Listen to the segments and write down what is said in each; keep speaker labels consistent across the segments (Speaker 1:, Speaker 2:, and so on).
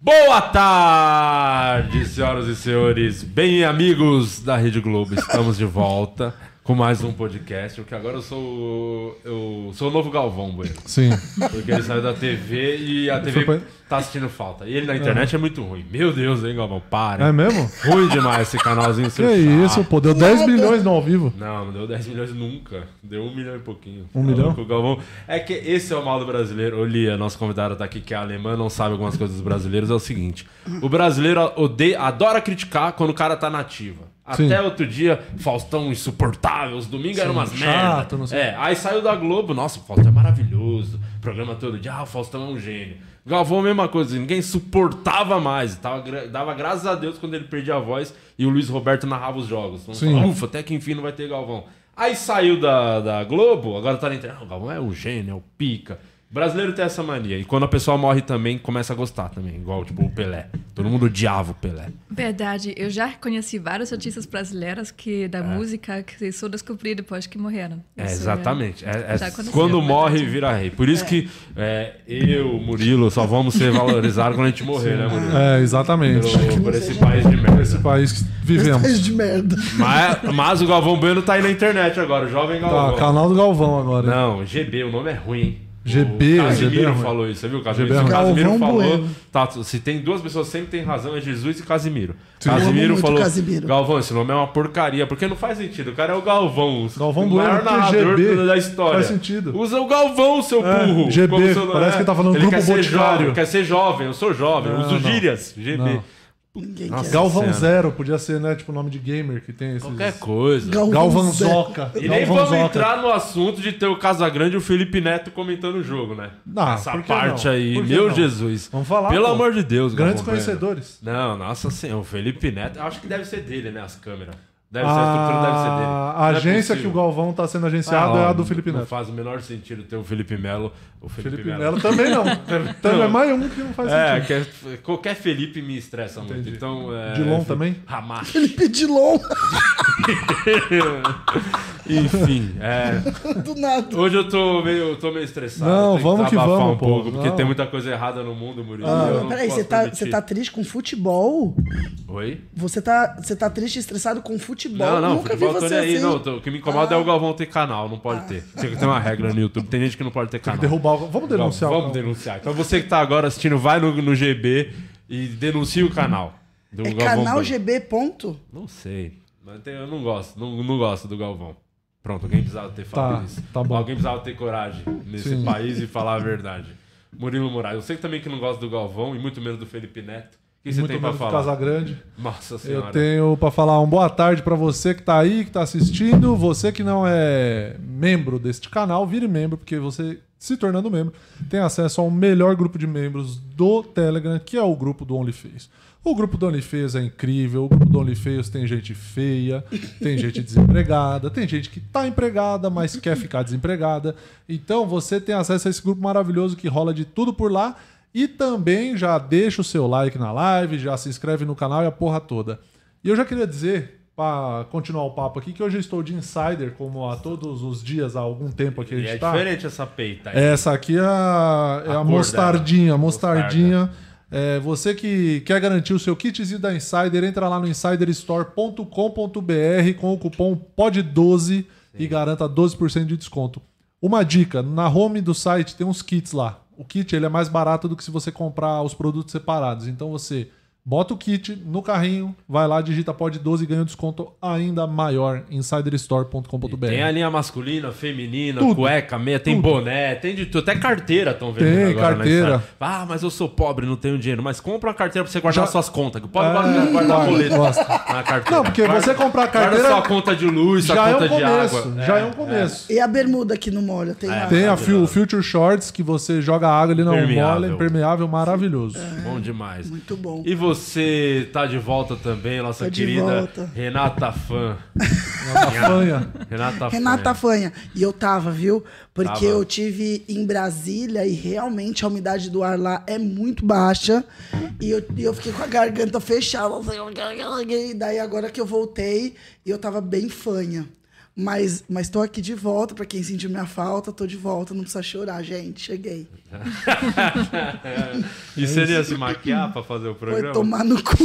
Speaker 1: Boa tarde, senhoras e senhores, bem amigos da Rede Globo. Estamos de volta com mais um podcast, porque agora eu sou o- eu sou o novo Galvão, Bueno.
Speaker 2: Sim.
Speaker 1: Porque ele saiu da TV e a TV
Speaker 2: Foi pra-
Speaker 1: tá assistindo falta. E ele na internet é muito ruim. Meu Deus, hein, Galvão, para. hein?
Speaker 2: É mesmo?
Speaker 1: Ruim demais esse canalzinho
Speaker 2: Que
Speaker 1: seu
Speaker 2: isso,
Speaker 1: chato.
Speaker 2: pô. Deu 10 milhões no ao vivo.
Speaker 1: Não, não deu 10 milhões nunca. Deu 1 milhão e pouquinho.
Speaker 2: Um
Speaker 1: Tá
Speaker 2: milhão?
Speaker 1: louco, Galvão. É que esse é o mal do brasileiro. Ô, Lia, nosso convidado tá aqui, que é alemã, não sabe algumas coisas dos brasileiros. É o seguinte: o brasileiro odeia, adora criticar quando o cara tá nativa. Até
Speaker 2: Sim.
Speaker 1: outro dia, Faustão insuportável, os domingos eram umas
Speaker 2: chato, não
Speaker 1: merda.
Speaker 2: sei
Speaker 1: É, aí saiu da Globo, nossa, o Faustão é maravilhoso, programa todo dia, ah, o Faustão é um gênio. Galvão, mesma coisa, ninguém suportava mais, tava, gra- dava graças a Deus quando ele perdia a voz e o Luiz Roberto narrava os jogos. Então,
Speaker 2: Sim.
Speaker 1: falava, ufa, até que enfim não vai ter Galvão. Aí saiu da, da Globo, agora tá na internet, ah, o Galvão é o gênio, é o pica. Brasileiro tem essa mania, e quando a pessoa morre também, começa a gostar também, igual, tipo, o Pelé. Todo mundo odiava o Pelé.
Speaker 3: Verdade, eu já conheci vários artistas brasileiros que da música que só descobri depois que morreram.
Speaker 1: É,
Speaker 3: Isso
Speaker 1: exatamente. É- é-
Speaker 3: já aconteceu,
Speaker 1: quando
Speaker 3: verdade.
Speaker 1: morre, vira rei. Por isso que é, eu, Murilo, só vamos ser valorizados quando a gente morrer, né, Murilo?
Speaker 2: É, exatamente.
Speaker 1: Pelo- por esse país de merda.
Speaker 2: País que vivemos.
Speaker 4: País de merda.
Speaker 1: Mas, mas o Galvão Bueno tá aí na internet agora, o jovem
Speaker 2: Tá,
Speaker 1: Galvão.
Speaker 2: canal do Galvão agora. hein?
Speaker 1: Não, GB, o nome é ruim, hein?
Speaker 2: GB,
Speaker 1: o Casimiro
Speaker 2: GB é ruim.
Speaker 1: falou isso, você viu? O
Speaker 2: GB
Speaker 1: Casimiro, se o
Speaker 2: é ruim.
Speaker 1: Casimiro
Speaker 4: Galvão
Speaker 1: falou.
Speaker 4: Bueno.
Speaker 1: Tá, se tem duas pessoas que sempre tem razão, é Jesus e Casimiro.
Speaker 4: Eu amo
Speaker 1: Casimiro
Speaker 4: muito
Speaker 1: falou.
Speaker 4: Casimiro.
Speaker 1: Galvão, esse nome é uma porcaria, porque não faz sentido. O cara é o Galvão.
Speaker 2: Galvão
Speaker 1: o
Speaker 2: Bueno,
Speaker 1: maior
Speaker 2: porque
Speaker 1: narrador
Speaker 2: GB
Speaker 1: da história.
Speaker 2: faz sentido.
Speaker 1: Usa o Galvão, seu
Speaker 2: É,
Speaker 1: burro.
Speaker 2: GB,
Speaker 1: como seu-
Speaker 2: parece que tá falando
Speaker 1: ele
Speaker 2: grupo
Speaker 1: quer ser
Speaker 2: Boticário.
Speaker 1: jovem, quer ser jovem, eu sou jovem, eu
Speaker 2: Não,
Speaker 1: uso
Speaker 2: não.
Speaker 1: gírias. GB.
Speaker 2: Não.
Speaker 4: Ninguém
Speaker 1: Nossa.
Speaker 4: quer.
Speaker 2: Galvão
Speaker 1: Senhora.
Speaker 2: Zero, podia ser, né? Tipo, nome de gamer que tem esses.
Speaker 1: Qualquer coisa.
Speaker 2: Galvanzoca.
Speaker 1: E nem vamos
Speaker 2: Galvanzoca.
Speaker 1: entrar no assunto de ter o Casagrande e o Felipe Neto comentando o jogo, né?
Speaker 2: Não,
Speaker 1: Essa
Speaker 2: por que
Speaker 1: parte
Speaker 2: não?
Speaker 1: aí,
Speaker 2: Por que
Speaker 1: meu
Speaker 2: não?
Speaker 1: Jesus.
Speaker 2: Vamos falar,
Speaker 1: Pelo
Speaker 2: pô.
Speaker 1: amor de Deus,
Speaker 2: Grandes
Speaker 1: Galvão Bueno.
Speaker 2: conhecedores.
Speaker 1: Não, nossa senhora, o Felipe Neto, eu acho que deve ser dele, né, as câmeras. Deve ser, a estrutura deve ser dele.
Speaker 2: Ah, A a
Speaker 1: Não é
Speaker 2: agência que
Speaker 1: possível.
Speaker 2: o Galvão tá sendo agenciado é
Speaker 1: ó,
Speaker 2: a do Felipe
Speaker 1: Não
Speaker 2: Neto.
Speaker 1: faz o menor sentido ter o Felipe Melo. O Felipe,
Speaker 2: Felipe
Speaker 1: Melo.
Speaker 2: Melo também não. Então é mais um que não faz
Speaker 1: É,
Speaker 2: sentido.
Speaker 1: que- qualquer Felipe me estressa muito.
Speaker 2: Entendi.
Speaker 1: Então, é,
Speaker 2: Dilon também?
Speaker 1: Ramar.
Speaker 4: Felipe Dilon,
Speaker 1: Enfim, é.
Speaker 4: do nada.
Speaker 1: Hoje eu tô meio, eu tô meio estressado. eu
Speaker 2: Não,
Speaker 1: tenho
Speaker 2: vamos que
Speaker 1: desabafar
Speaker 2: vamos,
Speaker 1: um
Speaker 2: pô.
Speaker 1: pouco, porque
Speaker 2: Não.
Speaker 1: tem muita coisa errada no mundo, Murilo.
Speaker 4: Ah,
Speaker 1: Eu não
Speaker 4: mas peraí,
Speaker 1: posso
Speaker 4: você tá,
Speaker 1: permitir.
Speaker 4: você tá triste com futebol?
Speaker 1: Oi?
Speaker 4: Você tá, você tá triste e estressado com futebol?
Speaker 1: Não, não,
Speaker 4: Nunca vi
Speaker 1: futebol eu tô nem
Speaker 4: você
Speaker 1: aí.
Speaker 4: assim. Ah.
Speaker 1: Não, tô- o que me incomoda é o Galvão ter canal, não pode ter. Tem que ter uma regra no YouTube. Tem gente que não pode ter canal.
Speaker 2: Derrubar o. Vamos
Speaker 1: Não,
Speaker 2: denunciar
Speaker 1: Vamos
Speaker 2: o. Galvão.
Speaker 1: denunciar. Então você que tá agora assistindo, vai no, no GB e denuncia o canal. Do
Speaker 4: É
Speaker 1: Galvão
Speaker 4: canal
Speaker 1: Bueno.
Speaker 4: GB, ponto?
Speaker 1: Não sei. Mas tem- eu não gosto. Não, não gosto do Galvão. Pronto, alguém precisava ter falado
Speaker 2: Tá,
Speaker 1: isso.
Speaker 2: tá bom.
Speaker 1: Alguém precisava ter coragem nesse
Speaker 2: Sim.
Speaker 1: país e falar a verdade. Murilo Moraes, eu sei também que não gosta do Galvão e muito menos do Felipe Neto. O que você
Speaker 2: Muito
Speaker 1: tem pra
Speaker 2: menos do
Speaker 1: falar?
Speaker 2: Casagrande.
Speaker 1: Nossa senhora.
Speaker 2: Eu tenho pra falar um boa tarde pra você que tá aí, que tá assistindo, você que não é membro deste canal, vire membro, porque você se tornando membro tem acesso ao melhor grupo de membros do Telegram, que é o grupo do OnlyFans. O grupo do OnlyFans é incrível, o grupo do OnlyFans tem gente feia, tem gente desempregada, tem gente que tá empregada, mas quer ficar desempregada. Então você tem acesso a esse grupo maravilhoso que rola de tudo por lá. E também já deixa o seu like na live, já se inscreve no canal e a porra toda. E eu já queria dizer, para continuar o papo aqui, que hoje eu estou de insider, como a todos os dias, há algum tempo aqui a
Speaker 1: E é
Speaker 2: gente tá.
Speaker 1: diferente essa peita aí.
Speaker 2: Essa aqui é a, é a
Speaker 1: cor
Speaker 2: mostardinha,
Speaker 1: dela.
Speaker 2: a mostardinha. É, você que quer garantir o seu kitzinho da Insider, entra lá no insiderstore.com.br com o cupom POD12 e garanta 12% de desconto. Uma dica, na home do site tem uns kits lá. O kit ele é mais barato do que se você comprar os produtos separados. Então você bota o kit no carrinho, vai lá, digita POD12 e ganha um desconto ainda maior. insiderstore.com.br.
Speaker 1: Tem a linha masculina, feminina,
Speaker 2: Tudo.
Speaker 1: cueca, meia, tem boné, tem de tudo. Até carteira estão vendendo
Speaker 2: Tem,
Speaker 1: agora. na
Speaker 2: carteira.
Speaker 1: estrada. ah, mas eu sou pobre, não tenho dinheiro. Mas compra uma carteira pra você guardar
Speaker 2: Já- É,
Speaker 1: suas contas. que Pode guardar, guardar
Speaker 2: guarda,
Speaker 1: boleto
Speaker 2: gosta.
Speaker 1: na carteira.
Speaker 2: Não, porque você comprar a
Speaker 1: Guarda
Speaker 2: carteira
Speaker 1: sua conta de luz, sua
Speaker 2: já é
Speaker 1: conta
Speaker 2: um começo,
Speaker 1: de água.
Speaker 2: já é, um começo.
Speaker 4: E a bermuda que não molha?
Speaker 1: Ah, é
Speaker 4: Tem lá.
Speaker 2: Tem a Fu- o Future Shorts, que você joga água ali na
Speaker 1: Permeável.
Speaker 2: mola, impermeável, maravilhoso.
Speaker 1: Bom demais.
Speaker 4: Muito bom.
Speaker 1: E você tá de volta também, nossa
Speaker 4: Tô de
Speaker 1: querida
Speaker 4: volta.
Speaker 1: Renata Fã.
Speaker 2: A fanha.
Speaker 1: Renata,
Speaker 4: Renata
Speaker 1: Fã.
Speaker 4: Fanha. E eu tava, viu? Porque
Speaker 1: Tava.
Speaker 4: eu tive em Brasília e realmente a umidade do ar lá é muito baixa. E eu, e eu fiquei com a garganta fechada. assim, E daí agora que eu voltei, eu tava bem fanha. Mas, mas tô aqui de volta, pra quem sentiu minha falta, tô de volta, não precisa chorar, gente. Cheguei.
Speaker 1: E seria se maquiar pra fazer o
Speaker 4: Foi
Speaker 1: programa?
Speaker 4: tomar no cu.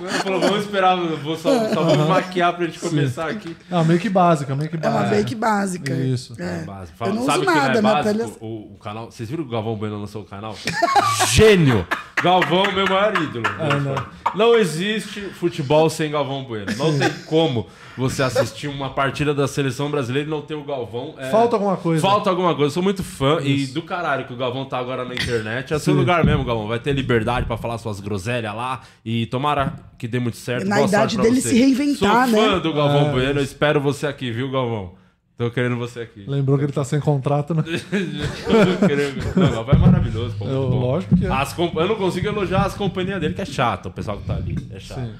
Speaker 1: Ela falou, vamos esperar, eu vou só, só vou me maquiar pra gente começar aqui.
Speaker 2: Ah, meio que básica, meio que
Speaker 4: É uma
Speaker 2: básica.
Speaker 4: make básica.
Speaker 2: Isso.
Speaker 4: É.
Speaker 1: É básico.
Speaker 4: Eu
Speaker 1: Fala-
Speaker 4: não
Speaker 1: sabe que
Speaker 4: uso
Speaker 1: não é
Speaker 4: nada, minha
Speaker 1: básico?
Speaker 4: pele é
Speaker 1: O, o canal. Vocês viram que o Galvão Bueno lançou o canal? Gênio! Galvão, meu maior ídolo. É, né? não. existe futebol sem Galvão Bueno. Não tem como você assistir uma partida da seleção brasileira e não ter o Galvão. É,
Speaker 2: Falta alguma coisa.
Speaker 1: Falta alguma coisa. Eu sou muito fã e do caralho que o Galvão tá agora na internet. É seu lugar mesmo, Galvão. Vai ter liberdade pra falar suas groselhas lá e tomara que dê muito certo.
Speaker 4: Na
Speaker 1: Boa sorte
Speaker 4: idade
Speaker 1: pra
Speaker 4: dele
Speaker 1: você.
Speaker 4: se reinventar,
Speaker 1: sou fã
Speaker 4: né?
Speaker 1: do Galvão
Speaker 2: É.
Speaker 1: Bueno. Eu espero você aqui, viu, Galvão? Tô querendo você aqui.
Speaker 2: Lembrou que ele tá sem contrato, né?
Speaker 1: Não, Galvão é maravilhoso, pô.
Speaker 2: É,
Speaker 1: muito bom. Ah,
Speaker 2: lógico que é.
Speaker 1: As comp- Eu não consigo elogiar as companhias dele, que é chato, o pessoal que tá ali. É chato.
Speaker 2: Sim.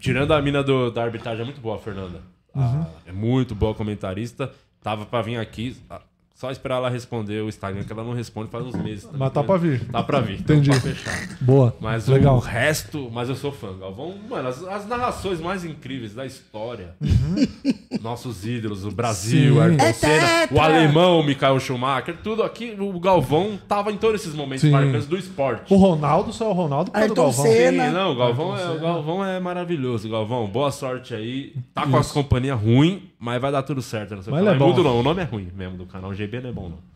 Speaker 1: Tirando a mina do- da arbitragem, é muito boa, a Fernanda.
Speaker 2: Uhum.
Speaker 1: Ah, é muito boa comentarista. Tava pra vir aqui, ah, só esperar ela responder o Instagram, que ela não responde faz uns meses. também.
Speaker 2: Mas tá pra vir.
Speaker 1: Tá pra vir.
Speaker 2: Entendi.
Speaker 1: Tá pra fechar.
Speaker 2: Boa.
Speaker 1: Mas o
Speaker 2: Legal.
Speaker 1: resto, mas eu sou fã, Galvão. Mano, as, as narrações mais incríveis da história. Nossos ídolos, o Brasil,
Speaker 2: Uhum. Sim.
Speaker 1: Ayrton
Speaker 4: É
Speaker 1: Senna,
Speaker 4: tetra!
Speaker 1: o alemão, o Michael Schumacher, tudo aqui. O Galvão tava em todos esses momentos
Speaker 2: Sim.
Speaker 1: marcantes do esporte.
Speaker 2: O Ronaldo só é o Ronaldo por causa do
Speaker 4: Ayrton
Speaker 2: Galvão.
Speaker 4: Senna.
Speaker 1: Sim,
Speaker 4: Senna.
Speaker 1: não, o Galvão,
Speaker 2: Ayrton
Speaker 1: é, o
Speaker 2: Senna.
Speaker 1: Galvão é maravilhoso, Galvão. Boa sorte aí. Tá com as companhias ruim, mas vai dar tudo certo. Não sei
Speaker 2: Mas
Speaker 1: falar.
Speaker 2: ele é bom.
Speaker 1: Mudo não, o nome é ruim mesmo do canal. GB não é bom, não.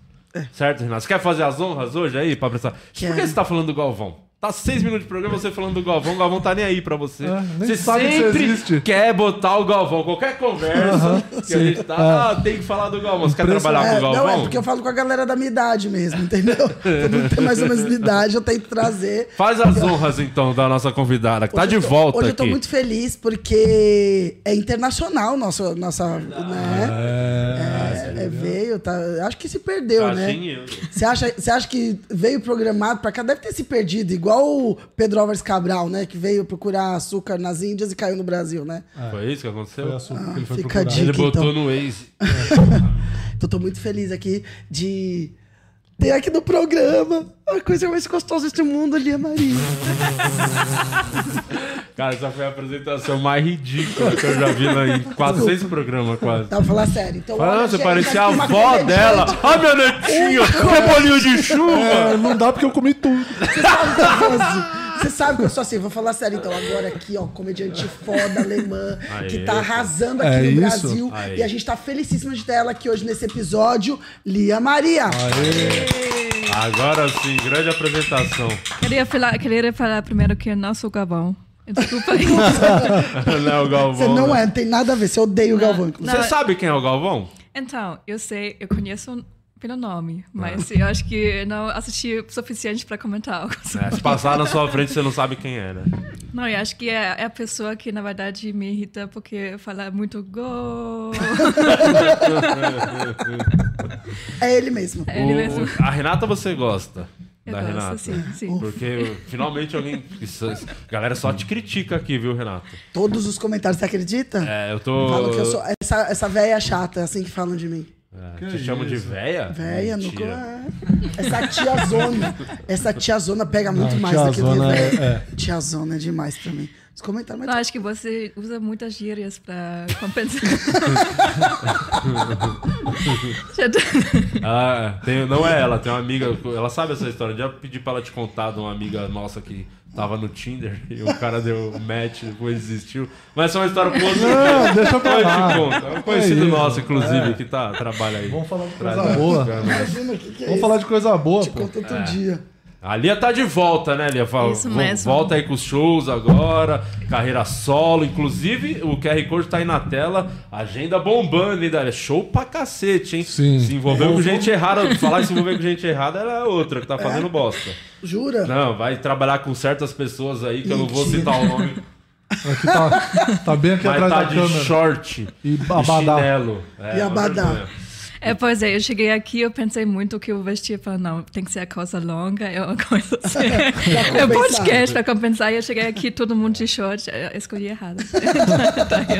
Speaker 1: Certo, Renato? Você quer fazer as honras hoje aí pra prestar? Por que
Speaker 4: Quero.
Speaker 1: você tá falando do Galvão? Tá seis minutos de programa você falando do Galvão, o Galvão tá nem aí pra você.
Speaker 2: É, nem
Speaker 1: você
Speaker 2: sabe que você
Speaker 1: sempre
Speaker 2: existe.
Speaker 1: quer botar o Galvão. Qualquer conversa que a
Speaker 2: sim. é.
Speaker 1: gente tá, ah, tem que falar do Galvão. Você quer
Speaker 2: Impressionante.
Speaker 1: trabalhar com o
Speaker 4: É,
Speaker 1: Galvão?
Speaker 4: não, é porque eu falo com a galera da minha idade mesmo, entendeu? Todo mundo tem mais ou menos minha idade, eu tenho que trazer.
Speaker 1: Faz as honras então da nossa convidada, que tá
Speaker 4: Hoje
Speaker 1: de
Speaker 4: eu tô-
Speaker 1: volta
Speaker 4: Hoje eu
Speaker 1: aqui.
Speaker 4: tô muito feliz porque é internacional nossa. nossa
Speaker 1: Ah,
Speaker 4: né?
Speaker 2: É.
Speaker 4: É, veio, tá? Acho que se perdeu,
Speaker 1: Tá
Speaker 4: né?
Speaker 1: Tadinho.
Speaker 4: Você acha, você acha que veio programado pra cá? Deve ter se perdido, igual o Pedro Álvares Cabral, né? Que veio procurar açúcar nas Índias e caiu no Brasil, né?
Speaker 1: Foi isso que aconteceu?
Speaker 2: É. Foi assim. açúcar que ele foi
Speaker 4: fica
Speaker 2: procurar.
Speaker 4: a dica.
Speaker 1: Ele
Speaker 4: Dica,
Speaker 1: botou
Speaker 4: então.
Speaker 1: no Waze.
Speaker 4: Então, tô muito feliz aqui de ter aqui no programa a coisa mais gostosa deste mundo ali, a Maria.
Speaker 1: Cara, essa foi a apresentação mais ridícula que eu já vi lá em 400 programas, quase.
Speaker 4: Tá, vou falar sério. Então, olha,
Speaker 1: Ah, você
Speaker 4: gente,
Speaker 1: parecia a
Speaker 4: aqui uma
Speaker 1: avó
Speaker 4: comediante.
Speaker 1: dela. Ah, meu netinho, meu bolinho de chuva.
Speaker 2: É, não dá porque eu comi tudo.
Speaker 4: Você sabe que eu sou assim. Você sabe que eu sou assim, vou falar sério então. Agora aqui, ó, comediante foda alemã,
Speaker 1: Aê.
Speaker 4: que tá arrasando
Speaker 2: É
Speaker 4: aqui no
Speaker 2: isso?
Speaker 4: Brasil.
Speaker 1: Aê.
Speaker 4: E a gente tá felicíssima de ter ela aqui hoje nesse episódio, Lia Maria. É.
Speaker 1: Agora sim, grande apresentação.
Speaker 3: Queria falar, queria falar primeiro que eu não sou Gabão. Desculpa aí.
Speaker 1: Léo
Speaker 4: Você
Speaker 1: Galvão.
Speaker 4: não
Speaker 1: né?
Speaker 4: é, não tem nada a ver, você odeia o Galvão. inclusive.
Speaker 1: Você sabe quem é o Galvão?
Speaker 3: Então, eu sei, eu conheço pelo
Speaker 1: É.
Speaker 3: nome, mas eu acho que eu não assisti o suficiente para comentar algo.
Speaker 1: É, se passar na sua frente, você não sabe quem é, né?
Speaker 3: Não, eu acho que é, é a pessoa que, na verdade, me irrita porque fala muito gol.
Speaker 4: É ele mesmo.
Speaker 3: É ele
Speaker 1: O-
Speaker 3: mesmo.
Speaker 1: A Renata você gosta.
Speaker 3: Eu
Speaker 1: da
Speaker 3: gosto,
Speaker 1: Renata.
Speaker 3: sim, sim.
Speaker 1: Porque finalmente alguém. Isso- isso- Galera só te critica aqui, viu, Renata?
Speaker 4: Todos os comentários, você acredita?
Speaker 1: É, eu tô.
Speaker 4: Falam que eu sou essa, essa véia chata, é assim que falam de mim.
Speaker 1: É,
Speaker 2: Que
Speaker 1: te chamam de
Speaker 2: isso?
Speaker 1: véia?
Speaker 4: Véia, nunca.
Speaker 1: Mentira.
Speaker 4: é. Essa tia zona. Essa tia zona pega muito
Speaker 2: Não,
Speaker 4: mais do que
Speaker 2: tiazona
Speaker 4: tem
Speaker 2: é-
Speaker 4: véia.
Speaker 2: é.
Speaker 4: Tia zona é demais também. Os comentários
Speaker 3: Não,
Speaker 4: mais.
Speaker 3: acho que você usa muitas gírias para compensar. Já tô-
Speaker 1: Ah, tem- não é ela, tem uma amiga. Ela sabe essa história. Eu já pedi pra ela te contar de uma amiga nossa que tava no Tinder e o cara deu match, depois desistiu. Mas essa é uma história pro outro.
Speaker 2: Não, deixa pra
Speaker 1: Depois eu
Speaker 2: lá.
Speaker 1: te conto. É um conhecido
Speaker 2: É isso.
Speaker 1: nosso, inclusive, que tá, trabalha aí.
Speaker 2: Vamos falar de
Speaker 1: Traz
Speaker 2: coisa
Speaker 1: a-
Speaker 2: boa.
Speaker 4: Imagina o que, que é
Speaker 2: Vamos falar de coisa boa,
Speaker 4: isso.
Speaker 2: pô.
Speaker 4: Conta
Speaker 1: É.
Speaker 4: outro dia.
Speaker 1: A Lia tá de volta, né, Lia? Fala,
Speaker 3: Isso
Speaker 1: vo-
Speaker 3: mesmo.
Speaker 1: Volta aí com os shows agora, carreira solo. Inclusive, o QR Code tá aí na tela. Agenda bombando, hein, Dalia? Show pra cacete, hein?
Speaker 2: Sim.
Speaker 1: Se envolver com gente errada, falar que se envolver com gente errada, ela é outra que tá fazendo bosta.
Speaker 4: Jura?
Speaker 1: Não, vai trabalhar com certas pessoas aí que eu não vou
Speaker 4: Mentira.
Speaker 1: citar o nome.
Speaker 2: Aqui tá, tá bem aqui
Speaker 1: Vai
Speaker 2: atrás
Speaker 1: estar
Speaker 2: da
Speaker 1: de
Speaker 2: câmera.
Speaker 1: short
Speaker 2: E
Speaker 1: de
Speaker 2: abadá.
Speaker 1: chinelo. É,
Speaker 4: E abadá.
Speaker 1: uma vergonha.
Speaker 3: É, pois é, eu cheguei aqui, eu pensei muito o que eu vestia. Falei, não, tem que ser a calça longa, é uma coisa assim. É um
Speaker 4: Pra compensar.
Speaker 3: podcast pra compensar. E eu cheguei aqui, todo mundo de short, eu escolhi errado.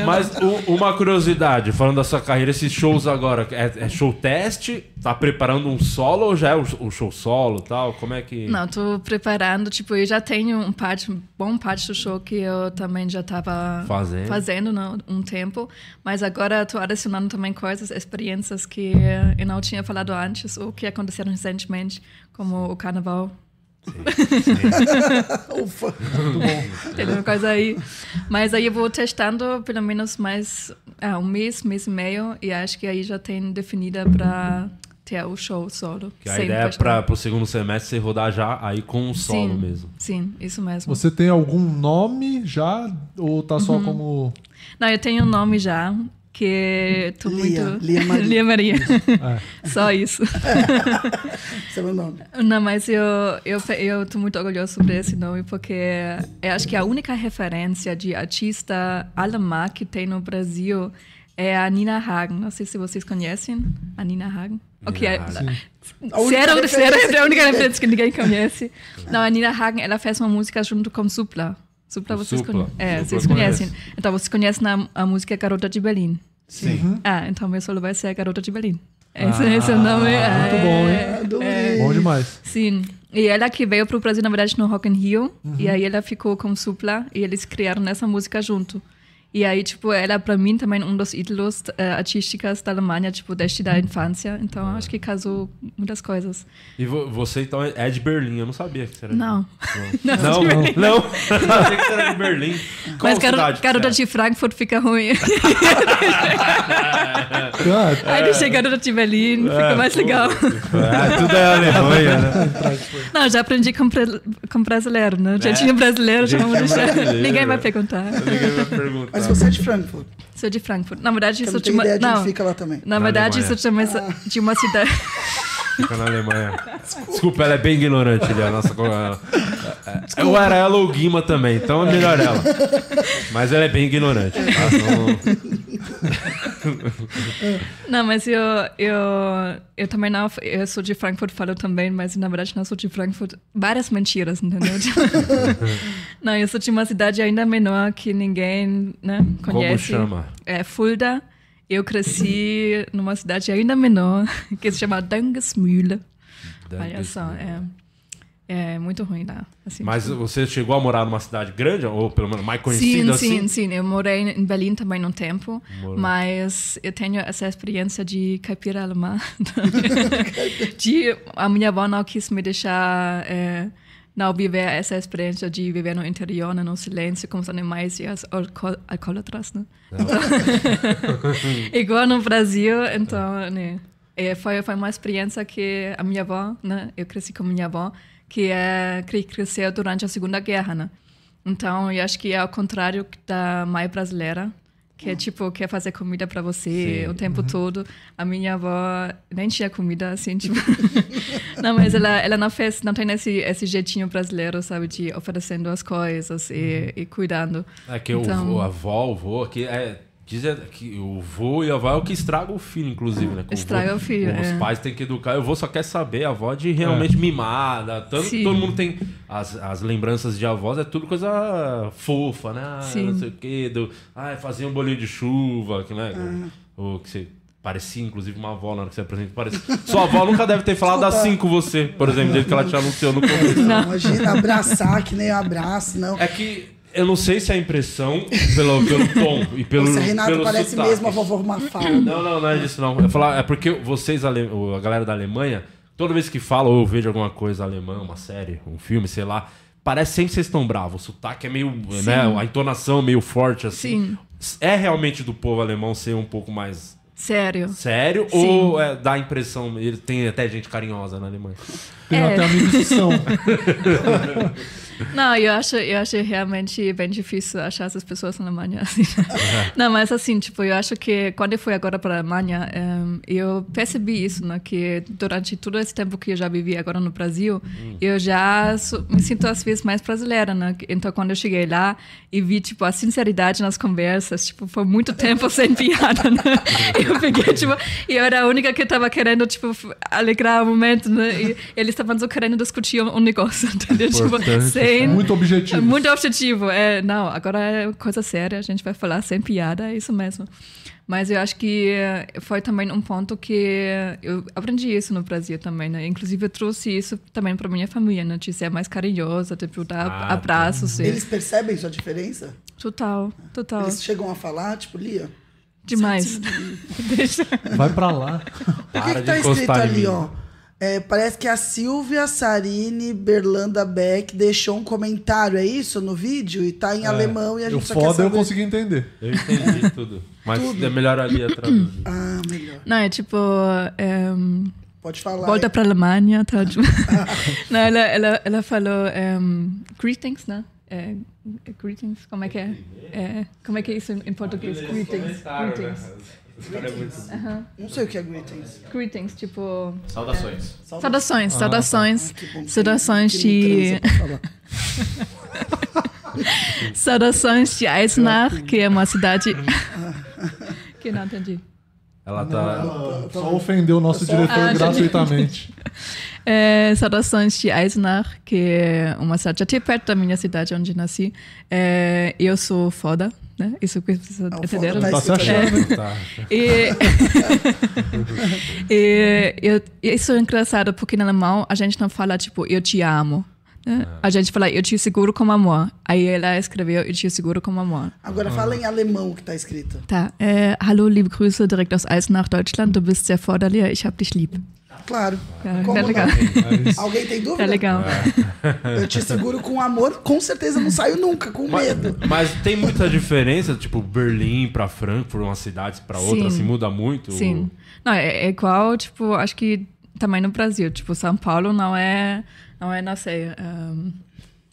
Speaker 1: Mas u- uma curiosidade, falando da sua carreira, esses shows agora, é, é show teste? Tá preparando um solo ou já é o, o show solo e tal? Como é que...
Speaker 3: Não, tô preparando, tipo, eu já tenho um parte, um bom parte do show que eu também já tava
Speaker 1: Fazendo.
Speaker 3: fazendo não, um tempo, mas agora tô adicionando também coisas, experiências que eu não tinha falado antes ou que aconteceram recentemente, como o carnaval
Speaker 4: Ufa.
Speaker 3: Tem uma coisa aí. Mas aí eu vou testando pelo menos mais ah, um mês, mês e meio, e acho que aí já tem definida para ter o show solo.
Speaker 1: Que a
Speaker 3: sem
Speaker 1: ideia é
Speaker 3: festival.
Speaker 1: pra, pro segundo semestre você rodar já aí com um solo
Speaker 3: um- Sim,
Speaker 1: mesmo.
Speaker 3: Sim, isso mesmo.
Speaker 2: Você tem algum nome já? Ou tá só como.
Speaker 3: Não, eu tenho um nome já, que tô
Speaker 4: Lia,
Speaker 3: muito.
Speaker 4: Lia Maria.
Speaker 3: Lia Maria. Só isso.
Speaker 4: Esse é meu nome.
Speaker 3: Não, mas eu, eu, fe- eu tô muito orgulhoso sobre esse nome, porque eu acho que a única referência de artista alemã que tem no Brasil é a Nina Hagen. Não sei se vocês conhecem a Nina Hagen. Ok, é-
Speaker 1: Hagen.
Speaker 4: A única
Speaker 3: Será,
Speaker 4: referência
Speaker 3: será, é a
Speaker 4: que
Speaker 3: única referência que ninguém conhece. Não, a Nina Hagen, ela fez uma música junto com Supla. Supla
Speaker 1: O
Speaker 3: vocês,
Speaker 1: Supla.
Speaker 3: conhe- é,
Speaker 1: Supla
Speaker 3: vocês
Speaker 1: eu
Speaker 3: conhecem.
Speaker 1: conheço.
Speaker 3: Então vocês conhecem a, a música Garota de Berlim.
Speaker 1: Sim.
Speaker 3: Ah, então meu solo vai ser a Garota de Berlim.
Speaker 1: Ah,
Speaker 3: Esse, esse é o nome.
Speaker 2: muito
Speaker 3: é,
Speaker 2: bom, hein?
Speaker 4: Adorei.
Speaker 2: Bom demais.
Speaker 3: Sim. E ela que veio pro Brasil, na verdade, no Rock in Rio.
Speaker 1: Uhum.
Speaker 3: E aí ela ficou com Supla e eles criaram essa música junto. E aí, tipo, ela pra mim também um dos ídolos eh, artísticas da Alemanha, tipo, desde da infância. Então, acho que casou muitas coisas.
Speaker 1: E vo- você então é de Berlim, eu não sabia que você era de-
Speaker 3: Não.
Speaker 1: Não, não. Não, Eu achei que você era de Berlim. Qual
Speaker 3: Mas garo-
Speaker 1: cidade que
Speaker 3: garota
Speaker 1: você é?
Speaker 3: de Frankfurt fica ruim.
Speaker 2: Ah,
Speaker 3: Aí deixei garota de Berlim, fica mais legal.
Speaker 1: é? É, tudo é Alemanha, né?
Speaker 3: Não, já aprendi com, pre- com brasileiro, né? Já tinha brasileiro, então já vamos
Speaker 1: Jeitinho
Speaker 3: deixar.
Speaker 1: brasileiro.
Speaker 3: Ninguém vai perguntar.
Speaker 1: Ninguém vai perguntar.
Speaker 4: Mas você é de Frankfurt.
Speaker 3: Sou de Frankfurt. Na verdade,
Speaker 4: Eu
Speaker 3: sou
Speaker 4: não
Speaker 3: de
Speaker 4: tenho
Speaker 3: uma.
Speaker 4: ideia de
Speaker 3: Não, é.
Speaker 4: onde fica Ah. lá também.
Speaker 3: na
Speaker 1: Na
Speaker 3: verdade, sou
Speaker 1: Alemanha.
Speaker 3: de uma, de uma cidade.
Speaker 1: Fica na Alemanha. Desculpa. ela é bem ignorante, Léo. Nossa, como ela... É, Eu era ela ou Guima também, então é melhor ela. Mas ela é bem ignorante. tá? Então,
Speaker 3: Não, mas eu, eu, eu também não. Eu sou de Frankfurt, falo também, mas na verdade não sou de Frankfurt. Várias mentiras, entendeu? não, eu sou de uma cidade ainda menor que ninguém né,
Speaker 1: Como
Speaker 3: conhece.
Speaker 1: chama?
Speaker 3: É Fulda. Eu cresci numa cidade ainda menor que se chama Dangesmühle. Olha só, é, é muito ruim lá. assim,
Speaker 1: Mas você chegou a morar numa cidade grande, ou pelo menos mais
Speaker 3: Sim,
Speaker 1: conhecida assim?
Speaker 3: sim, sim. Eu morei em Berlim também um tempo, mas eu tenho essa experiência de caipira alemã. de, a minha avó não quis me deixar eh, não viver essa experiência de viver no interior, né, no silêncio, com os animais e as alco- alcoólatras, né? Então, igual no Brasil, então, né? eh, Foi, foi uma experiência que a minha avó, né? Eu cresci com minha avó, que, é, que cresceu durante a Segunda Guerra, né? Então, eu acho que é ao contrário da mãe brasileira, que é tipo, quer fazer comida para você
Speaker 1: Sim.
Speaker 3: o tempo todo. A minha avó nem tinha comida, assim, tipo... não, mas ela, ela não fez, não tem esse, esse jeitinho brasileiro, sabe, de oferecendo as coisas e, e cuidando.
Speaker 1: É que o
Speaker 3: Então-
Speaker 1: vô, a avó, o vô, aqui é. Diz é que o vô e a avó é o que estraga o filho, inclusive, né? Que
Speaker 3: Estraga
Speaker 1: vô-
Speaker 3: o filho,
Speaker 1: Os
Speaker 3: é.
Speaker 1: pais têm que educar. O vô só quer saber a avó de realmente mimada. Tanto que
Speaker 3: Sim.
Speaker 1: todo mundo tem. As, as lembranças de avós é tudo coisa fofa, né? Ah,
Speaker 3: Sim.
Speaker 1: Não sei o quê. Do, ah, fazia um bolinho de chuva, que, né?
Speaker 3: Ah.
Speaker 1: Ou que você. Parecia, inclusive, uma avó na hora que você apresenta. Parecia. Sua avó nunca deve ter falado assim com você, por exemplo, desde que ela te anunciou no começo.
Speaker 4: Imagina abraçar que nem eu abraço, não.
Speaker 1: É que eu não sei se é a impressão pelo, pelo tom e pelo.
Speaker 4: Nossa, Renato
Speaker 1: pelo
Speaker 4: parece
Speaker 1: sotaque.
Speaker 4: mesmo a vovó Mafalda.
Speaker 1: Não, não, não é disso não. Eu falar, é porque vocês, ale- o- a galera da Alemanha, toda vez que fala ou eu vejo alguma coisa alemã, uma série, um filme, sei lá, parece sempre que vocês estão bravos. O sotaque é meio, né, a entonação é meio forte assim. É realmente do povo alemão ser um pouco mais
Speaker 3: Sério.
Speaker 1: sério
Speaker 3: Sim.
Speaker 1: ou é, dá a impressão, ele tem até gente carinhosa na Alemanha.
Speaker 2: Tem
Speaker 3: É.
Speaker 2: até amigos que são.
Speaker 3: Não, eu acho, eu acho realmente bem difícil achar essas pessoas na Alemanha. Assim. Não, mas assim, tipo, eu acho que quando eu fui agora para a Alemanha, eh, eu percebi isso, né? Que durante todo esse tempo que eu já vivi agora no Brasil, eu já sou- me sinto às vezes mais brasileira, né? Então, quando eu cheguei lá e vi, tipo, a sinceridade nas conversas, tipo, foi muito tempo sem piada, né? Eu peguei, tipo, e eu era a única que estava querendo, tipo, f- alegrar o momento, né? E eles estavam só querendo discutir um um negócio, entendeu? Tipo,
Speaker 1: Importante,
Speaker 3: sem...
Speaker 2: Muito objetivo.
Speaker 3: É Muito objetivo. É, não, agora é coisa séria, a gente vai falar sem piada, é isso mesmo. Mas eu acho que eh, foi também um ponto que eu aprendi isso no Brasil também, né? Inclusive eu trouxe isso também para minha família, né? De ser mais carinhosa, tipo, dar
Speaker 1: Ah,
Speaker 3: abraços. e-
Speaker 4: Eles percebem sua diferença?
Speaker 3: Total, total.
Speaker 4: Eles chegam a falar, tipo, Lia,
Speaker 3: Demais. Deixa.
Speaker 2: Vai pra lá.
Speaker 4: o que,
Speaker 1: Para
Speaker 4: que
Speaker 1: de
Speaker 4: tá escrito
Speaker 1: encostar em mim.
Speaker 4: ali, ó? É, parece que a Silvia Sarine Berlanda Beck deixou um comentário, é isso? No vídeo? E tá em
Speaker 1: É.
Speaker 4: alemão e a
Speaker 2: o
Speaker 4: gente só quer
Speaker 2: foda é eu
Speaker 4: saber.
Speaker 2: consegui entender.
Speaker 1: Eu entendi tudo. Mas é melhor ali atrás.
Speaker 4: Ah, melhor.
Speaker 3: Não, é tipo. ehm,
Speaker 4: Pode falar.
Speaker 3: Volta
Speaker 4: é.
Speaker 3: para a Alemanha, tá? Tipo- Não, ela, ela, ela falou ehm, greetings, né? É, é greetings, como é que é? É, Como é que é isso em, em português? né? Greetings. Greetings.
Speaker 1: é
Speaker 4: Não sei o que é greetings.
Speaker 3: Greetings, tipo.
Speaker 5: Saudações.
Speaker 3: Saudações, saudações.
Speaker 4: Que bom que-
Speaker 3: Saudações
Speaker 4: que
Speaker 3: de.
Speaker 4: me transa pra falar.
Speaker 3: Saudações de Eisenach, que é uma cidade. que não entendi.
Speaker 1: Ela tá.
Speaker 2: Só ofendeu o nosso diretor
Speaker 3: Ah, entendi.
Speaker 2: gratuitamente.
Speaker 3: É, saudações de Eisenach, que é uma cidade até perto da minha cidade onde nasci. É, eu sou foda, né? Isso que vocês
Speaker 4: foda
Speaker 3: entenderam.
Speaker 4: tá
Speaker 2: Tá se achando.
Speaker 1: tá.
Speaker 3: E, e eu, isso é engraçado, porque no alemão a gente não fala tipo, eu te amo. né?
Speaker 1: Ah.
Speaker 3: A gente fala, eu te seguro como amor. Aí ela escreveu, eu te seguro como amor.
Speaker 1: Ah.
Speaker 4: Agora fala em alemão o que tá escrito.
Speaker 3: Tá. Äh, hallo, liebe Grüße direkt aus Eisenach, Deutschland. Du bist sehr förderlich, ich hab dich lieb.
Speaker 4: Claro.
Speaker 3: Tá,
Speaker 4: Ah, Como
Speaker 3: tá
Speaker 4: não?
Speaker 3: legal.
Speaker 4: Alguém tem
Speaker 3: Tá
Speaker 4: dúvida?
Speaker 3: legal.
Speaker 1: Ah,
Speaker 4: Eu te seguro com amor, com certeza não saio nunca, com
Speaker 1: Mas,
Speaker 4: medo.
Speaker 1: mas tem muita diferença, tipo, Berlim pra Frankfurt, umas cidades pra outra,
Speaker 3: Sim.
Speaker 1: assim, muda muito.
Speaker 3: Sim. Não, é, é igual, tipo, acho que também no Brasil. Tipo, São Paulo não é, não é, não sei, ehm,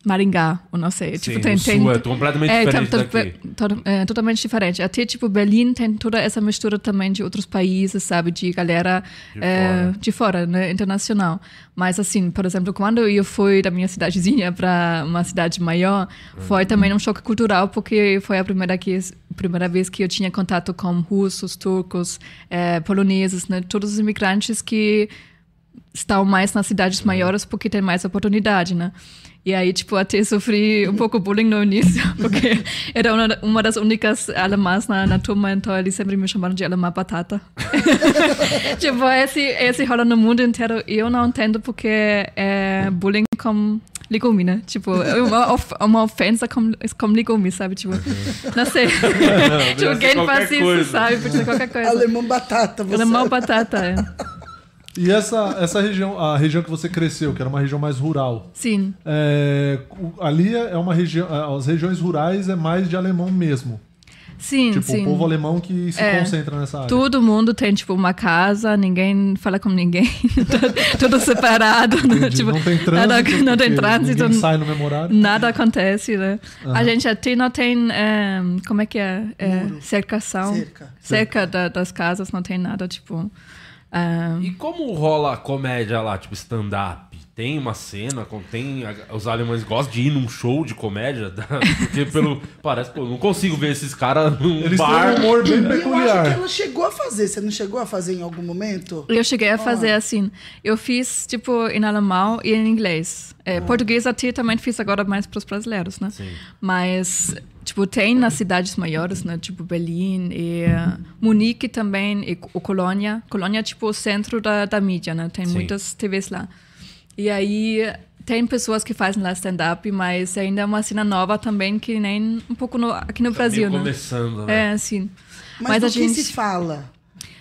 Speaker 3: Maringá, ou não sei.
Speaker 1: Sim,
Speaker 3: tipo, tem,
Speaker 1: no
Speaker 3: tem,
Speaker 1: sul é completamente diferente
Speaker 3: to-
Speaker 1: daqui.
Speaker 3: to- é, totalmente diferente. Até, tipo, Berlim tem toda essa mistura também de outros países, sabe? De galera
Speaker 1: De
Speaker 3: eh,
Speaker 1: fora.
Speaker 3: de fora, né? Internacional. Mas, assim, por exemplo, quando eu fui da minha cidadezinha para uma cidade maior,
Speaker 1: Uhum.
Speaker 3: foi também um choque cultural, porque foi a primeira, que, primeira vez que eu tinha contato com russos, turcos, eh, poloneses, né? Todos os imigrantes que estão mais nas cidades maiores porque tem mais oportunidade, né? E aí, tipo, até sofri um pouco bullying no início, porque era uma, uma das únicas alemãs na, na turma, então eles sempre me chamaram de alemã batata. tipo, esse, esse rola no mundo inteiro e eu não entendo porque é bullying com legume, né? Tipo, é uma, of, uma ofensa com, com legume, sabe? Tipo, não sei. tipo,
Speaker 1: ser
Speaker 3: alguém
Speaker 1: qualquer
Speaker 3: faz isso,
Speaker 1: coisa.
Speaker 3: sabe? Pode ser qualquer coisa.
Speaker 4: Alemão batata, você.
Speaker 3: Alemão batata, é.
Speaker 2: E essa, essa região, a região que você cresceu, que era uma região mais rural,
Speaker 3: Sim.
Speaker 2: é, o- ali é uma região. a- As regiões rurais é mais de alemão mesmo.
Speaker 3: Sim,
Speaker 2: Tipo,
Speaker 3: sim.
Speaker 2: o povo alemão que se
Speaker 3: É.
Speaker 2: concentra nessa área.
Speaker 3: Todo mundo tem, tipo, uma casa, ninguém fala com ninguém, tá tudo separado, né?
Speaker 2: Entendi.
Speaker 3: tipo,
Speaker 2: não tem
Speaker 3: nada,
Speaker 2: trânsito.
Speaker 3: não tem
Speaker 2: porque
Speaker 3: trânsito,
Speaker 2: Ninguém sai no mesmo horário.
Speaker 3: nada acontece, né? A gente até não tem, eh, como é que é, Eh, cercação,
Speaker 4: Cerca.
Speaker 3: cerca da- das casas, não tem nada, tipo... ah,
Speaker 1: E como rola a comédia lá, tipo, stand-up? Tem uma cena, com- tem. a- Os alemães gostam de ir num show de comédia, tá? porque pelo. Parece, pô, eu não consigo ver esses caras num
Speaker 2: Eles
Speaker 1: bar.
Speaker 2: têm um humor bem
Speaker 4: E Eu acho que
Speaker 2: peculiar.
Speaker 4: ela chegou a fazer. Você não chegou a fazer em algum momento?
Speaker 3: Eu cheguei a fazer assim. Eu fiz, tipo, em alemão e em inglês. É, Português até também fiz agora mais para os brasileiros, né?
Speaker 1: Ah. Sim.
Speaker 3: Mas, tipo, tem nas cidades maiores, né? Tipo, Berlim e eh, Munique também, e o Colônia. Colônia é, tipo, o centro da, da mídia, né? Tem
Speaker 1: Sim.
Speaker 3: muitas TVs lá. E aí tem pessoas que fazem lá stand-up, mas ainda é uma cena nova também, que nem um pouco no, aqui no Brasil,
Speaker 1: Tá Meio
Speaker 3: né?
Speaker 1: começando, né?
Speaker 3: É, sim.
Speaker 4: Mas, do que se fala?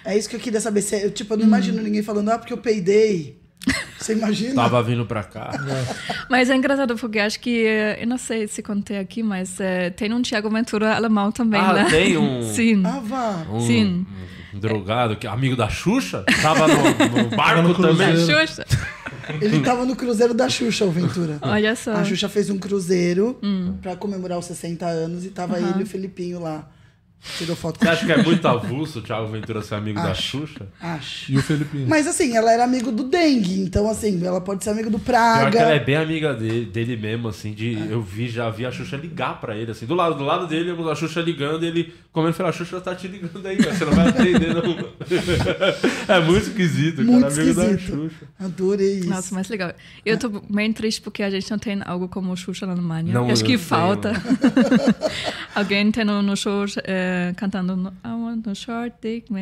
Speaker 4: É isso que eu queria saber. Se é- tipo, eu
Speaker 3: Hum.
Speaker 4: não imagino ninguém falando, ah, porque eu peidei. Você imagina?
Speaker 1: Tava vindo pra cá.
Speaker 3: Mas é engraçado porque acho que, eh, eu não sei se contei aqui, mas eh, tem um Tiago Ventura alemão também
Speaker 1: Ah,
Speaker 3: lá.
Speaker 1: tem um-
Speaker 3: Sim.
Speaker 4: Ah, vá.
Speaker 1: Um,
Speaker 3: Sim.
Speaker 1: um drogado, que, amigo da Xuxa, tava no, no barco
Speaker 2: no
Speaker 1: também.
Speaker 2: cruzeiro.
Speaker 3: Xuxa.
Speaker 4: Ele tava no cruzeiro da Xuxa, o Ventura.
Speaker 3: Olha só. Hum.
Speaker 4: A Xuxa fez um cruzeiro pra comemorar os 60 anos e tava ele e o Felipinho lá. Tirou foto com
Speaker 1: Você
Speaker 4: a
Speaker 1: acha que é muito avulso o Thiago Ventura ser amigo da Xuxa?
Speaker 4: Acho.
Speaker 2: E o Felipinho.
Speaker 4: Mas assim, ela era amigo do Dengue, então assim, ela pode ser amigo do
Speaker 1: Pior que ela é
Speaker 4: Praga.
Speaker 1: bem amiga dele, dele mesmo, assim, de.
Speaker 4: É.
Speaker 1: Eu vi, já vi a Xuxa ligar pra ele, assim, do lado, do lado dele, a Xuxa ligando, ele comendo, falou, a Xuxa tá te ligando aí, cara, você não vai atender, não. é muito esquisito,
Speaker 4: Muito
Speaker 1: cara, amigo da
Speaker 4: esquisito.
Speaker 1: Xuxa.
Speaker 4: Adorei isso.
Speaker 3: Nossa, mas legal. Eu tô bem triste porque a gente não tem algo como Xuxa na Alemanha.
Speaker 1: Não,
Speaker 3: Acho que
Speaker 1: eu
Speaker 3: falta. Alguém tem no, no show eh, cantando no- I want no short dick, man.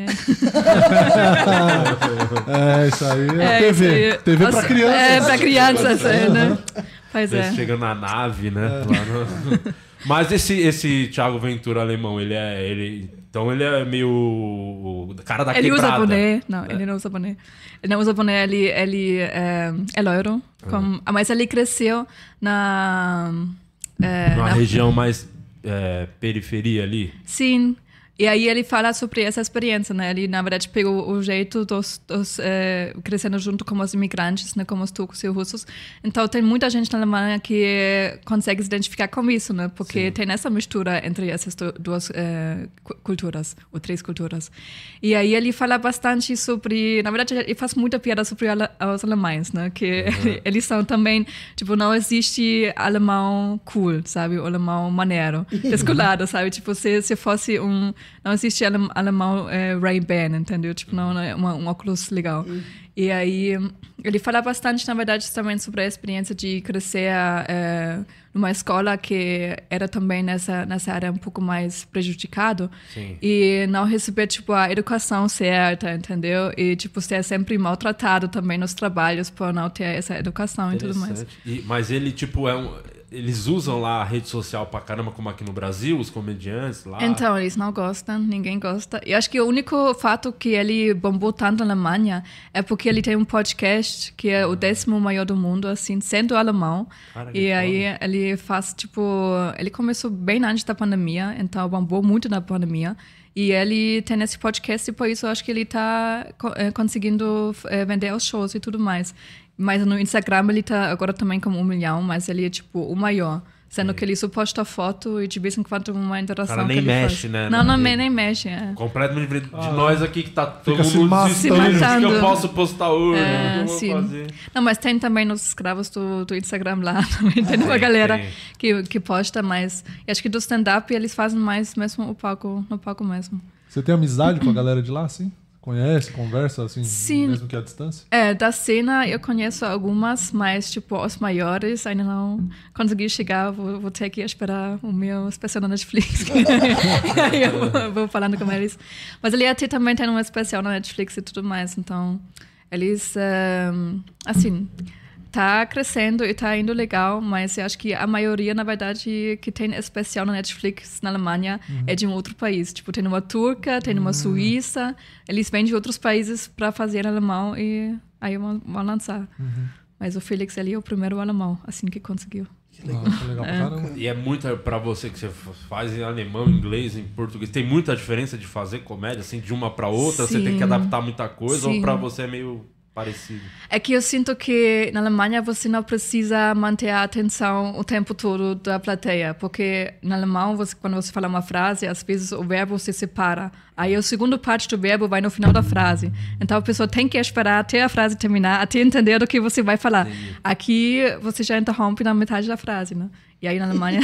Speaker 2: É, isso aí é,
Speaker 3: É,
Speaker 2: TV.
Speaker 3: isso aí.
Speaker 2: TV pra
Speaker 3: Nossa,
Speaker 2: criança.
Speaker 3: É, pra crianças, é, né? Pois
Speaker 1: Eles
Speaker 3: é.
Speaker 1: chegam na nave,
Speaker 4: É.
Speaker 1: né? lá no- Mas esse, esse Thiago Ventura alemão, ele é. Ele... Então ele é meio. o Cara da
Speaker 3: Ele usa
Speaker 1: quebrada. É.
Speaker 3: boné. Não, ele não usa boné. Ele não usa boné, ele, ele é, é loiro. com- ah, Mas ele cresceu na... eh,
Speaker 1: Numa
Speaker 3: na
Speaker 1: região mais é, periferia ali.
Speaker 3: Sim. E aí ele fala sobre essa experiência, né? Ele, na verdade, pegou o jeito dos, dos eh, crescendo junto com os imigrantes, né? Como os turcos e os russos. Então, tem muita gente na Alemanha que eh, consegue se identificar com isso, né? Porque tem essa mistura entre essas du- duas eh, cu- culturas, ou três culturas. E aí ele fala bastante sobre... Na verdade, ele faz muita piada sobre ale- os alemães, né? Que eles são também... Tipo, não existe alemão cool, sabe? O alemão maneiro, descolado, sabe? Tipo, se, se fosse um... Não existe alem- alemão eh, Ray-Ban, entendeu? Tipo, não é uma, um óculos legal. E aí, ele fala bastante, na verdade, também sobre a experiência de crescer eh, numa escola que era também nessa, nessa área um pouco mais prejudicado.
Speaker 1: Sim.
Speaker 3: E não receber, tipo, a educação certa, entendeu? E, tipo, ser sempre maltratado também nos trabalhos por não ter essa educação e tudo mais.
Speaker 1: Interessante. E- mas ele, tipo, é um. Eles usam lá a rede social pra caramba, como aqui no Brasil, os comediantes lá.
Speaker 3: Então, eles não gostam, ninguém gosta. E acho que o único fato que ele bombou tanto na Alemanha é porque ele tem um podcast que é o décimo maior do mundo, assim, sendo alemão.
Speaker 1: Ah. Cara, que
Speaker 3: e aí ele faz, tipo, ele começou bem antes da pandemia, então bombou muito na pandemia. E ele tem esse podcast e por isso eu acho que ele tá co- eh, conseguindo eh, vender os shows e tudo mais. Mas no Instagram ele tá agora também com um milhão, mas ele é tipo o maior. Sendo que ele só posta foto e de vez em quando uma interação
Speaker 1: cara nem
Speaker 3: que ele
Speaker 1: mexe,
Speaker 3: faz.
Speaker 1: né,
Speaker 3: um Não,
Speaker 1: no
Speaker 3: não,
Speaker 1: meio.
Speaker 3: nem mexe. É.
Speaker 1: Completamente diferente de nós aqui que tá todo
Speaker 2: Fica se
Speaker 1: mundo
Speaker 2: matando.
Speaker 1: desesperado,
Speaker 3: Se
Speaker 1: O que que eu
Speaker 3: matando.
Speaker 1: posso postar hoje?
Speaker 3: É,
Speaker 1: o que eu vou
Speaker 3: sim.
Speaker 1: fazer?
Speaker 3: Não, mas tem também nos escravos do, do Instagram lá. Também tem uma galera
Speaker 1: Ah, é, tem.
Speaker 3: que, que posta mais. E acho que do stand-up eles fazem mais mesmo o palco, no palco mesmo.
Speaker 2: Você tem amizade com a galera de lá, assim? Conhece, conversa, assim,
Speaker 3: Sim.
Speaker 2: mesmo que à distância?
Speaker 3: É, da cena eu conheço algumas, mas tipo, os maiores ainda não consegui chegar. Vou, vou ter que esperar o meu especial na Netflix. e aí eu vou, vou falando com eles. Mas ele até também tem um especial na Netflix e tudo mais, então eles, ehm, assim, tá crescendo e tá indo legal, mas eu acho que a maioria, na verdade, que tem especial na Netflix na Alemanha é de um outro país. Tipo, tem uma turca, tem uma suíça, eles vêm de outros países para fazer alemão e aí vão, vão lançar. Mas o Felix ali é o primeiro alemão, assim que conseguiu.
Speaker 2: Nossa, Ah, legal pra caramba.
Speaker 1: E é muita pra você que você faz em alemão, inglês, em português. Tem muita diferença de fazer comédia, assim, de uma pra outra. Você tem que
Speaker 3: Sim.
Speaker 1: adaptar muita coisa ou
Speaker 3: Sim.
Speaker 1: pra você é meio parecido.
Speaker 3: É que eu sinto que na Alemanha você não precisa manter a atenção o tempo todo da plateia, porque na alemão, você, quando você fala uma frase, às vezes o verbo se separa. Aí o segundo parte do verbo vai no final da frase. Então a pessoa tem que esperar até a frase terminar, até entender do que você vai falar. Aqui você já interrompe na metade da frase, né? E aí na Alemanha.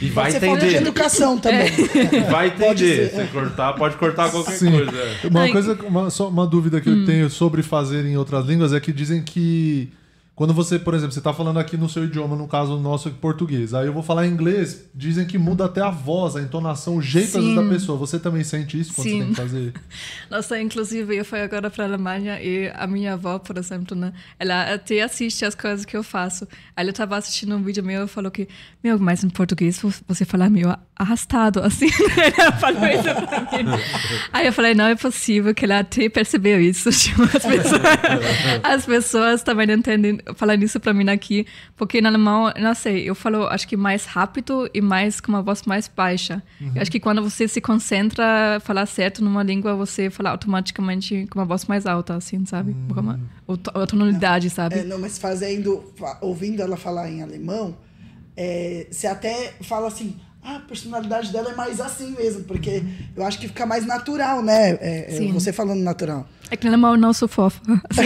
Speaker 1: E vai
Speaker 4: Você falta de
Speaker 1: entender.
Speaker 4: educação
Speaker 3: É.
Speaker 4: também.
Speaker 1: E vai
Speaker 4: Pode
Speaker 1: entender.
Speaker 4: ser.
Speaker 1: Se cortar, pode cortar qualquer
Speaker 2: é. Sim.
Speaker 1: coisa. é.
Speaker 2: Uma
Speaker 3: Ai, Hum.
Speaker 2: coisa, uma, só uma dúvida que eu tenho sobre fazer em outras línguas é que dizem que quando você, por exemplo, você tá falando aqui no seu idioma, no caso nosso aqui, português, aí eu vou falar em inglês, dizem que muda até a voz, a entonação, o jeito às vezes, da
Speaker 3: Sim.
Speaker 2: pessoa. Você também sente isso quando
Speaker 3: Sim.
Speaker 2: você tem que fazer?
Speaker 3: Nossa, inclusive, eu fui agora para a Alemanha e a minha avó, por exemplo, né? Ela até assiste as coisas que eu faço. Ela estava assistindo um vídeo meu e falou que, meu, mas em português vo- você fala meio arrastado, assim. né? Ela falou isso pra mim. Aí eu falei, não é possível que ela até percebeu isso. Tipo, as, pessoas, as pessoas também não entendem falando isso pra mim aqui, porque em alemão, não sei, eu falo, acho que mais rápido e mais com uma voz mais baixa. Eu acho que quando você se concentra, falar certo numa língua, você fala automaticamente com uma voz mais alta, assim, sabe? Com uma, ou, to- ou tonalidade, sabe?
Speaker 2: né?
Speaker 4: É, não, mas fazendo, fa- ouvindo ela falar em alemão, é, você até fala assim, ah, a personalidade dela é mais assim mesmo, porque eu acho que fica mais natural, né? É, é,
Speaker 3: Sim.
Speaker 4: você falando natural.
Speaker 3: É que alemão eu não sou fofa.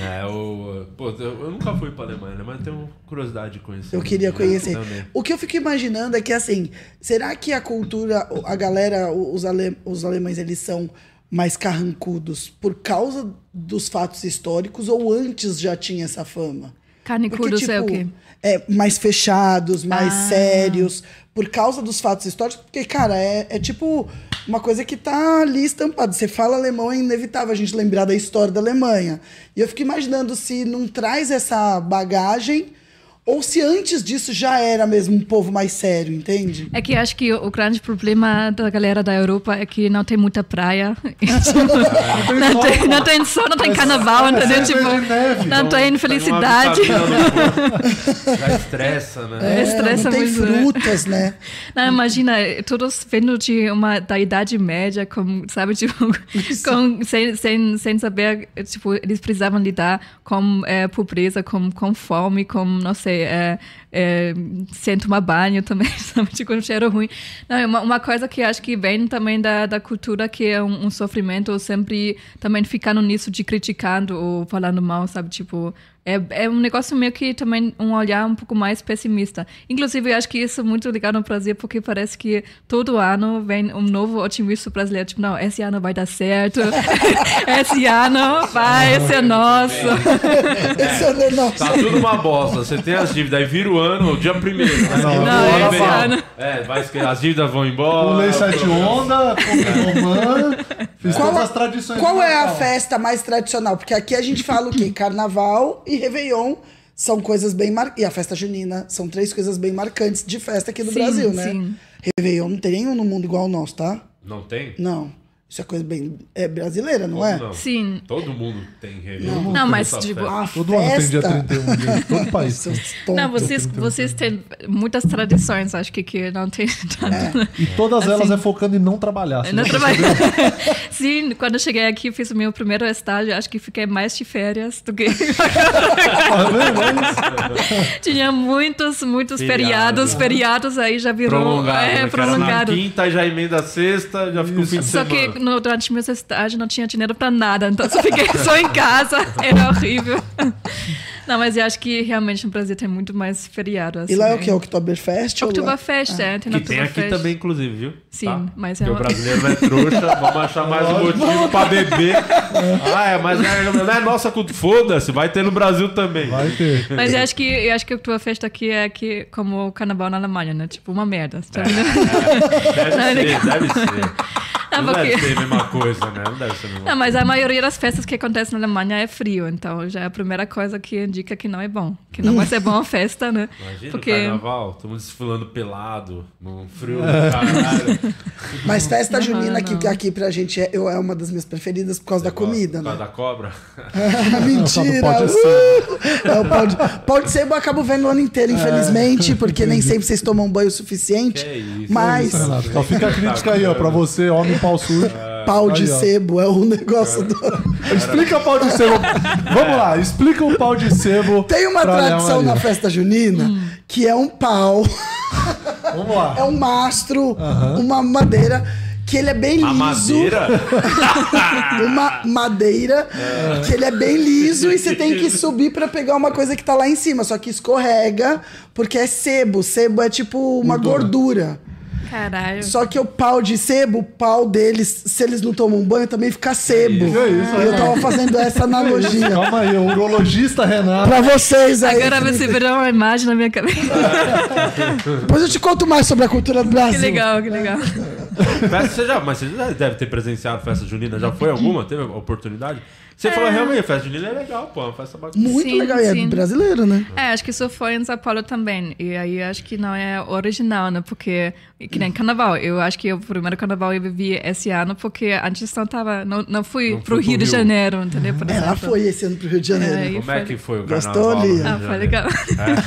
Speaker 1: É, eu, pô, eu, eu nunca fui pra Alemanha, né? Mas tenho curiosidade de conhecer.
Speaker 4: Eu queria conhecer.
Speaker 1: Também.
Speaker 4: O que eu fico imaginando é que, assim, será que a cultura, a galera, os, ale, os alemães, eles são mais carrancudos por causa dos fatos históricos ou antes já tinha essa fama?
Speaker 3: Carnicudos é o
Speaker 2: tipo,
Speaker 3: quê?
Speaker 4: é, mais fechados, mais
Speaker 3: Ah.
Speaker 4: sérios, por causa dos fatos históricos, porque, cara, é, é tipo uma coisa que tá ali estampada. Você fala alemão, é inevitável a gente lembrar da história da Alemanha. E eu fico imaginando se não traz essa bagagem, ou se antes disso já era mesmo um povo mais sério, entende?
Speaker 3: É que eu acho que o o grande problema da galera da Europa é que não tem muita praia.
Speaker 2: Não
Speaker 3: Não
Speaker 2: tem
Speaker 3: tem,
Speaker 2: sol,
Speaker 3: não tem sol, não tem carnaval, entendeu?
Speaker 2: é
Speaker 3: Tipo,
Speaker 2: de neve.
Speaker 3: não tem
Speaker 1: Então, tá
Speaker 3: felicidade.
Speaker 1: Já estressa, né?
Speaker 3: É,
Speaker 4: não
Speaker 3: estressa
Speaker 4: tem
Speaker 3: muito. né?
Speaker 4: frutas, né?
Speaker 3: Não, imagina, todos vendo de uma, da Idade Média, com, sabe, tipo, com, sem, sem, sem saber, tipo, eles precisavam lidar com eh, pobreza, com, com fome, com, não sei, eh, eh, sem tomar banho também, sabe, tipo, um cheiro ruim. Não, é uma, uma coisa que acho que vem também da, da cultura, que é um, um sofrimento, sempre também ficando nisso de criticando ou falando mal, sabe, tipo, é, é um negócio meio que também um olhar um pouco mais pessimista. Inclusive, eu acho que isso é muito ligado no Brasil, porque parece que todo ano vem um novo otimista brasileiro. Tipo, não, esse ano vai dar certo. esse ano vai ser nosso.
Speaker 4: Esse é o nosso.
Speaker 1: Tá tudo uma bosta. Você tem as dívidas, aí vira o ano, o dia primeiro. né?
Speaker 2: Não,
Speaker 1: Aí
Speaker 2: não,
Speaker 1: vem-
Speaker 2: esse
Speaker 1: vem-
Speaker 3: ano.
Speaker 1: É, vai, esque- as dívidas vão embora.
Speaker 2: Pulei sete onda, comi romã, fiz
Speaker 4: Qual,
Speaker 2: todas as
Speaker 4: a-
Speaker 2: tradições.
Speaker 4: qual
Speaker 2: do
Speaker 4: é a
Speaker 2: Natal.
Speaker 4: festa mais tradicional? Porque aqui a gente fala o quê? Carnaval e Réveillon são coisas bem marcantes. E a festa junina são três coisas bem marcantes de festa aqui do
Speaker 3: Sim,
Speaker 4: Brasil, né?
Speaker 3: sim.
Speaker 4: Réveillon não tem nenhum no mundo igual ao nosso, tá?
Speaker 1: Não tem?
Speaker 4: Não. Isso é coisa bem é brasileira, não
Speaker 1: Como
Speaker 4: é?
Speaker 1: não?
Speaker 3: Sim.
Speaker 1: Todo mundo tem Réveillon.
Speaker 3: Não, mas,
Speaker 1: Essa
Speaker 3: tipo,
Speaker 1: festa.
Speaker 4: A
Speaker 2: Todo ano tem dia 31 de junho, todo o país.
Speaker 4: Seus tontos.
Speaker 3: Não, vocês, vocês têm muitas tradições, acho que, que não tem tanto.
Speaker 2: E todas
Speaker 3: Assim.
Speaker 2: elas é focando em não trabalhar.
Speaker 3: Eu
Speaker 2: você
Speaker 3: Não
Speaker 2: já
Speaker 3: trabalhei. Sim, quando eu cheguei aqui, fiz o meu primeiro estágio. Acho que fiquei mais de férias do que. Tinha muitos, muitos
Speaker 1: Feriado. né?
Speaker 3: feriados. Feriados aí já virou.
Speaker 1: Prolongado.
Speaker 3: É,
Speaker 1: né, cara?
Speaker 3: prolongado.
Speaker 1: Na quinta já emenda a sexta, já fica o fim de
Speaker 3: Só
Speaker 1: semana.
Speaker 3: que no, durante meus estágios não tinha dinheiro pra nada, então só fiquei só em casa, era horrível. Não, mas eu acho que realmente no Brasil tem muito mais feriado. Assim,
Speaker 4: E lá é
Speaker 3: né?
Speaker 4: Ah. o quê? Oktoberfest? ou lá-
Speaker 3: Oktoberfest, é, tem
Speaker 1: Que tem aqui
Speaker 3: Oktoberfest.
Speaker 1: também, inclusive, viu?
Speaker 3: Sim,
Speaker 1: Tá?
Speaker 3: mas é
Speaker 1: Porque o
Speaker 3: uma-
Speaker 1: brasileiro não é trouxa, vamos achar mais um motivo pra beber. Ah, é, mas é- não é nossa cultura. Foda-se, vai ter no Brasil também.
Speaker 2: Vai ter.
Speaker 3: Mas eu acho que eu acho que a tua festa aqui é que como o carnaval na Alemanha, né? Tipo uma merda.
Speaker 1: É.
Speaker 3: Tá vendo?
Speaker 1: Deve
Speaker 3: Não,
Speaker 1: ser, deve ser. Não, assim.
Speaker 3: Não,
Speaker 1: deve
Speaker 3: porque-
Speaker 1: ser a mesma coisa, né? Não deve ser a mesma
Speaker 3: Não, mas a maioria das festas que acontecem na Alemanha é frio, então já é a primeira coisa que indica que não é bom, que não vai ser bom a festa, né?
Speaker 1: Imagina
Speaker 3: porque
Speaker 1: o carnaval, todo mundo desfilando pelado, num frio do caralho.
Speaker 4: Mas festa
Speaker 3: Não, não.
Speaker 4: junina aqui, aqui pra gente é, eu, é uma das minhas preferidas por causa da comida,
Speaker 1: Por
Speaker 4: né?
Speaker 1: causa Da cobra.
Speaker 4: Ah, mentira!
Speaker 2: Pode
Speaker 4: uh! É, o pau de, pau de sebo eu acabo vendo o ano inteiro, infelizmente, porque nem sempre vocês tomam banho o suficiente.
Speaker 1: Que isso.
Speaker 4: mas
Speaker 2: Renato, então fica a crítica aí, ó, pra você, homem pau sujo.
Speaker 4: pau de
Speaker 2: Aí, ó.
Speaker 4: sebo é o negócio do.
Speaker 2: Explica o pau de sebo. Vamos lá, explica o pau de sebo.
Speaker 4: Tem uma
Speaker 2: pra
Speaker 4: tradição
Speaker 2: Leão
Speaker 4: na
Speaker 2: Maria.
Speaker 4: festa junina que é um pau,
Speaker 2: Vamos lá.
Speaker 4: é um mastro, uma madeira, que ele é bem liso.
Speaker 1: A madeira?
Speaker 4: uma madeira que ele é bem liso e você tem que subir pra pegar uma coisa que tá lá em cima, só que escorrega, porque é sebo. Sebo é tipo uma gordura.
Speaker 3: caralho.
Speaker 4: Só que o pau de sebo, o pau deles, se eles não tomam banho, também fica sebo.
Speaker 2: Que É isso, É
Speaker 4: eu tava fazendo essa analogia.
Speaker 2: Calma aí, o urologista Renato.
Speaker 4: Pra vocês aí.
Speaker 3: Agora você virou uma imagem na minha
Speaker 1: Ah,
Speaker 3: cabeça.
Speaker 4: Depois eu te conto mais sobre a cultura do
Speaker 3: Que
Speaker 4: Brasil.
Speaker 3: legal, que legal.
Speaker 1: Festa, você já, mas você já deve ter presenciado festa junina, já foi alguma? Teve a oportunidade? Você falou, realmente, a festa junina é legal, pô. Uma festa bacana.
Speaker 4: Muito
Speaker 3: Sim,
Speaker 4: legal. E é
Speaker 3: sim.
Speaker 4: brasileiro, né?
Speaker 3: É, acho que isso foi em São Paulo também. E aí acho que não é original, né? Porque, que nem carnaval. Eu acho que o primeiro carnaval eu vivi esse ano porque antes não tava. Não, não fui
Speaker 1: Não foi
Speaker 3: pro
Speaker 1: pro
Speaker 3: Rio de
Speaker 1: Rio. É,
Speaker 3: Janeiro, entendeu?
Speaker 2: É,
Speaker 3: Por
Speaker 4: Ela
Speaker 3: exemplo.
Speaker 4: foi esse ano pro Rio de Janeiro.
Speaker 3: É, e
Speaker 1: Como é que foi o
Speaker 4: Gostou,
Speaker 1: carnaval? lá no
Speaker 4: Lia?
Speaker 1: Rio de
Speaker 3: Ah, foi
Speaker 1: Janeiro?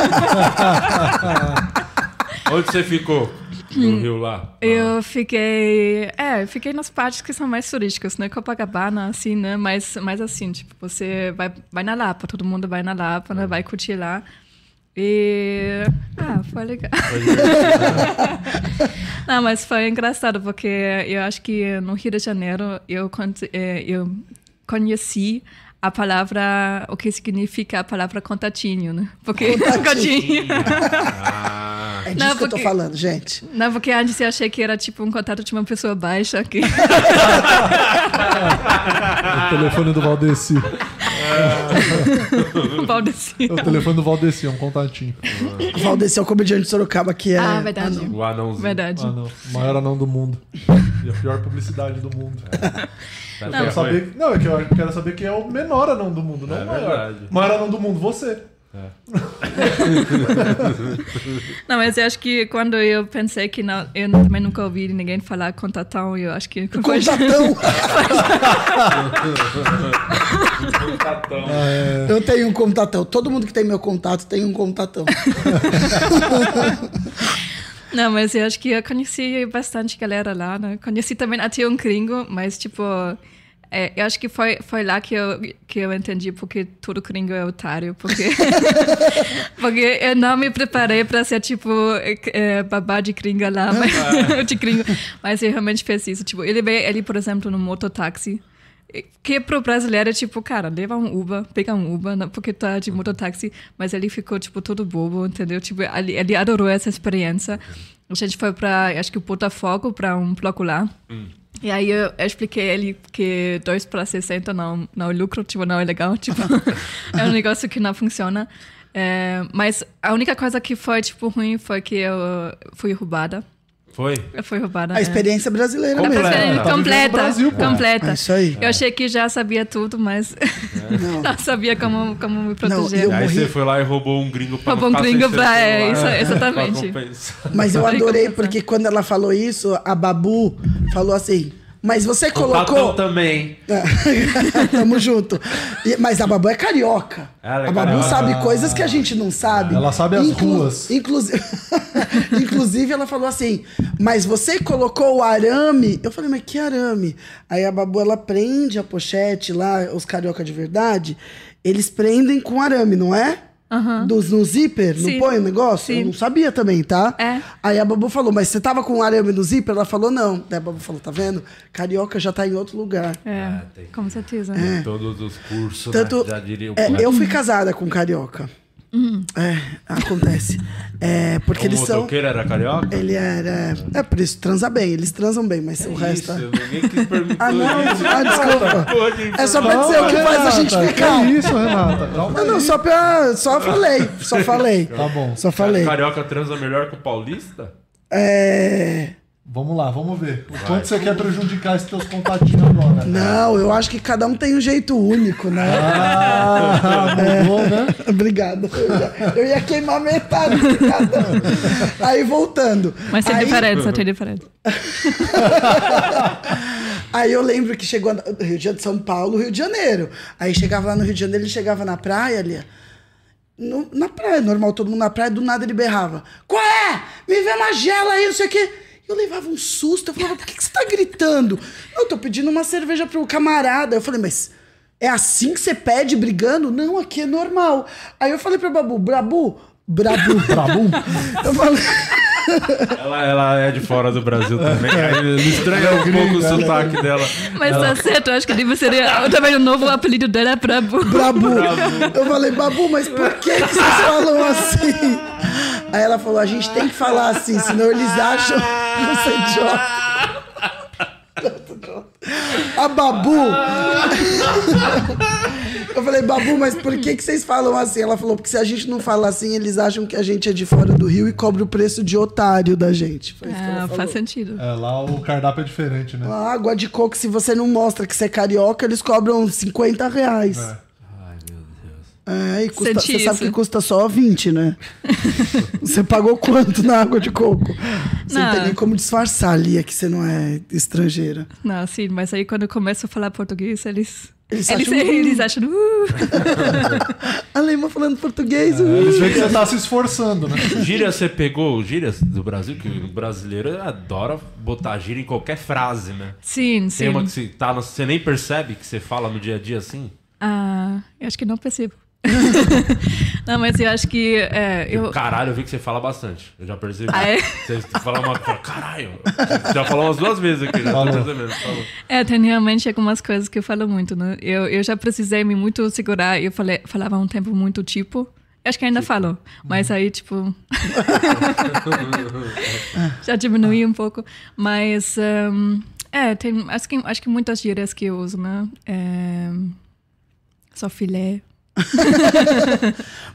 Speaker 3: legal.
Speaker 1: Onde você ficou? No Rio lá?
Speaker 3: Hum. Eu fiquei. É, eu fiquei nas partes que são mais turísticas, né? Copacabana, assim, né? Mas, mas assim, tipo, você vai, vai na Lapa, todo mundo vai na Lapa, né? Vai curtir lá. E. Ah, foi legal. Não, mas foi engraçado, porque eu acho que no Rio de Janeiro eu, conte- eh, eu conheci a palavra, o que significa a palavra contatinho, né? Porque. Contatinho.
Speaker 1: Ah,
Speaker 4: É disso
Speaker 3: Não,
Speaker 4: que eu tô
Speaker 3: porque-
Speaker 4: falando, gente.
Speaker 3: Não, porque antes eu achei que era tipo um contato de uma pessoa baixa aqui.
Speaker 2: O telefone do Valdeci.
Speaker 3: Um Valdeci.
Speaker 2: É o telefone do Valdeci, é um contatinho.
Speaker 4: O Valdeci é o comediante de Sorocaba que é.
Speaker 3: Ah, verdade.
Speaker 4: não.
Speaker 1: o anãozinho.
Speaker 3: Verdade.
Speaker 2: Ah, não. O Maior anão do mundo. E a pior publicidade do mundo.
Speaker 1: Tá
Speaker 2: Eu
Speaker 1: até
Speaker 2: quero
Speaker 1: foi.
Speaker 2: saber, não, é que eu quero saber quem é o menor anão do mundo, não
Speaker 1: É
Speaker 2: o maior.
Speaker 1: verdade.
Speaker 2: O maior anão do mundo, você.
Speaker 3: Não, mas eu acho que quando eu pensei que não, eu também nunca ouvi ninguém falar contatão, eu acho que.
Speaker 4: um Contatão!
Speaker 1: Tatão.
Speaker 3: É.
Speaker 4: Eu tenho um contatão. Todo mundo que tem meu contato tem um contatão.
Speaker 3: Não, mas eu acho que eu conheci bastante galera lá, né? Conheci também até um gringo, mas tipo. é, eu acho que foi, foi lá que eu, que eu entendi porque todo gringo é otário. Porque, porque eu não me preparei para ser, tipo, é, é, babá de gringa lá, mas, de gringo. Mas eu realmente fiz isso. Tipo, ele veio, ele, por exemplo, no mototáxi. Que pro brasileiro é tipo, cara, leva um Uber, pega um Uber, né, porque tá de mototáxi, mas ele ficou, tipo, todo bobo, entendeu? Tipo, ele, ele adorou essa experiência. A gente foi pra, acho que Botafogo, pra um bloco lá. E aí eu expliquei ele que 2 para 60 não, não é lucro, tipo, não é legal, tipo, é um negócio que não funciona. É, mas a única coisa que foi, tipo, ruim foi que eu fui roubada.
Speaker 1: Foi?
Speaker 3: Eu fui roubada.
Speaker 4: A
Speaker 3: é.
Speaker 4: experiência brasileira
Speaker 3: A
Speaker 4: mesmo.
Speaker 1: Completa.
Speaker 3: pessoa
Speaker 1: Tá
Speaker 2: vivendo
Speaker 3: completa,
Speaker 2: no Brasil, pô.
Speaker 3: completa.
Speaker 4: É isso aí.
Speaker 3: Eu achei que já sabia tudo, mas
Speaker 4: Não.
Speaker 3: não sabia como, como me proteger.
Speaker 4: eu-
Speaker 1: Aí
Speaker 4: morri.
Speaker 1: você foi lá e roubou um gringo pra
Speaker 3: Roubou um
Speaker 1: não ficar sem
Speaker 3: gringo
Speaker 1: seu
Speaker 3: pra- é,
Speaker 1: celular,
Speaker 3: isso-
Speaker 1: né?
Speaker 3: exatamente.
Speaker 1: Pra compensar.
Speaker 4: Mas eu
Speaker 3: Tem é que
Speaker 4: adorei,
Speaker 3: compensar.
Speaker 4: porque quando ela falou isso, a Babu falou assim. Mas você colocou.
Speaker 1: Tatão também.
Speaker 4: Tamo junto. E- mas a Babu é carioca.
Speaker 1: Ela é
Speaker 4: a Babu
Speaker 1: carioca.
Speaker 4: sabe coisas que a gente não sabe.
Speaker 2: Ela sabe as ruas.
Speaker 4: inclusi- Inclusive, ela falou assim: Mas você colocou o arame? Eu falei, mas que arame? Aí a Babu ela prende a pochete lá, os carioca de verdade, eles prendem com arame, não é? Dos, no zíper,
Speaker 3: Sim.
Speaker 4: não põe o negócio?
Speaker 3: Sim.
Speaker 4: Eu não sabia também, tá?
Speaker 3: É.
Speaker 4: Aí a Babu falou, mas você tava com arame no zíper? Ela falou, não. Daí a Babu falou, tá vendo? Carioca já tá em outro lugar.
Speaker 3: É,
Speaker 1: Ah, tem que-
Speaker 3: com certeza.
Speaker 1: Todos os cursos,
Speaker 4: É. Tanto.
Speaker 1: né? Já diria o
Speaker 4: é,
Speaker 1: poeta.
Speaker 4: eu fui casada com carioca. É, acontece. É, porque
Speaker 1: O
Speaker 4: eles são.
Speaker 1: um motoqueiro era carioca?
Speaker 4: Ele era. É por isso, transa bem, eles transam bem, mas o resto.
Speaker 1: É
Speaker 4: é-
Speaker 1: Isso, ninguém que perguntou
Speaker 4: Ah, não,
Speaker 1: isso.
Speaker 4: ah, desculpa.
Speaker 1: Pô, gente,
Speaker 4: É só pra dizer o que faz a gente
Speaker 2: Renata,
Speaker 4: ficar.
Speaker 2: Que isso, Renata? Calma
Speaker 4: Não,
Speaker 2: aí.
Speaker 4: Ah, não, só pra. Só falei. Só falei.
Speaker 2: Tá bom.
Speaker 4: Só falei.
Speaker 1: Carioca transa melhor que o paulista?
Speaker 4: É.
Speaker 2: Vamos lá, vamos ver. O quanto você quer prejudicar esses teus contatinhos agora?
Speaker 4: Não, eu acho que cada um tem um jeito único, né?
Speaker 2: Ah,
Speaker 4: é.
Speaker 2: mudou, né?
Speaker 4: Obrigada. Eu ia- Eu ia queimar metade de cada um. Aí voltando.
Speaker 3: Mas é tem
Speaker 4: Aí-
Speaker 3: diferença, tem diferença.
Speaker 4: Aí eu lembro que chegou no Rio de Janeiro, São Paulo, Rio de Janeiro. Aí chegava lá no Rio de Janeiro, ele chegava na praia ali. no- na praia, normal, todo mundo na praia, do nada ele berrava. Qual é? Me vê uma gela aí, não sei o quê. Eu levava um susto, eu falava, por que, que você tá gritando? Não, eu tô pedindo uma cerveja pro camarada. Eu falei, mas é assim que você pede brigando? Não, aqui é normal. Aí eu falei pra Babu, Brabu, Brabu, Brabu. eu falei.
Speaker 1: Ela, ela é de fora do Brasil também. Aí me estranha um pouco o
Speaker 2: é gringa, né?
Speaker 1: sotaque dela.
Speaker 3: Mas tá certo, eu acho que deve ser eu também o novo apelido dela é Brabu.
Speaker 4: Brabu. Eu falei, Babu, mas por que, que vocês falam assim? Aí ela falou, a gente tem que falar assim, senão eles acham que você é idiota. A Babu. Eu falei, Babu, mas por que, que vocês falam assim? Ela falou, porque se a gente não fala assim, eles acham que a gente é de fora do Rio e cobra o preço de otário da gente. Foi isso que ela
Speaker 3: Ah,
Speaker 4: falou.
Speaker 3: faz sentido.
Speaker 2: É, lá o cardápio é diferente, né?
Speaker 4: A água de coco, se você não mostra que você é carioca, eles cobram 50 reais.
Speaker 2: É.
Speaker 1: Ai, meu Deus.
Speaker 4: É, e custa,
Speaker 3: Sente
Speaker 4: você sabe
Speaker 3: isso.
Speaker 4: que custa só 20, né? você pagou quanto na água de coco? Você não.
Speaker 3: Não.
Speaker 4: tem nem como disfarçar ali é que você não é estrangeira.
Speaker 3: Não, sim, mas aí quando eu começo a falar português, eles.
Speaker 4: Eles
Speaker 3: Eles,
Speaker 4: acham-
Speaker 3: eles acham. "Uh".
Speaker 4: Alemão falando português.
Speaker 1: É.
Speaker 4: uh.
Speaker 2: Eles veem que você tá se esforçando, né?
Speaker 1: Gíria você pegou, gírias do Brasil, que o brasileiro adora botar gíria em qualquer frase, né?
Speaker 3: Sim, sim.
Speaker 1: Tem uma que você, tá, no- você nem percebe que você fala no dia a dia assim?
Speaker 3: Ah, eu acho que não percebo. não, mas eu acho que. é, eu...
Speaker 1: Caralho, eu vi que você fala bastante. Eu já percebi.
Speaker 3: Ah, é?
Speaker 1: Você fala uma coisa, caralho. Você já falou umas duas vezes aqui, já
Speaker 2: Falou.
Speaker 1: tô percebendo. Falou.
Speaker 3: É, tem realmente algumas coisas que eu falo muito, né? Eu, eu já precisei me muito segurar. Eu falei, falava um tempo muito tipo. Eu Acho que ainda falo, mas aí, tipo. já diminui um pouco. Mas. ehm, é, tem. Acho que, acho que muitas gírias que eu uso, né? Ehm, só filé.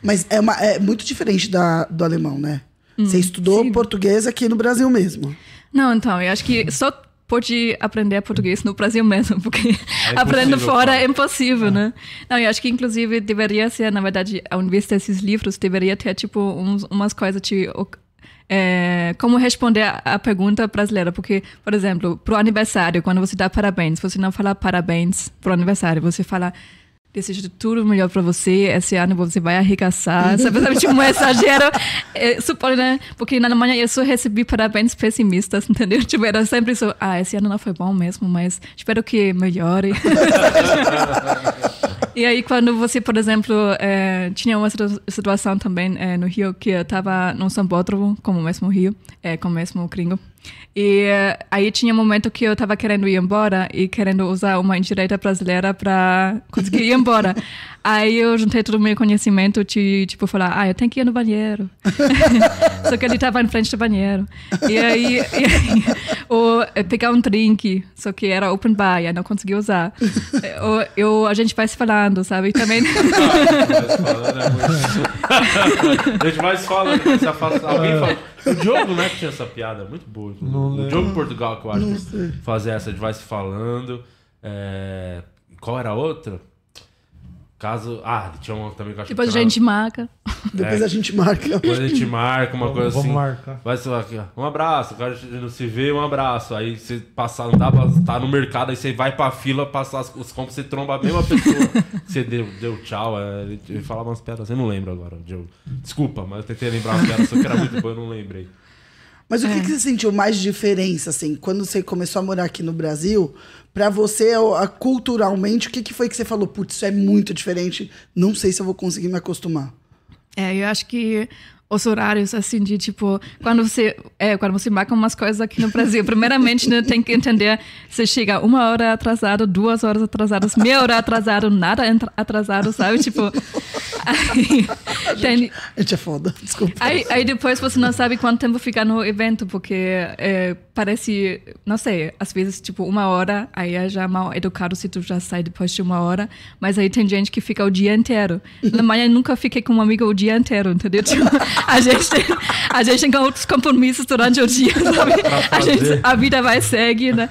Speaker 4: Mas é, uma- é muito diferente da, do alemão, né? você estudou
Speaker 3: Hum, sim.
Speaker 4: português aqui no Brasil mesmo.
Speaker 1: É.
Speaker 3: Não, então, eu acho que só pode aprender português no Brasil mesmo, porque
Speaker 1: impossível,
Speaker 3: aprender fora
Speaker 1: claro.
Speaker 3: é impossível, né? Não, eu acho que inclusive deveria ser, na verdade, ao invés desses livros, deveria ter tipo uns, umas coisas de o- é, como responder a- a pergunta brasileira, porque, por exemplo, pro aniversário, quando você dá parabéns, você não fala parabéns pro aniversário, você fala desejo tudo melhor pra você, esse ano você vai arregaçar, sabe, sabe tipo um exagero, é, supor, né, porque na Alemanha eu só recebi parabéns pessimistas, entendeu, tipo, era sempre isso, ah, esse ano não foi bom mesmo, mas espero que melhore. E aí, quando você, por exemplo, eh, tinha uma situ- situação também eh, no Rio que eu estava no Sambódromo, como o mesmo Rio, eh, como o mesmo gringo. E eh, aí tinha um momento que eu estava querendo ir embora e querendo usar uma indireta brasileira para conseguir ir embora. aí eu juntei todo o meu conhecimento de, tipo, falar, ah, eu tenho que ir no banheiro. Só que ele estava em frente do banheiro. E aí, e aí ou é, pegar um drink, só que era open bar, eu não consegui usar. É, Ou, eu, a gente vai se falando, sabe? E Também.
Speaker 1: é A gente vai se falando, se afasta- Alguém fala. O Diogo, né, que tinha essa piada, muito boa. inclusive.
Speaker 2: Não
Speaker 1: o
Speaker 2: lembro.
Speaker 1: Diogo Portugal, que eu acho que fazia essa de vai se falando. É, Qual era a outra? Caso. Ah, tinha uma também que eu acho
Speaker 3: Depois
Speaker 1: que
Speaker 3: tipo, a gente marca.
Speaker 4: Depois
Speaker 1: É.
Speaker 4: a gente marca.
Speaker 1: Depois a gente marca uma coisa
Speaker 2: Vamos,
Speaker 1: assim.
Speaker 2: marcar.
Speaker 1: Vai sei lá, aqui, ó. Um abraço, o cara não se vê, um abraço. Aí você passar, não dá pra tá no mercado, aí você vai pra fila, passar as- os compras, você tromba a mesma pessoa. você deu, deu tchau, é, ele, ele falava umas pedras, eu não lembro agora, Diogo. Desculpa, mas eu tentei lembrar uma pedra, só que era muito boa, eu não lembrei.
Speaker 4: Mas o que, que você sentiu mais de diferença, assim, quando você começou a morar aqui no Brasil? Pra você, a- culturalmente, o que, que foi que você falou? Putz, isso é muito diferente. Não sei se eu vou conseguir me acostumar.
Speaker 3: É, eu acho que os horários, assim, de tipo, quando você, é, quando você marca umas coisas aqui no Brasil, primeiramente, né, tem que entender, você chega uma hora atrasado, duas horas atrasadas, meia hora atrasado, nada entra- atrasado, sabe? Tipo, aí, tem,
Speaker 4: A gente é foda, desculpa.
Speaker 3: Aí, aí depois você não sabe quanto tempo fica no evento, porque é, parece, não sei, às vezes tipo uma hora, aí é já mal educado se tu já sai depois de uma hora, mas aí tem gente que fica o dia inteiro. Na manhã eu nunca fiquei com um amigo o dia inteiro, entendeu? Tipo, a gente tem, a gente tem outros compromissos durante o dia, sabe? A, gente, a vida vai seguir, né?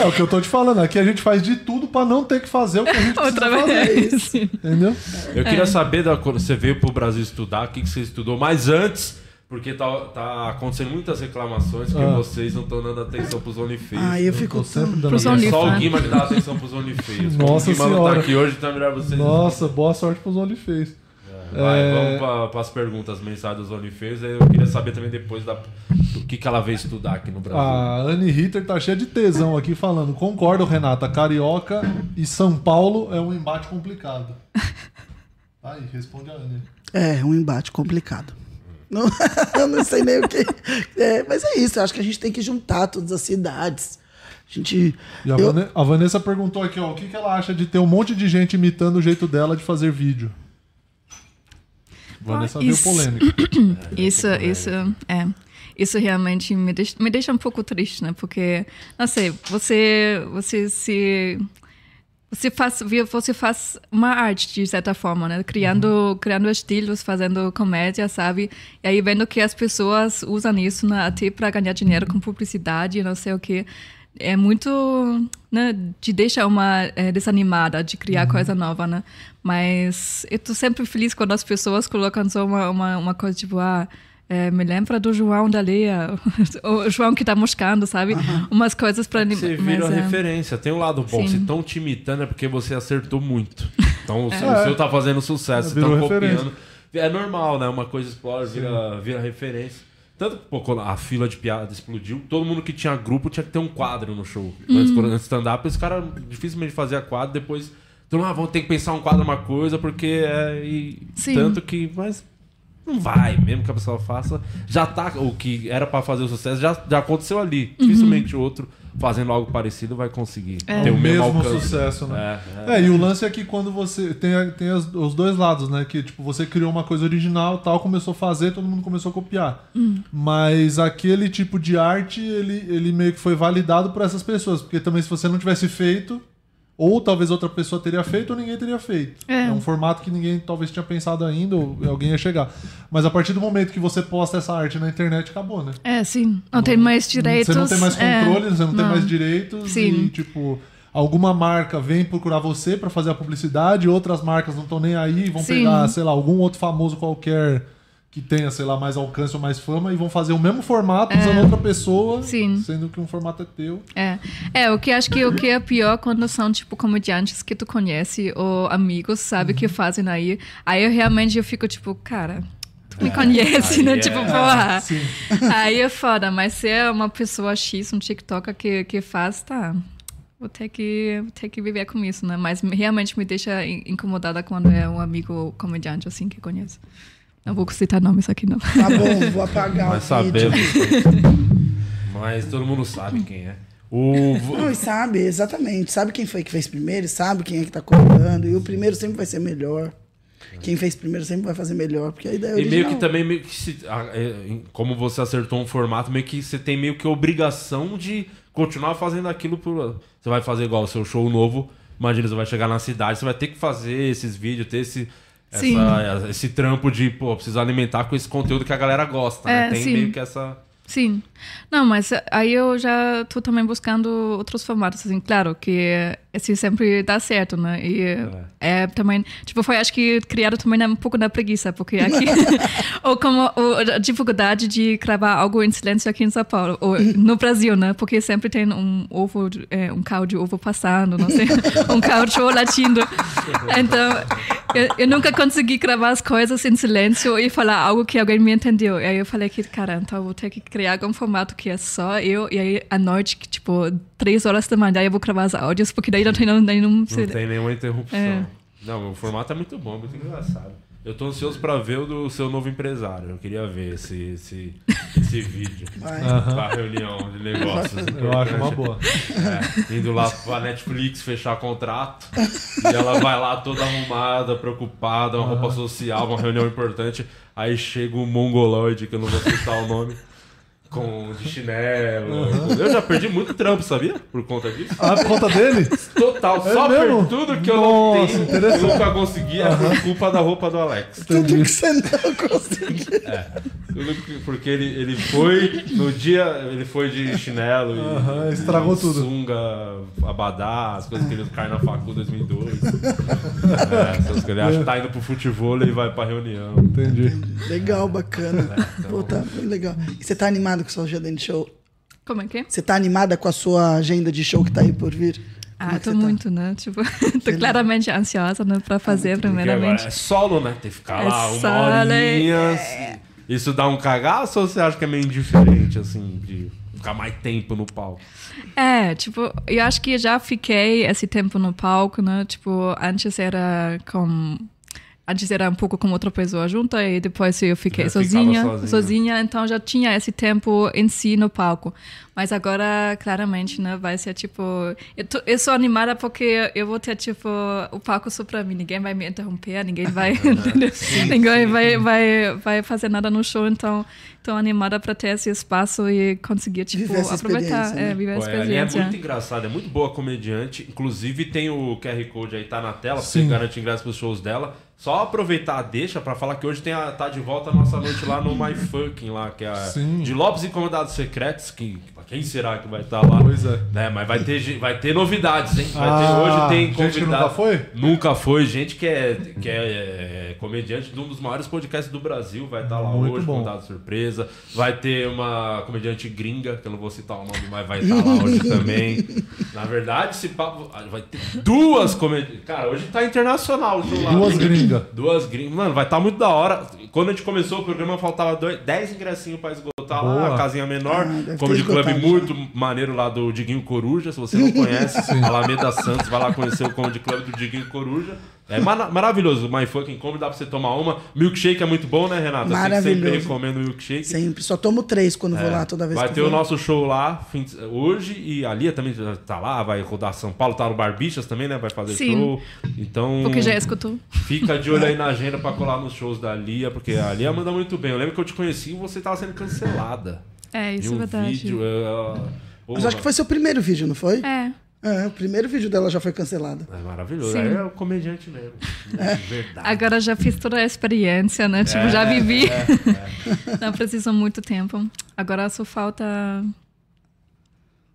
Speaker 2: É o que eu tô te falando. Aqui a gente faz de tudo pra não ter que fazer o que a gente
Speaker 3: Outra
Speaker 2: precisa fazer.
Speaker 3: vez.
Speaker 2: Entendeu?
Speaker 1: Eu queria saber, da, quando você veio pro Brasil estudar, o que, que você estudou mais antes? Porque tá, tá acontecendo muitas reclamações que
Speaker 2: Ah.
Speaker 1: vocês não estão dando atenção pros OnlyFans.
Speaker 4: Ai, eu
Speaker 2: Tô
Speaker 4: fico
Speaker 2: sempre
Speaker 4: tão...
Speaker 2: dando
Speaker 3: Pros
Speaker 2: ideia.
Speaker 3: OnlyFans.
Speaker 1: Só o Guima que dá atenção pros OnlyFans. Como
Speaker 2: Nossa
Speaker 1: o Guima não tá
Speaker 2: Senhora.
Speaker 1: aqui hoje, então é melhor vocês
Speaker 2: Nossa, boa sorte pros OnlyFans.
Speaker 1: Vai,
Speaker 2: É.
Speaker 1: vamos para as perguntas mensais dos OnlyFans. aí Eu queria saber também depois da, do que, que ela veio estudar aqui no Brasil.
Speaker 3: Ah,
Speaker 2: A Anne Ritter tá cheia de tesão aqui falando. Concordo, Renata. Carioca e São Paulo é um embate complicado. Tá Aí, responde a Anne.
Speaker 4: É, um embate complicado. Não, eu não sei nem o que. É, mas é isso, eu acho que a gente tem que juntar todas as cidades. A gente.
Speaker 2: E a,
Speaker 4: eu-
Speaker 2: Vane- a Vanessa perguntou aqui, ó, o que, que ela acha de ter um monte de gente imitando o jeito dela de fazer vídeo? Vanessa veio
Speaker 3: isso-
Speaker 2: polêmica.
Speaker 3: Isso, isso, é. Isso realmente me deixa, me deixa um pouco triste, né? Porque, não sei, você, você se. se faz, vi- você faz uma arte, de certa forma, né? Criando,
Speaker 1: Uhum.
Speaker 3: criando estilos, fazendo comédia, sabe? E aí vendo que as pessoas usam isso né? até para ganhar
Speaker 1: Uhum.
Speaker 3: dinheiro com publicidade, não sei o quê. É muito... Né? Te deixa uma eh, desanimada de
Speaker 1: Uhum.
Speaker 3: criar coisa nova, né? Mas eu tô sempre feliz quando as pessoas colocam só uma, uma, uma coisa tipo... Ah, eh, me lembra do João da Leia, o João que tá moscando, sabe? Umas coisas para
Speaker 1: Você virou
Speaker 3: mas, é.
Speaker 1: referência. Tem um lado bom.
Speaker 3: Sim.
Speaker 1: Se estão te imitando é porque você acertou muito. Então o
Speaker 3: É.
Speaker 1: seu- o seu tá fazendo sucesso. Você tá
Speaker 2: Virou
Speaker 1: copiando.
Speaker 2: referência.
Speaker 1: É normal, né? Uma coisa explora, vira, vira referência. Tanto que pô, quando a fila de piada explodiu, todo mundo que tinha grupo tinha que ter um quadro no show.
Speaker 3: Hum.
Speaker 1: Antes, por exemplo, stand-up, os caras dificilmente faziam quadro, depois. Então, ah, vão ter que pensar um quadro, uma coisa, porque é. e
Speaker 3: Sim.
Speaker 1: Tanto que. Mas não vai, mesmo que a pessoa faça. Já tá. O que era pra fazer o sucesso já, já aconteceu ali. Dificilmente o outro fazendo algo parecido vai conseguir ter o
Speaker 2: o
Speaker 1: mesmo,
Speaker 2: mesmo
Speaker 1: alcance.
Speaker 2: sucesso, né?
Speaker 1: É, é.
Speaker 2: É, e o lance é que quando você. Tem, a- tem as- os dois lados, né? Que tipo, você criou uma coisa original tal, começou a fazer, todo mundo começou a copiar. Mas aquele tipo de arte, ele, ele meio que foi validado por essas pessoas. Porque também se você não tivesse feito, ou talvez outra pessoa teria feito, ou ninguém teria feito.
Speaker 3: É.
Speaker 2: um formato que ninguém talvez tinha pensado ainda, ou alguém ia chegar. Mas a partir do momento que você posta essa arte na internet, acabou, né?
Speaker 3: É, sim. Não tem mais direitos.
Speaker 2: Você não tem mais
Speaker 3: é,
Speaker 2: controle, você não, tem
Speaker 3: não.
Speaker 2: mais direitos.
Speaker 3: Sim.
Speaker 2: E, tipo, alguma marca vem procurar você pra fazer a publicidade, outras marcas não estão nem aí, vão
Speaker 3: Sim.
Speaker 2: pegar, sei lá, algum outro famoso qualquer que tenha, sei lá, mais alcance ou mais fama e vão fazer o mesmo formato usando outra pessoa,
Speaker 3: É. Sim.
Speaker 2: sendo que um formato é teu.
Speaker 3: É. é, o que acho que o que é pior quando são, tipo, comediantes que tu conhece ou amigos, sabe,
Speaker 2: Uhum.
Speaker 3: que fazem aí. Aí eu realmente eu fico, tipo, cara, tu me conhece,
Speaker 1: aí
Speaker 3: né?
Speaker 1: é.
Speaker 3: Tipo, porra.
Speaker 2: Ah, Sim.
Speaker 3: Aí é foda, mas se é uma pessoa X, um TikToker que, que faz, tá. Vou ter, que, vou ter que viver com isso, né? Mas me- realmente me deixa in- incomodada quando é um amigo comediante assim que conheço. Não vou citar nomes aqui, não.
Speaker 4: Tá bom, vou apagar
Speaker 1: Mas
Speaker 4: o
Speaker 2: né?
Speaker 4: vídeo.
Speaker 1: sabemos. né? Mas todo mundo sabe quem é. O.
Speaker 4: Não, e sabe, exatamente. Sabe quem foi que fez primeiro, sabe quem é que tá contando. E o primeiro sempre vai ser melhor. Quem fez primeiro sempre vai fazer melhor, porque a ideia é
Speaker 1: E meio
Speaker 4: original.
Speaker 1: que tá também, meio que se- a- é, em- como você acertou um formato, meio que você tem meio que a obrigação de continuar fazendo aquilo por. Você vai fazer igual o seu show novo, imagina, você vai chegar na cidade, você vai ter que fazer esses vídeos, ter esse.
Speaker 3: Sim.
Speaker 1: essa- esse trampo de, pô, precisa alimentar com esse conteúdo que a galera gosta, né?
Speaker 3: É,
Speaker 1: Tem
Speaker 3: sim.
Speaker 1: meio que essa.
Speaker 3: Sim. Não, mas eh, aí eu já tô também buscando outros formatos, assim, claro, que eh, esse sempre dá certo, né? E eh, é, também, tipo, foi acho que criado também na- um pouco na preguiça, porque aqui, ou como ou a dificuldade de gravar algo em silêncio aqui em São Paulo, ou no Brasil, né? Porque sempre tem um ovo, de- eh, um carro de ovo passando, não sei, um cachorro latindo. Então, eu, eu nunca consegui gravar as coisas em silêncio e falar algo que alguém me entendeu. E aí eu falei que, cara, então eu vou ter que criar algum formato que é só eu. E aí à noite, que, tipo, três horas da manhã, eu vou gravar os áudios, porque daí não tem nenhum. nenhum
Speaker 1: Não tem nenhuma interrupção.
Speaker 3: É.
Speaker 1: Não, o formato é muito bom, muito engraçado. Eu tô ansioso pra ver o do seu novo empresário. Eu queria ver esse, esse, esse vídeo.
Speaker 4: Vai.
Speaker 1: Da reunião de negócios.
Speaker 2: Eu acho uma boa.
Speaker 1: É, indo lá pra Netflix fechar contrato. e ela vai lá toda arrumada, preocupada, uma roupa social, uma reunião importante. Aí chega o mongoloide, que eu não vou citar o nome, com de chinelo. Eu já perdi muito trampo, sabia? Por conta disso.
Speaker 2: Ah, por conta dele?
Speaker 1: Total,
Speaker 2: É
Speaker 1: só por
Speaker 2: mesmo?
Speaker 1: tudo que eu
Speaker 2: Nossa,
Speaker 1: não tenho, eu
Speaker 2: interessante.
Speaker 1: nunca consegui, é por culpa da roupa do Alex.
Speaker 4: Tudo que você não conseguiu.
Speaker 1: Tudo que- Porque ele, ele foi, no dia, ele foi de chinelo e-
Speaker 2: Aham,
Speaker 1: e
Speaker 2: estragou tudo.
Speaker 1: sunga, abadá, as coisas que ele cai na facu 2002. é, essas coisas. Ele acha que tá indo pro futebol e vai pra reunião.
Speaker 2: Entendi.
Speaker 4: Legal, bacana. Pô, tá foi legal. E você tá animada com a sua agenda de show?
Speaker 3: Como é que é?
Speaker 4: Você tá animada com a sua agenda de show que tá aí por vir? Como
Speaker 3: Ah,
Speaker 4: é que
Speaker 3: tô
Speaker 4: você tá? Ah,
Speaker 3: muito, né? Tipo, tô claramente ansiosa, né? Pra fazer,
Speaker 1: Porque agora
Speaker 3: primeiramente.
Speaker 1: é solo, né? Tem que ficar
Speaker 3: É
Speaker 1: lá uma
Speaker 3: solo,
Speaker 1: horinha. Isso dá um cagaço ou você acha que é meio indiferente, assim, de ficar mais tempo no palco?
Speaker 3: É, tipo, eu acho que já fiquei esse tempo no palco, né? Tipo, antes era com antes era um pouco com outra pessoa junto e depois eu fiquei
Speaker 1: Já ficava
Speaker 3: sozinha,
Speaker 1: sozinha.
Speaker 3: sozinha, então já tinha esse tempo em si no palco. Mas agora, claramente, né, vai ser tipo, eu, tô, eu sou animada porque eu vou ter tipo o palco só pra mim, ninguém vai me interromper, ninguém vai, ninguém vai, vai, vai fazer nada no show, então tô animada pra ter esse espaço e conseguir tipo
Speaker 4: Viver essa
Speaker 3: aproveitar,
Speaker 4: experiência, né?
Speaker 3: é, viver a
Speaker 1: Pô, ela é
Speaker 3: experiência.
Speaker 1: muito engraçada, é muito boa comediante. Inclusive tem o QR Code aí, tá na tela, pra você
Speaker 2: Sim.
Speaker 1: garante ingresso pros shows dela. Só aproveitar a deixa pra falar que hoje tem a, tá de volta a nossa noite lá no My Fucking lá, que é a-
Speaker 2: Sim.
Speaker 1: de Lopes e Comandados Secretos, que quem será que vai estar lá?
Speaker 2: Pois é.
Speaker 1: Né, mas vai ter, gen- vai ter novidades, hein? Vai
Speaker 2: Ah,
Speaker 1: ter, hoje tem
Speaker 2: gente
Speaker 1: convidado.
Speaker 2: que nunca foi?
Speaker 1: Nunca foi, gente que é, que é, é, comediante de um dos maiores podcasts do Brasil, vai estar lá
Speaker 2: Muito
Speaker 1: hoje,
Speaker 2: bom.
Speaker 1: convidado surpresa. Vai ter uma comediante gringa, que eu não vou citar o nome, mas vai estar lá hoje também. Na verdade, se papo, vai ter duas comediantes. Cara, hoje tá internacional o show lá.
Speaker 2: Duas gringas.
Speaker 1: Duas gringas. Mano, vai estar muito da hora. Quando a gente começou o programa, faltava dois, 10 ingressinhos pra esgotar lá,
Speaker 2: Boa.
Speaker 1: a casinha menor.
Speaker 4: Ah, deve
Speaker 1: Comedy
Speaker 4: ter
Speaker 1: Club
Speaker 4: esgotado já.
Speaker 1: muito maneiro lá do Diguinho Coruja. Se você não conhece, Alameda Santos, vai lá conhecer o Comedy Club do Diguinho Coruja. É mara- maravilhoso o My Fucking Comedy, dá pra você tomar uma. Milkshake é muito bom, né, Renata? Eu sei que sempre
Speaker 4: Maravilhoso.
Speaker 1: recomendo milkshake. É.
Speaker 4: Sempre. Só tomo três quando vou lá toda vez
Speaker 1: Vai
Speaker 4: que
Speaker 1: ter
Speaker 4: vou.
Speaker 1: o nosso show lá fim de- hoje e a Lia também já tá lá, vai rodar São Paulo, tá no Barbichas também, né? Vai fazer
Speaker 3: Sim.
Speaker 1: show. Então.
Speaker 3: Porque já é escutou.
Speaker 1: Fica de olho aí na agenda pra colar nos shows da Lia, porque a Lia manda muito bem. Eu lembro que eu te conheci e você tava sendo cancelada.
Speaker 3: É,
Speaker 1: De
Speaker 3: isso é
Speaker 1: um
Speaker 3: verdade.
Speaker 1: vídeo. é, ó,
Speaker 4: Mas acho que foi seu primeiro vídeo, não foi?
Speaker 3: É.
Speaker 4: É, o primeiro vídeo dela já foi É. cancelado.
Speaker 1: É maravilhoso.
Speaker 3: Sim.
Speaker 1: Aí é o comediante mesmo. Verdade.
Speaker 3: Agora já fiz toda a experiência,
Speaker 1: É,
Speaker 3: né? Tipo, já vivi. Não preciso muito tempo. Agora só falta.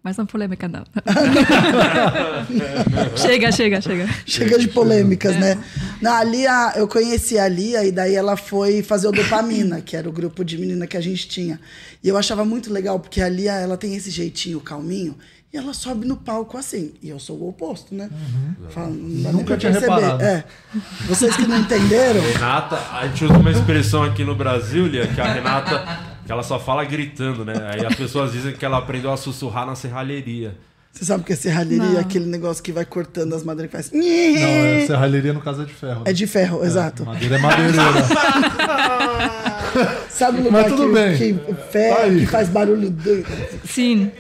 Speaker 3: Mais uma polêmica, não. chega, chega, chega.
Speaker 4: Chega de
Speaker 2: É.
Speaker 4: polêmicas, né? Não, a Lia, eu conheci a Lia e daí ela foi fazer o Dopamina, que era o grupo de menina que a gente tinha. E eu achava muito legal, porque a Lia, ela tem esse jeitinho calminho e ela sobe no palco assim. E eu sou o oposto, né? Fala, não dá nem
Speaker 2: Uhum. Nunca
Speaker 4: pra
Speaker 2: tinha
Speaker 4: perceber.
Speaker 2: reparado.
Speaker 4: É. Vocês que não entenderam,
Speaker 1: Renata, a gente usa uma expressão aqui no Brasil, Lia, que a Renata. Que ela só fala gritando, né? Aí as pessoas dizem que ela aprendeu a serrar na serralheria.
Speaker 4: você sabe que a serralheria
Speaker 3: Não.
Speaker 4: é aquele negócio que vai cortando as madeiras e faz.
Speaker 2: Não, é serralheria no caso é de ferro.
Speaker 4: É de ferro, exato.
Speaker 2: Madeira é madeireira.
Speaker 4: Sabe o lugar
Speaker 2: Mas tudo
Speaker 4: que,
Speaker 2: bem.
Speaker 4: que ferro,
Speaker 2: Tá aí.
Speaker 4: que faz barulho doido?
Speaker 3: Sim.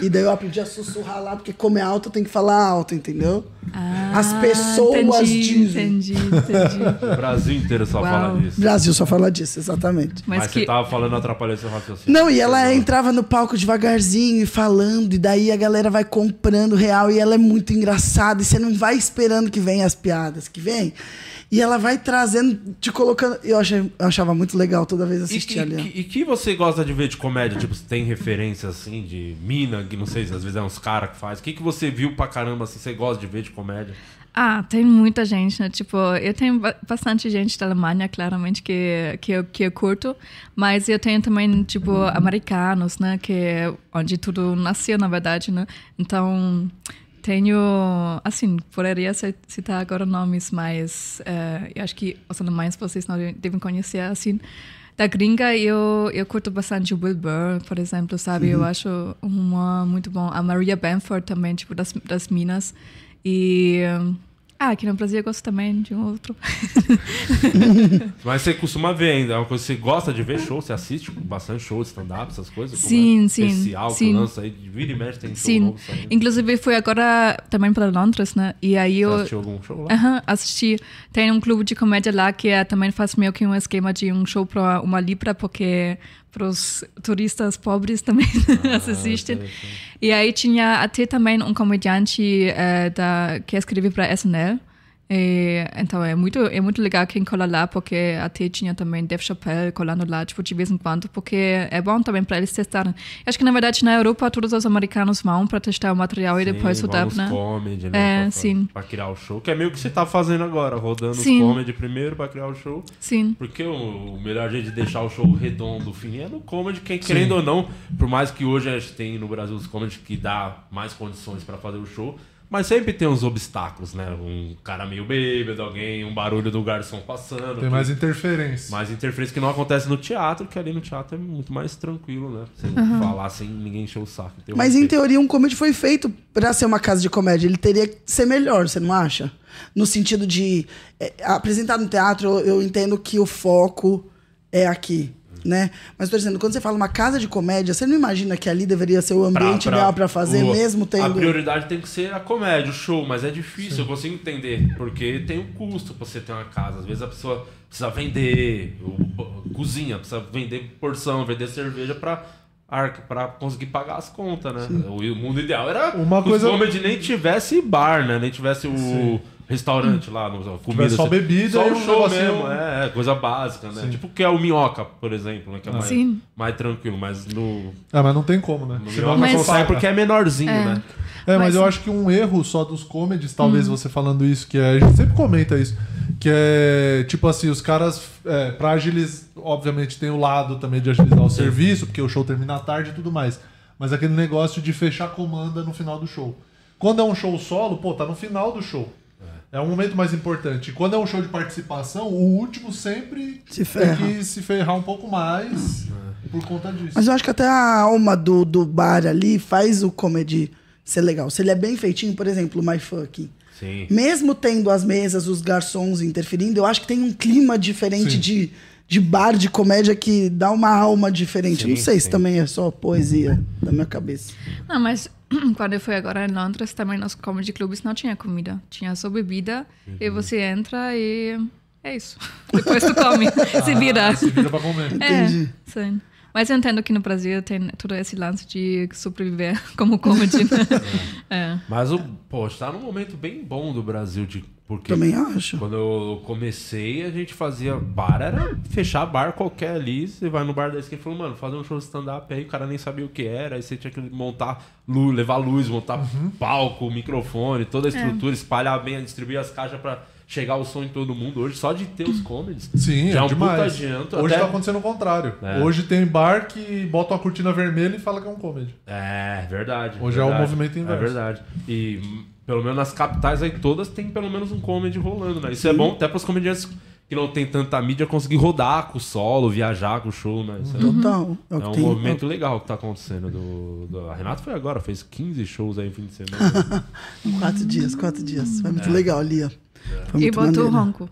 Speaker 4: E daí eu aprendi a sussurrar lá, porque como é alto, tem que falar alto, entendeu?
Speaker 3: Ah,
Speaker 4: As pessoas
Speaker 3: entendi,
Speaker 4: dizem.
Speaker 3: Entendi, entendi.
Speaker 1: O Brasil inteiro só
Speaker 3: Uau.
Speaker 1: fala disso.
Speaker 4: Brasil só fala disso, exatamente.
Speaker 1: Mas,
Speaker 3: Mas,
Speaker 1: você tá
Speaker 3: que.
Speaker 1: tava falando atrapalhou seu raciocínio.
Speaker 4: Não, e ela entrava no palco devagarzinho e falando, e daí a galera vai comprando real, e ela é muito engraçada, e você não vai esperando que venham as piadas que vem. E ela vai trazendo, te colocando. Eu, achei- eu achava muito legal toda vez
Speaker 1: E
Speaker 4: assistir
Speaker 1: que,
Speaker 4: ali. ó.
Speaker 1: que- e que você gosta de ver de comédia? Tipo, você tem referência assim de mina, que não sei, às vezes é uns caras que faz. O que, que você viu pra caramba assim? Você gosta de ver de comédia?
Speaker 3: Ah, tem muita gente, né? Tipo, eu tenho ba- bastante gente da Alemanha, claramente, que, que, eu, que eu curto. Mas eu tenho também, tipo, americanos, né? Que é onde tudo nasceu, na verdade, né? Então, tenho... Assim, poderia ci- citar agora nomes, mas... eh, eu acho que os alemães vocês não devem conhecer, assim... Da gringa, eu, eu curto bastante o Will Burr, por exemplo, sabe? Eu acho um humor muito bom. A Maria Bamford também, tipo, das, das Minas. E. hum, Ah, aqui no Brasil eu gosto também de um outro.
Speaker 1: Mas você costuma ver ainda? É uma coisa que você gosta de ver show? Você assiste bastante show, stand-up, essas coisas? Como
Speaker 3: Sim,
Speaker 1: é?
Speaker 3: sim,
Speaker 1: Especial que
Speaker 3: sim.
Speaker 1: lança aí, de vira e mexe, tem show
Speaker 3: Sim.
Speaker 1: novo saindo.
Speaker 3: Assim, Inclusive, fui agora também para Londres, né? E aí
Speaker 1: Você
Speaker 3: eu.
Speaker 1: assistiu algum show lá?
Speaker 3: Aham, assisti. Tem um clube de comédia lá que é, também faz meio que um esquema de um show para uma libra, porque para os turistas pobres também assistem. E aí tinha até também um comediante eh, da, que escreve para SNL. E, então é muito, é muito legal quem cola lá, porque até tinha também Dave Chappelle colando lá, tipo, de vez em quando, porque é bom também para eles testarem. Eu acho que, na verdade, na Europa, todos os americanos vão para testar o material e depois
Speaker 1: Sim,
Speaker 3: o
Speaker 1: rola
Speaker 3: dub,
Speaker 1: uns
Speaker 3: né?
Speaker 1: comedy, né?
Speaker 3: É,
Speaker 1: pra-
Speaker 3: sim.
Speaker 1: Pra criar o show. Que é meio que você tá fazendo agora, rodando
Speaker 3: Sim.
Speaker 1: os comedy primeiro pra criar o show.
Speaker 3: Sim.
Speaker 1: Porque o, o melhor jeito de deixar o show redondo, o fim, é no comedy, que, querendo ou não, por mais que hoje a gente tem no Brasil os comedy que dá mais condições pra fazer o show, Mas sempre tem uns obstáculos, né? Um cara meio bêbado, alguém, um barulho do garçom passando.
Speaker 2: Tem mais interferência.
Speaker 1: mais interferência que não acontece no teatro, que ali no teatro é muito mais tranquilo, né? Você falar sem ninguém encher o saco. Tem um
Speaker 4: Mas em
Speaker 1: respeito.
Speaker 4: teoria, um comedy foi feito pra ser uma casa de comédia. Ele teria que ser melhor, você não acha? No sentido de é, apresentar no teatro, eu, eu entendo que o foco é aqui. Né? Mas tô dizendo, quando você fala uma casa de comédia, você não imagina que ali deveria ser o ambiente ideal pra fazer,
Speaker 1: o-
Speaker 4: mesmo
Speaker 1: A
Speaker 4: tendo.
Speaker 1: prioridade tem que ser a comédia, o show, mas é difícil, eu consigo entender. Porque tem um custo pra você ter uma casa. Às vezes a pessoa precisa vender o- cozinha, precisa vender porção, vender cerveja pra, arca- pra conseguir pagar as contas, né? O, o mundo ideal era
Speaker 2: Uma
Speaker 1: que
Speaker 2: coisa-
Speaker 1: os comedy nem tivesse bar, né? Nem tivesse o. Restaurante lá, no, comida.
Speaker 2: Tivesse só
Speaker 1: assim.
Speaker 2: bebida
Speaker 1: só
Speaker 2: e
Speaker 1: o
Speaker 2: um
Speaker 1: show
Speaker 2: negocinho.
Speaker 1: mesmo, é, é, coisa básica, né?
Speaker 2: Sim. Ah.
Speaker 1: Tipo o que é o Minhoca, por exemplo, né? Que é mais,
Speaker 3: Sim.
Speaker 1: mais tranquilo, mas no,
Speaker 2: É, mas não tem como, né?
Speaker 1: no
Speaker 2: Senão
Speaker 1: Minhoca
Speaker 3: Mas-
Speaker 1: só sai
Speaker 2: para.
Speaker 1: porque é menorzinho, né?
Speaker 2: É, mas
Speaker 3: Mas-
Speaker 2: eu acho que um erro só dos comedies, talvez você falando isso, que é, a gente sempre comenta isso, que é tipo assim, os caras, é, pra agilizar, obviamente tem o lado também de agilizar o serviço, porque o show termina à tarde e tudo mais, mas aquele negócio de fechar a comanda no final do show. Quando é um show solo, pô, tá no final do show. É um momento mais importante. E Quando é um show de participação, o último sempre tem
Speaker 4: Se ferra.
Speaker 2: que se ferrar um pouco mais por conta disso. Ah,
Speaker 4: Mas eu acho que até a alma do, do bar ali faz o comedy ser legal. Se ele é bem feitinho, por exemplo, o My Fucking.
Speaker 1: Sim.
Speaker 4: Mesmo tendo as mesas, os garçons interferindo, eu acho que tem um clima diferente
Speaker 2: Sim.
Speaker 4: de, de bar de comédia que dá uma alma diferente.
Speaker 1: Sim,
Speaker 4: não sei se
Speaker 1: sim.
Speaker 4: também é só poesia da minha cabeça.
Speaker 3: Não, mas quando eu fui agora em Londres, também nos comedy clubes não tinha comida. Tinha só bebida e
Speaker 2: Uhum.
Speaker 3: você entra e é isso. Depois tu come, se vira.
Speaker 2: Se vira pra comer.
Speaker 3: É,
Speaker 4: Entendi.
Speaker 3: sim. Mas eu entendo que no Brasil tem todo esse lance de sobreviver como comedy. né? é.
Speaker 1: Mas o, pô, tá num momento bem bom do Brasil de porque
Speaker 4: Também acho.
Speaker 1: quando eu comecei, a gente fazia bar, era fechar bar qualquer ali, você vai no bar da esquina e falou, mano, fazer um show de stand-up aí, o cara nem sabia o que era, aí você tinha que montar luz, levar luz, montar
Speaker 2: Uhum.
Speaker 1: palco, microfone, toda a estrutura, espalhar bem, distribuir as caixas pra chegar o som em todo mundo. Hoje, só de ter os comedies,
Speaker 2: Sim,
Speaker 1: já
Speaker 2: é
Speaker 1: um
Speaker 2: demais.
Speaker 1: puta adianto.
Speaker 2: Hoje
Speaker 1: até-
Speaker 2: tá acontecendo o contrário.
Speaker 1: É.
Speaker 2: Hoje tem bar que bota uma cortina vermelha e fala que é um comedy.
Speaker 1: É, verdade.
Speaker 2: Hoje é o
Speaker 1: verdade.
Speaker 2: movimento inverso.
Speaker 1: É verdade. E hum, pelo menos nas capitais aí todas tem pelo menos um comedy rolando, né? Isso é bom até pros comediantes que não tem tanta mídia conseguir rodar com o solo, viajar com o show, né? Isso é-
Speaker 4: Total. É, o
Speaker 1: é,
Speaker 4: que
Speaker 1: um
Speaker 4: tem.
Speaker 1: movimento legal que tá acontecendo. Do, do- A Renata foi agora, fez 15 shows aí no fim de semana.
Speaker 4: Quatro dias, quatro dias. Foi
Speaker 1: É.
Speaker 4: muito legal, Lia. Foi
Speaker 3: E
Speaker 4: muito
Speaker 3: botou o
Speaker 4: maneiro.
Speaker 3: ronco.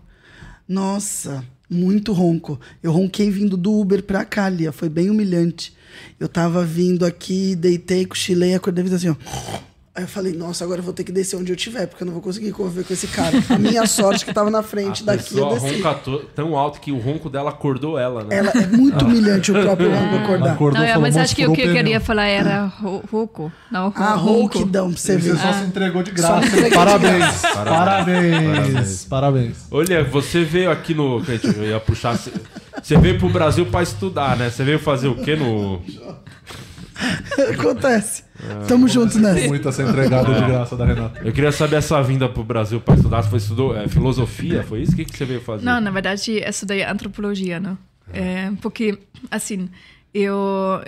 Speaker 4: Nossa, muito ronco. Eu ronquei vindo do Uber pra cá, Lia. Foi bem humilhante. Eu tava vindo aqui, deitei, cochilei, acordei e fiz assim, ó. Aí eu falei, nossa, agora eu vou ter que descer onde eu tiver, porque eu não vou conseguir conviver com esse cara. A minha sorte que tava na
Speaker 1: a
Speaker 4: frente daqui, eu
Speaker 1: pessoa
Speaker 4: desci.
Speaker 1: ronca to- tão alto que o ronco dela acordou ela, né?
Speaker 4: Ela é muito humilhante o próprio ronco
Speaker 1: Ah,
Speaker 4: acordar.
Speaker 2: Acordou,
Speaker 3: Não, é,
Speaker 2: falou, um
Speaker 3: mas
Speaker 2: "Moço,
Speaker 3: acho que o
Speaker 2: furou
Speaker 3: que eu
Speaker 2: pneu."
Speaker 3: queria falar
Speaker 2: Ah.
Speaker 3: era ro- rouco. Não, ro-
Speaker 4: Ah,
Speaker 3: ronco.
Speaker 4: ronquidão pra você
Speaker 2: Você
Speaker 1: é
Speaker 4: ver.
Speaker 2: só se entregou de graça.
Speaker 4: Ah. entregou de
Speaker 2: Parabéns. Parabéns.
Speaker 1: Parabéns.
Speaker 2: Parabéns.
Speaker 1: Olha, você veio aqui no. gente, Eu ia puxar. Você você veio pro Brasil pra estudar, né? Você veio fazer o quê no.
Speaker 4: Acontece.
Speaker 1: É,
Speaker 4: Tamo juntos nessa.
Speaker 2: Muita essa entregada de graça da Renata.
Speaker 1: Eu queria saber essa vinda pro Brasil pra estudar. Você foi, estudou é, filosofia? Foi isso? O que, que você veio fazer?
Speaker 3: Não, na verdade, eu estudei antropologia, né?
Speaker 2: Ah.
Speaker 3: É, porque, assim, eu...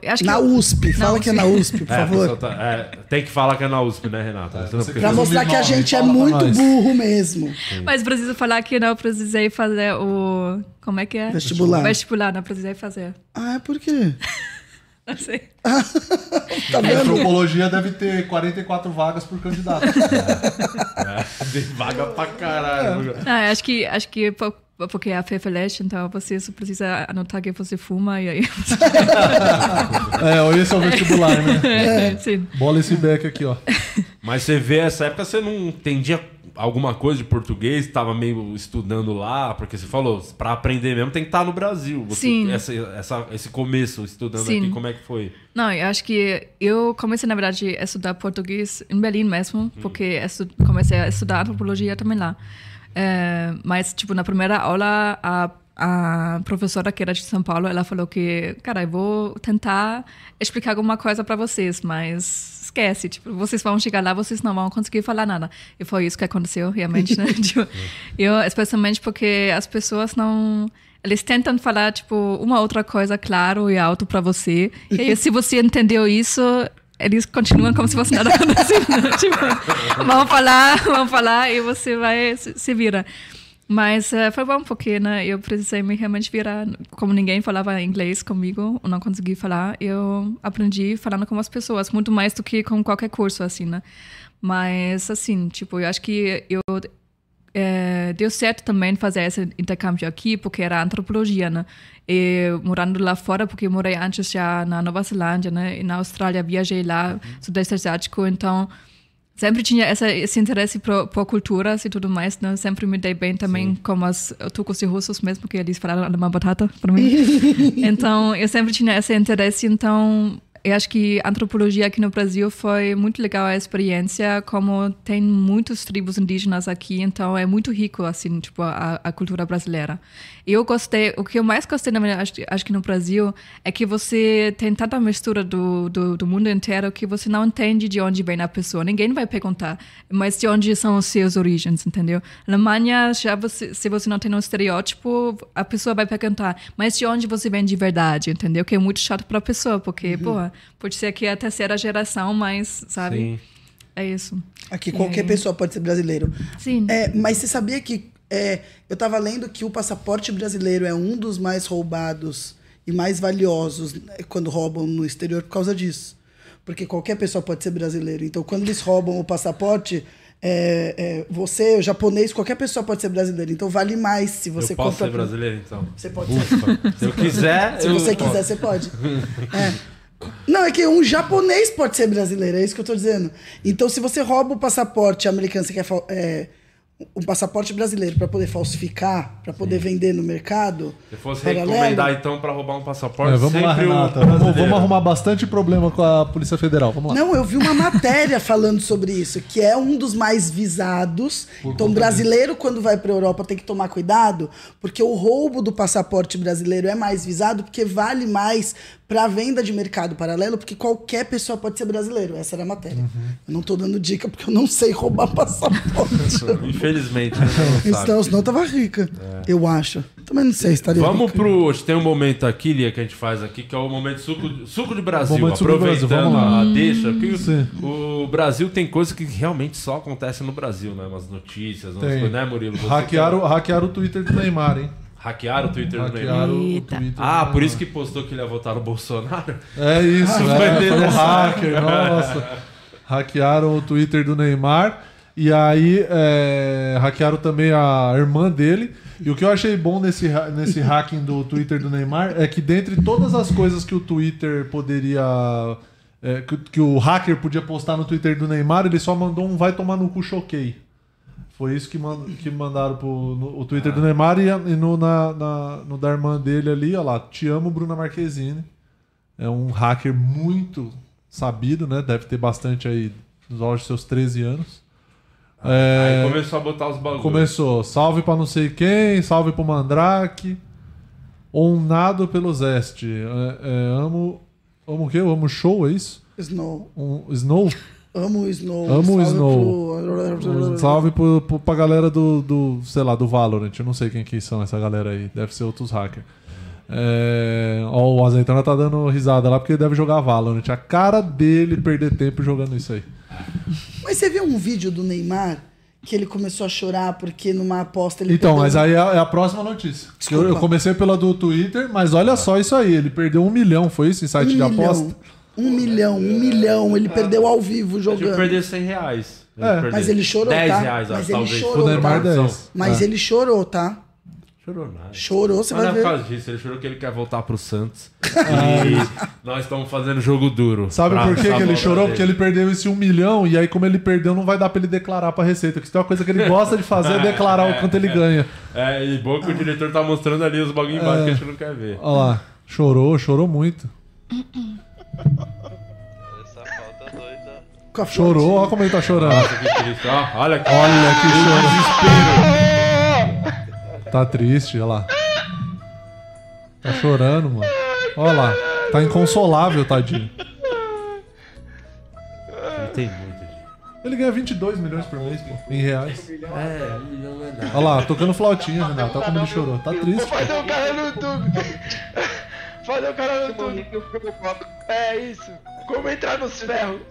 Speaker 3: eu acho que
Speaker 4: Na
Speaker 3: eu-
Speaker 4: USP, fala que é na USP, por
Speaker 1: É, a pessoa
Speaker 4: favor.
Speaker 1: tá- é, tem que falar que é na USP, né, Renata? Você não
Speaker 2: você
Speaker 1: fica-
Speaker 4: Pra mostrar que a gente é
Speaker 2: Fala pra
Speaker 4: muito
Speaker 2: nós.
Speaker 4: burro mesmo.
Speaker 3: Mas preciso falar que não precisei fazer o... Como é que é?
Speaker 4: Vestibular.
Speaker 3: Vestibular, não precisei fazer.
Speaker 4: Ah, é por quê?
Speaker 3: Não sei.
Speaker 4: Tá
Speaker 2: A
Speaker 4: vendo?
Speaker 2: antropologia deve ter 44 vagas por candidato. É.
Speaker 1: Tem vaga pra caralho.
Speaker 3: Não, eu acho que, acho que po- porque é a FFLESH, então você só precisa anotar que você fuma e aí...
Speaker 2: é, esse é o vestibular, né?
Speaker 3: Sim.
Speaker 2: Bola esse beck aqui, ó.
Speaker 1: Mas você vê essa época, você não entendia alguma coisa de português, tava meio estudando lá, porque você falou, pra aprender mesmo tem que estar no Brasil. Você-
Speaker 3: Sim.
Speaker 1: essa- essa- esse começo estudando
Speaker 3: Sim.
Speaker 1: aqui, como é que foi?
Speaker 3: Não, eu acho que eu comecei, na verdade, a estudar português em Berlim mesmo, porque eu estu- comecei a estudar antropologia também lá. É, mas, tipo, na primeira aula, a, a professora que era de São Paulo, ela falou que, cara, eu vou tentar explicar alguma coisa para vocês, mas esquece, tipo, vocês vão chegar lá, vocês não vão conseguir falar nada. E foi isso que aconteceu, realmente, né? Tipo, eu, especialmente porque as pessoas não... Eles tentam falar, tipo, uma outra coisa claro e alto para você. E aí, se você entendeu isso, eles continuam como se fosse nada acontecendo. tipo, vamos falar, vamos falar e você vai se, se vira. Mas eh, foi bom porque né, eu precisei me realmente virar. Como ninguém falava inglês comigo, eu não consegui falar, eu aprendi falando com as pessoas, muito mais do que com qualquer curso, assim, né? Mas, assim, tipo, eu acho que eu é, deu certo também fazer esse intercâmbio aqui, porque era antropologia, né? E morando lá fora, porque eu morei antes já na Nova Zelândia, né? E na Austrália, viajei lá, Sudeste Asiático, então sempre tinha essa, esse interesse por, por culturas e tudo mais, né? Sempre me dei bem também com os turcos e russos, mesmo que eles falaram alemã batata para mim. então, eu sempre tinha esse interesse, então... Eu acho que antropologia aqui no Brasil foi muito legal a experiência, como tem muitos tribos indígenas aqui, então é muito rico assim, tipo a, a cultura brasileira. Eu gostei, o que eu mais gostei na verdade, acho, acho que no Brasil é que você tem tanta mistura do, do, do mundo inteiro que você não entende de onde vem a pessoa. Ninguém vai perguntar, mas de onde são os seus origens, entendeu? Na Alemanha, já você, se você não tem um estereótipo, a pessoa vai perguntar, mas de onde você vem de verdade, entendeu? Que é muito chato para a pessoa,
Speaker 1: Uhum.
Speaker 3: porque, porra, pode ser que é a terceira geração, mas, sabe?
Speaker 1: Sim.
Speaker 3: É isso.
Speaker 4: Aqui qualquer pessoa pode ser brasileiro.
Speaker 3: Sim.
Speaker 4: É, mas você sabia que é, eu tava lendo que o passaporte brasileiro é um dos mais roubados e mais valiosos né, quando roubam no exterior por causa disso. Porque qualquer pessoa pode ser brasileiro. Então, quando eles roubam o passaporte, é, é, você, o japonês, qualquer pessoa pode ser brasileiro. Então, vale mais se você
Speaker 1: eu posso
Speaker 4: compra-
Speaker 1: ser brasileiro, então?
Speaker 4: Você pode ser.
Speaker 1: Ufa. Se eu quiser,
Speaker 4: Se
Speaker 1: eu
Speaker 4: você
Speaker 1: posso.
Speaker 4: quiser, você pode. É. Não, é que um japonês pode ser brasileiro, é isso que eu tô dizendo. Então, se você rouba o passaporte americano, você quer fal- é, um passaporte brasileiro para poder falsificar, para poder vender no mercado.
Speaker 1: Se eu fosse
Speaker 4: paralelo,
Speaker 1: recomendar, então, pra roubar um passaporte,
Speaker 2: É, vamos lá,
Speaker 1: sempre o
Speaker 2: Renata.
Speaker 1: brasileiro.
Speaker 2: Vamos, vamos arrumar bastante problema com a Polícia Federal. Vamos lá.
Speaker 4: Não, eu vi uma matéria falando sobre isso, que é um dos mais visados. então, brasileiro, quando vai para a Europa, tem que tomar cuidado, porque o roubo do passaporte brasileiro é mais visado, porque vale mais para venda de mercado paralelo, porque qualquer pessoa pode ser brasileiro. Essa era a matéria.
Speaker 2: Uhum.
Speaker 4: Eu não tô dando dica, porque eu não sei roubar passaporte.
Speaker 1: Infelizmente, né? Não sabe.
Speaker 4: Então, senão eu tava rica,
Speaker 2: É.
Speaker 4: eu acho. Também não sei, estaria
Speaker 1: Vamos
Speaker 4: rica.
Speaker 1: pro. Tem um momento aqui, Lia, que a gente faz aqui, que é o momento suco, suco de Brasil.
Speaker 2: Momento suco do Brasil,
Speaker 1: Aproveitando
Speaker 2: vamos lá. Hum,
Speaker 1: a deixa. que o-
Speaker 2: Sim.
Speaker 1: o Brasil tem coisa que realmente só acontece no Brasil, né? Umas notícias, umas
Speaker 2: Tem.
Speaker 1: coisas, né, Murilo? Você
Speaker 2: Hackearam, hackearam o Twitter do Neymar, hein?
Speaker 1: que- Hackearam o Twitter do Neymar.
Speaker 2: Hackearam o
Speaker 3: Eita.
Speaker 2: Twitter do
Speaker 1: Ah, por
Speaker 2: Neymar.
Speaker 1: isso que postou que ele ia votar no Bolsonaro?
Speaker 2: É isso,
Speaker 1: Ah, vai
Speaker 2: é,
Speaker 1: ter
Speaker 2: foi um
Speaker 1: essa.
Speaker 2: hacker, nossa. Hackearam o Twitter do Neymar. E aí, é, hackearam também a irmã dele. E o que eu achei bom nesse, ha- nesse hacking do Twitter do Neymar é que, dentre todas as coisas que o Twitter poderia. é, que, que o hacker podia postar no Twitter do Neymar, ele só mandou um vai tomar no cu choquei. Foi isso que, man- que mandaram pro no- o
Speaker 1: Ah.
Speaker 2: Twitter do Neymar e, a- e no, na- na- no da irmã dele ali, ó lá. Te amo, Bruna Marquezine. É um hacker muito sabido, né? Deve ter bastante aí nos olhos dos seus 13 anos. É,
Speaker 1: Aí começou a botar os bagulhos.
Speaker 2: começou. Salve pra não sei quem, salve pro Mandrake. Onado pelo Zeste. É, é, amo. Amo o quê? Eu amo show, é isso?
Speaker 4: Snow.
Speaker 2: Um, Snow?
Speaker 4: Amo o Snow.
Speaker 2: Amo o
Speaker 4: Salve
Speaker 2: Snow.
Speaker 4: pro-
Speaker 2: Um salve pro, pro, pra galera do, do, sei lá, do Valorant. Eu não sei quem que são essa galera aí. Deve ser outros hackers. É... Ó, o Azeitona tá dando risada lá porque ele deve jogar Valorant. A cara dele perder tempo jogando isso aí.
Speaker 4: Mas você viu um vídeo do Neymar que ele começou a chorar porque numa aposta ele
Speaker 2: Então,
Speaker 4: perdeu-
Speaker 2: mas aí é é a próxima notícia. Que Eu,
Speaker 4: Desculpa.
Speaker 2: eu comecei pela do Twitter, mas olha só isso aí. Ele perdeu um milhão, foi isso? Em
Speaker 4: um
Speaker 2: site de
Speaker 4: milhão,
Speaker 2: aposta?
Speaker 4: um milhão, um milhão, ele perdeu ao vivo
Speaker 1: Tinha que
Speaker 4: jogando.
Speaker 1: perder 100 reais.
Speaker 2: É.
Speaker 1: perdeu.
Speaker 4: Mas ele chorou,
Speaker 1: 10
Speaker 4: tá?
Speaker 1: reais,
Speaker 4: Mas
Speaker 1: ó,
Speaker 4: ele
Speaker 1: talvez.
Speaker 4: chorou,
Speaker 2: O Neymar
Speaker 4: tá?
Speaker 2: 10.
Speaker 4: Mas ele chorou, tá?
Speaker 1: Chorou nada.
Speaker 4: Chorou, você
Speaker 1: Mas não
Speaker 4: vai
Speaker 1: é por
Speaker 4: ver.
Speaker 1: causa disso, ele chorou que ele quer voltar pro Santos. e nós estamos fazendo jogo duro.
Speaker 2: Sabe
Speaker 1: pra
Speaker 2: por que,
Speaker 1: salvar
Speaker 2: que ele
Speaker 1: o
Speaker 2: chorou? Porque
Speaker 1: Brasil.
Speaker 2: ele perdeu esse um milhão, e aí, como ele perdeu, não vai dar pra ele declarar pra Receita. Porque se tem uma coisa que ele gosta de fazer é declarar o quanto ele ganha.
Speaker 1: É, e bom que o diretor tá mostrando ali os bagulho embaixo
Speaker 2: É.
Speaker 1: que a gente não quer ver.
Speaker 2: Olha lá, chorou, chorou muito.
Speaker 5: Essa falta doida.
Speaker 4: Com a flor
Speaker 2: Chorou, olha como ele tá chorando.
Speaker 1: Nossa, que triste. Ó, olha aqui.
Speaker 2: Olha que choro. Tá triste, olha lá. Tá chorando, mano. Olha lá, tá inconsolável, tadinho.
Speaker 1: Não tem muito, gente.
Speaker 2: Ele ganha 22 milhões por mês, pô, em reais.
Speaker 1: É, não é nada.
Speaker 2: Olha lá, tocando flautinha, Renato. Olha como ele chorou. Tá triste, pô.
Speaker 5: Fazer o cara no YouTube. Fazer o cara no YouTube. É isso.
Speaker 6: Como entrar nos ferros?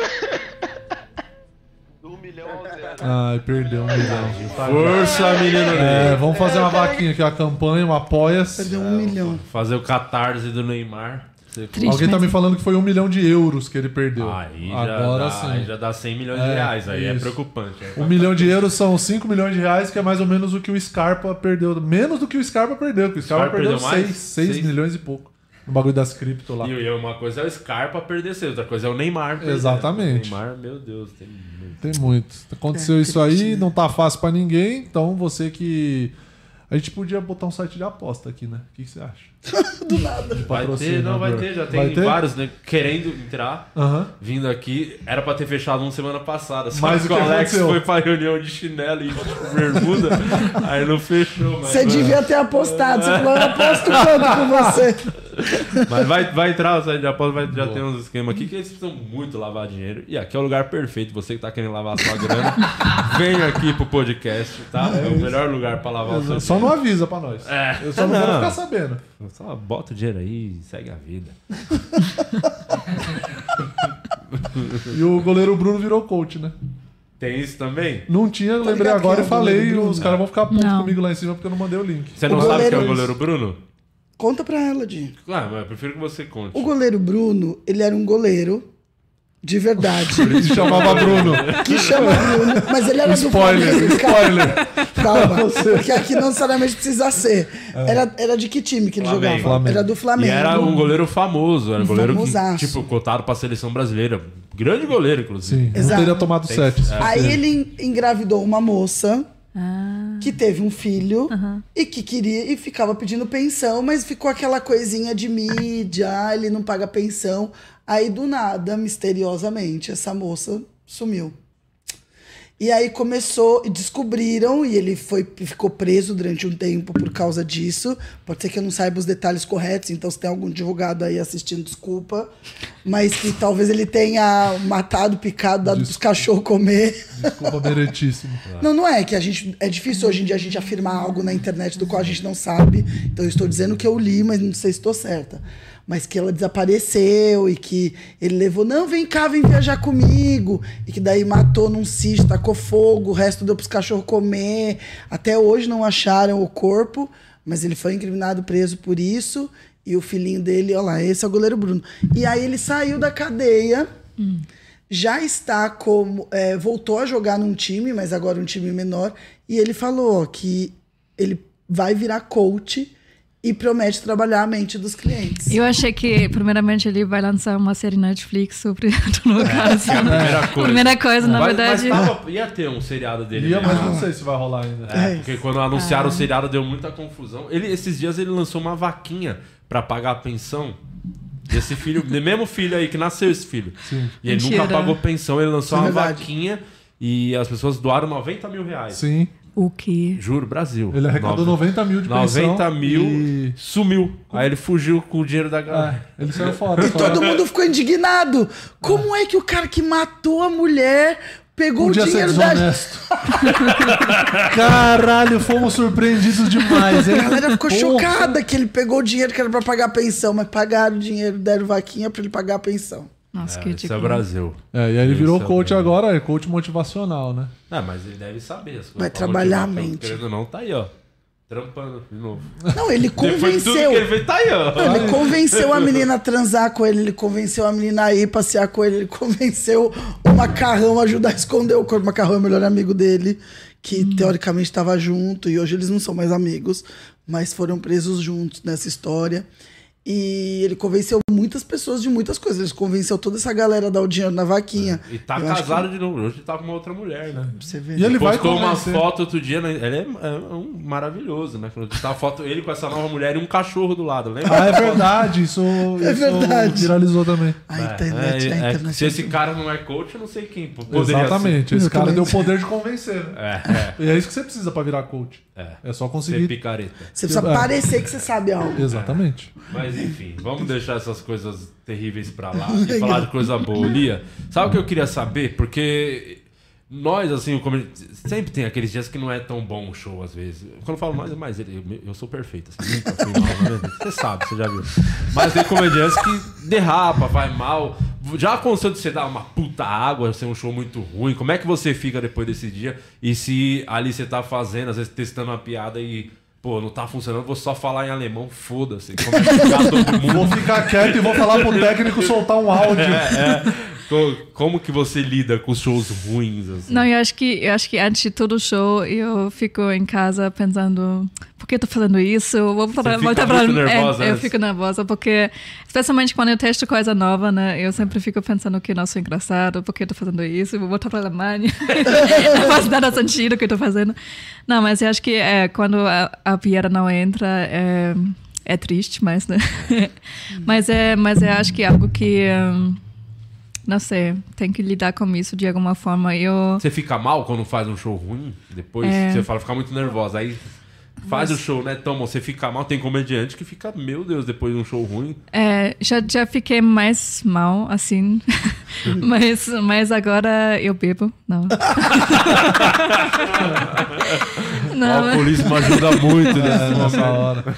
Speaker 5: Do 1 milhão ao zero.
Speaker 2: Ai, perdeu um milhão.
Speaker 1: Força, menino
Speaker 2: É,
Speaker 1: Ney.
Speaker 2: vamos fazer uma vaquinha aqui, a campanha, um apoia-se.
Speaker 4: Perdeu um
Speaker 1: É,
Speaker 4: milhão.
Speaker 1: Fazer o catarse do Neymar. Você-
Speaker 3: Triste,
Speaker 2: Alguém tá
Speaker 3: mas-
Speaker 2: me falando que foi um milhão de euros que ele perdeu.
Speaker 1: Aí já,
Speaker 2: Agora
Speaker 1: dá,
Speaker 2: sim.
Speaker 1: aí já dá 100 milhões
Speaker 2: É,
Speaker 1: de reais. Aí é
Speaker 2: isso.
Speaker 1: preocupante. é.
Speaker 2: Um milhão de euros são 5 milhões de reais, que é mais ou menos o que o Scarpa perdeu. Menos do que o Scarpa perdeu, que o Scarpa,
Speaker 1: Scarpa
Speaker 2: perdeu
Speaker 1: perdeu mais?
Speaker 2: 6, 6
Speaker 1: Seis?
Speaker 2: milhões e pouco. No bagulho das cripto lá.
Speaker 1: E e uma coisa é o Scarpa perder cedo, outra coisa é o Neymar perder.
Speaker 2: Exatamente.
Speaker 1: O Neymar, meu Deus, tem muito.
Speaker 2: Tem muito. Aconteceu
Speaker 4: É,
Speaker 2: isso
Speaker 4: triste,
Speaker 2: aí,
Speaker 4: né?
Speaker 2: não tá fácil pra ninguém, então você que. A gente podia botar um site de aposta aqui, né? O que, que você acha?
Speaker 4: Do nada.
Speaker 1: Vai ter, não, vai ter, já tem
Speaker 2: Vai ter?
Speaker 1: vários, né? Querendo entrar,
Speaker 2: Aham.
Speaker 1: vindo aqui. Era pra ter fechado uma semana passada. Só
Speaker 2: Mas
Speaker 1: que
Speaker 2: o
Speaker 1: o
Speaker 2: que
Speaker 1: Alex
Speaker 2: aconteceu?
Speaker 1: foi pra reunião de chinelo e de bermuda, aí não fechou, mas.
Speaker 4: Você devia ter apostado. Você falou, eu aposto quanto com você.
Speaker 1: Mas vai, vai entrar, sai de aposta, vai, já tem uns esquemas aqui que eles precisam muito lavar dinheiro. E aqui é o lugar perfeito. Você que tá querendo lavar a sua grana, vem aqui pro podcast, tá? É, o melhor lugar pra lavar o seu
Speaker 2: Só não avisa pra nós.
Speaker 1: É.
Speaker 2: Eu só não, vou
Speaker 1: Não.
Speaker 2: ficar sabendo.
Speaker 1: Só bota o dinheiro aí e segue a vida.
Speaker 2: E o goleiro Bruno virou coach, né?
Speaker 1: Tem isso também?
Speaker 2: Não tinha, lembrei
Speaker 4: ligado
Speaker 2: agora e
Speaker 4: quem é o goleiro
Speaker 2: falei,
Speaker 4: Bruno?
Speaker 2: os caras vão ficar putos
Speaker 3: Não.
Speaker 2: comigo lá em cima porque eu não mandei o link.
Speaker 1: Você não
Speaker 4: O
Speaker 1: sabe quem é o goleiro
Speaker 4: goleiro-
Speaker 1: Bruno?
Speaker 4: Conta pra ela, Di.
Speaker 1: Ah, mas eu prefiro que você conte.
Speaker 4: O goleiro Bruno, ele era um goleiro de verdade.
Speaker 2: Ele se chamava Bruno.
Speaker 4: que chama Bruno. Mas ele era do
Speaker 2: Spoiler,
Speaker 4: Flamengo. cara.
Speaker 2: spoiler.
Speaker 4: Calma, porque aqui não necessariamente precisa ser. Era, era de que time que ele
Speaker 1: Ah. Flamengo.
Speaker 4: jogava?
Speaker 2: Flamengo.
Speaker 4: Era do
Speaker 1: E
Speaker 4: Flamengo.
Speaker 1: era um goleiro famoso, era um goleiro que,
Speaker 4: Famosaço.
Speaker 1: tipo, cotado pra seleção brasileira. Grande goleiro, inclusive.
Speaker 2: Sim, não
Speaker 4: Exato.
Speaker 2: teria tomado sete.
Speaker 1: Ah,
Speaker 4: Aí ele en- engravidou uma moça que teve um filho e que queria e ficava pedindo pensão, mas ficou aquela coisinha de mídia, ah, ele não paga pensão. Aí do nada, misteriosamente, essa moça sumiu. E aí começou, e descobriram, e ele foi, ficou preso durante um tempo por causa disso. Pode ser que eu não saiba os detalhes corretos, então se tem algum advogado aí assistindo, desculpa. Mas que talvez ele tenha matado, picado, dado pros cachorros comer.
Speaker 2: Desculpa, meretíssimo.
Speaker 4: Não, não é que a gente. É difícil hoje em dia a gente afirmar algo na internet do qual a gente não sabe. Então eu estou dizendo que eu li, mas não sei se estou certa. Mas que ela desapareceu e que ele levou, não, vem cá, vem viajar comigo. E que daí matou num sítio, tacou fogo, o resto deu pros cachorros comer. Até hoje não acharam o corpo, mas ele foi incriminado, preso por isso. E o filhinho dele, olha lá, esse é o goleiro Bruno. E aí ele saiu da cadeia já está como. é, voltou a jogar num time, mas agora um time menor. E ele falou que ele vai virar coach e promete trabalhar a mente dos clientes.
Speaker 3: Eu achei que, primeiramente, ele vai lançar uma série Netflix sobre Antônio Carlos.
Speaker 1: É a primeira coisa.
Speaker 3: Primeira coisa, na
Speaker 1: Mas-
Speaker 3: verdade.
Speaker 1: Mas tava- ia ter um seriado dele.
Speaker 2: Ia,
Speaker 1: mesmo.
Speaker 2: mas não sei se vai rolar ainda.
Speaker 1: É, porque quando
Speaker 3: Ah.
Speaker 1: anunciaram o seriado deu muita confusão. Ele, esses dias ele lançou uma vaquinha pra pagar a pensão desse filho, do mesmo filho aí que nasceu esse filho. E ele
Speaker 3: Mentira.
Speaker 1: nunca pagou pensão, ele lançou
Speaker 4: Isso é
Speaker 1: uma
Speaker 4: verdade.
Speaker 1: vaquinha e as pessoas doaram 90 mil reais.
Speaker 2: Sim,
Speaker 3: O quê?
Speaker 1: Juro, Brasil.
Speaker 2: ele arrecadou
Speaker 1: Nove-
Speaker 2: 90 mil de pensão.
Speaker 1: 90 mil,
Speaker 2: e-
Speaker 1: sumiu. Aí ele fugiu com o dinheiro da galera.
Speaker 2: É, ele saiu fora.
Speaker 4: E todo mundo ficou indignado. Como é que o cara que matou a mulher pegou
Speaker 2: Podia
Speaker 4: o
Speaker 2: Um ser
Speaker 4: dinheiro da.
Speaker 2: desonesto. Caralho, fomos surpreendidos demais, hein?
Speaker 4: A galera ficou
Speaker 2: Porra.
Speaker 4: chocada que ele pegou o dinheiro que era pra pagar a pensão, mas pagaram o dinheiro, deram vaquinha pra ele pagar a pensão.
Speaker 3: Nossa, que
Speaker 1: É, isso é
Speaker 3: ridículo.
Speaker 1: Brasil.
Speaker 2: É, e aí ele
Speaker 1: Isso
Speaker 2: virou
Speaker 1: é
Speaker 2: coach
Speaker 1: bom.
Speaker 2: agora, é coach motivacional, né?
Speaker 1: Ah, mas ele deve saber. as coisas
Speaker 4: Vai
Speaker 1: pra
Speaker 4: trabalhar a
Speaker 1: motivar,
Speaker 4: mente.
Speaker 1: Querendo ou não, tá aí, ó. Trampando de novo.
Speaker 4: Não, ele
Speaker 1: Depois de tudo que
Speaker 4: convenceu.
Speaker 1: ele fez, tá aí, ó.
Speaker 4: Não, ele convenceu a menina a transar com ele, ele convenceu a menina a ir passear com ele, ele convenceu o macarrão a ajudar a esconder o corpo. O macarrão é o melhor amigo dele, que
Speaker 1: Hum.
Speaker 4: teoricamente estava junto, e hoje eles não são mais amigos, mas foram presos juntos nessa história. E ele convenceu muitas pessoas de muitas coisas. Ele convenceu toda essa galera a dar o dinheiro na vaquinha.
Speaker 1: E tá
Speaker 4: Eu acho que-
Speaker 1: casado de novo. Hoje tá com uma outra mulher, né?
Speaker 4: Você
Speaker 2: E
Speaker 4: vê.
Speaker 2: ele vai
Speaker 1: Postou uma
Speaker 2: convencer.
Speaker 1: foto outro dia. Né? Ele é, é um maravilhoso, né? Quando Tá a foto ele com essa nova mulher e um cachorro do lado, lembra?
Speaker 2: Ah, é verdade, isso,
Speaker 4: É
Speaker 2: isso
Speaker 4: verdade.
Speaker 2: viralizou também.
Speaker 4: A
Speaker 1: É,
Speaker 4: internet,
Speaker 1: é,
Speaker 4: a
Speaker 1: é,
Speaker 4: internet.
Speaker 1: se esse cara não é coach, eu não sei quem. pô, Poderia
Speaker 2: Exatamente,
Speaker 4: ser.
Speaker 2: esse cara deu o
Speaker 4: Exatamente.
Speaker 2: poder de convencer.
Speaker 1: ser.
Speaker 2: né?
Speaker 1: É,
Speaker 2: E é isso que você precisa pra virar coach.
Speaker 1: é. é.
Speaker 2: É só
Speaker 1: Ser
Speaker 2: conseguir.
Speaker 1: picareta.
Speaker 4: Você precisa
Speaker 2: É.
Speaker 4: parecer que você sabe algo.
Speaker 2: Exatamente.
Speaker 1: Mas enfim, vamos deixar essas coisas terríveis pra lá e falar de coisa boa. Lia, sabe o que eu queria saber? Porque nós, assim, o comedi- sempre tem aqueles dias que não é tão bom o show, às vezes. Quando eu falo nós, é mais ele. Eu, eu sou perfeito. Assim, nunca fui mal, né? Você sabe, você já viu. Mas tem comediantes que derrapa, vai mal. Já aconteceu de você dar uma puta água, ser um show muito ruim? Como é que você fica depois desse dia? E se ali você tá fazendo, às vezes testando uma piada e, pô, não tá funcionando, vou só falar em alemão, foda-se. Como é que tá todo
Speaker 2: Vou
Speaker 1: mundo?
Speaker 2: ficar quieto e vou falar pro técnico soltar um áudio.
Speaker 1: É, Co- Como que você lida com os shows ruins? Assim?
Speaker 3: Não, eu acho que eu acho que antes de todo show eu fico em casa pensando por que eu tô fazendo isso? Eu Vou pra,
Speaker 1: fica
Speaker 3: voltar
Speaker 1: muito
Speaker 3: pra-
Speaker 1: nervosa
Speaker 3: é, eu
Speaker 1: antes.
Speaker 3: fico nervosa porque especialmente quando eu testo coisa nova, né? Eu sempre fico pensando que nossa engraçado, por que eu tô fazendo isso? Eu vou voltar para Alemanha. não faz nada sentido o que eu tô fazendo. Não, mas eu acho que é, quando a, a piada não entra é, é triste, mas né? mas é, mas eu acho que é algo que hum, não sei, tem que lidar com isso de alguma forma. Eu
Speaker 1: Você fica mal quando faz um show ruim? Depois
Speaker 3: É.
Speaker 1: você fala, fica muito nervosa. Aí faz o show, né? Toma, você fica mal. Tem comediante que fica, meu Deus, depois de um show ruim.
Speaker 3: É, já, já fiquei mais mal, assim. mas, mas agora eu bebo. Não.
Speaker 1: o
Speaker 3: não,
Speaker 1: alcoolismo ajuda muito
Speaker 2: É,
Speaker 1: nesse
Speaker 2: nessa
Speaker 1: momento.
Speaker 2: hora.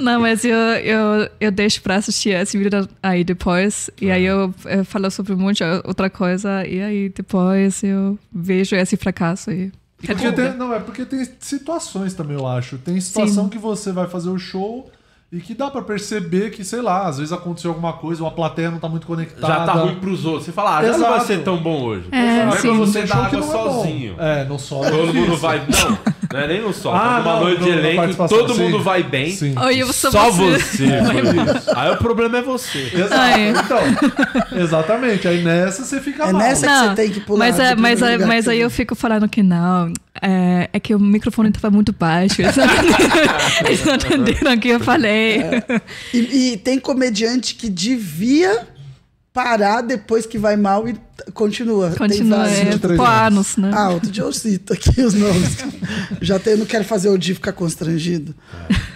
Speaker 3: não, mas eu, eu, eu deixo pra assistir esse vídeo aí depois. E aí eu, eh, falo sobre um monte de outra coisa. E aí depois eu vejo esse fracasso. E...
Speaker 2: Porque tem- não, é porque tem situações também, eu acho. Tem situação que você vai fazer o show e que dá pra perceber que, sei lá, às vezes aconteceu alguma coisa, ou a plateia não tá muito conectada.
Speaker 1: Já tá ruim pros outros. Você fala, ah, já não vai
Speaker 2: Exato.
Speaker 1: ser tão bom hoje.
Speaker 3: É,
Speaker 1: Não é pra
Speaker 3: sim.
Speaker 1: você dar
Speaker 2: Show que
Speaker 1: água
Speaker 2: não é bom.
Speaker 1: sozinho.
Speaker 2: É, não só.
Speaker 1: Todo mundo vai. Não, não é nem no sol.
Speaker 2: Ah,
Speaker 1: tá numa
Speaker 2: não,
Speaker 1: noite de
Speaker 2: no- na
Speaker 1: elenco,
Speaker 2: participação,
Speaker 1: todo
Speaker 2: sim.
Speaker 1: mundo vai bem.
Speaker 2: Sim.
Speaker 3: Oi, eu sou
Speaker 1: Só
Speaker 3: você.
Speaker 1: você. por isso. Aí o problema é você.
Speaker 2: Exato.
Speaker 3: Ah, é.
Speaker 2: Então, exatamente. Aí nessa você fica
Speaker 4: É
Speaker 2: mal.
Speaker 4: nessa que você tem que pular
Speaker 3: Mas,
Speaker 4: do
Speaker 3: é, mas,
Speaker 4: primeiro
Speaker 3: é,
Speaker 4: lugar
Speaker 3: mas
Speaker 4: que
Speaker 3: aí
Speaker 4: você-
Speaker 3: eu fico falando que não. É, é que o microfone estava muito baixo. Eles não, eles não entenderam o que eu falei.
Speaker 4: É, E, e tem comediante que devia parar depois que vai mal e t- continua.
Speaker 3: Continua,
Speaker 4: Tem
Speaker 3: é,
Speaker 4: vários.
Speaker 2: três
Speaker 3: por anos, né?
Speaker 4: Ah, outro dia eu cito aqui os nomes. Já tem, eu não quero fazer o Di ficar constrangido.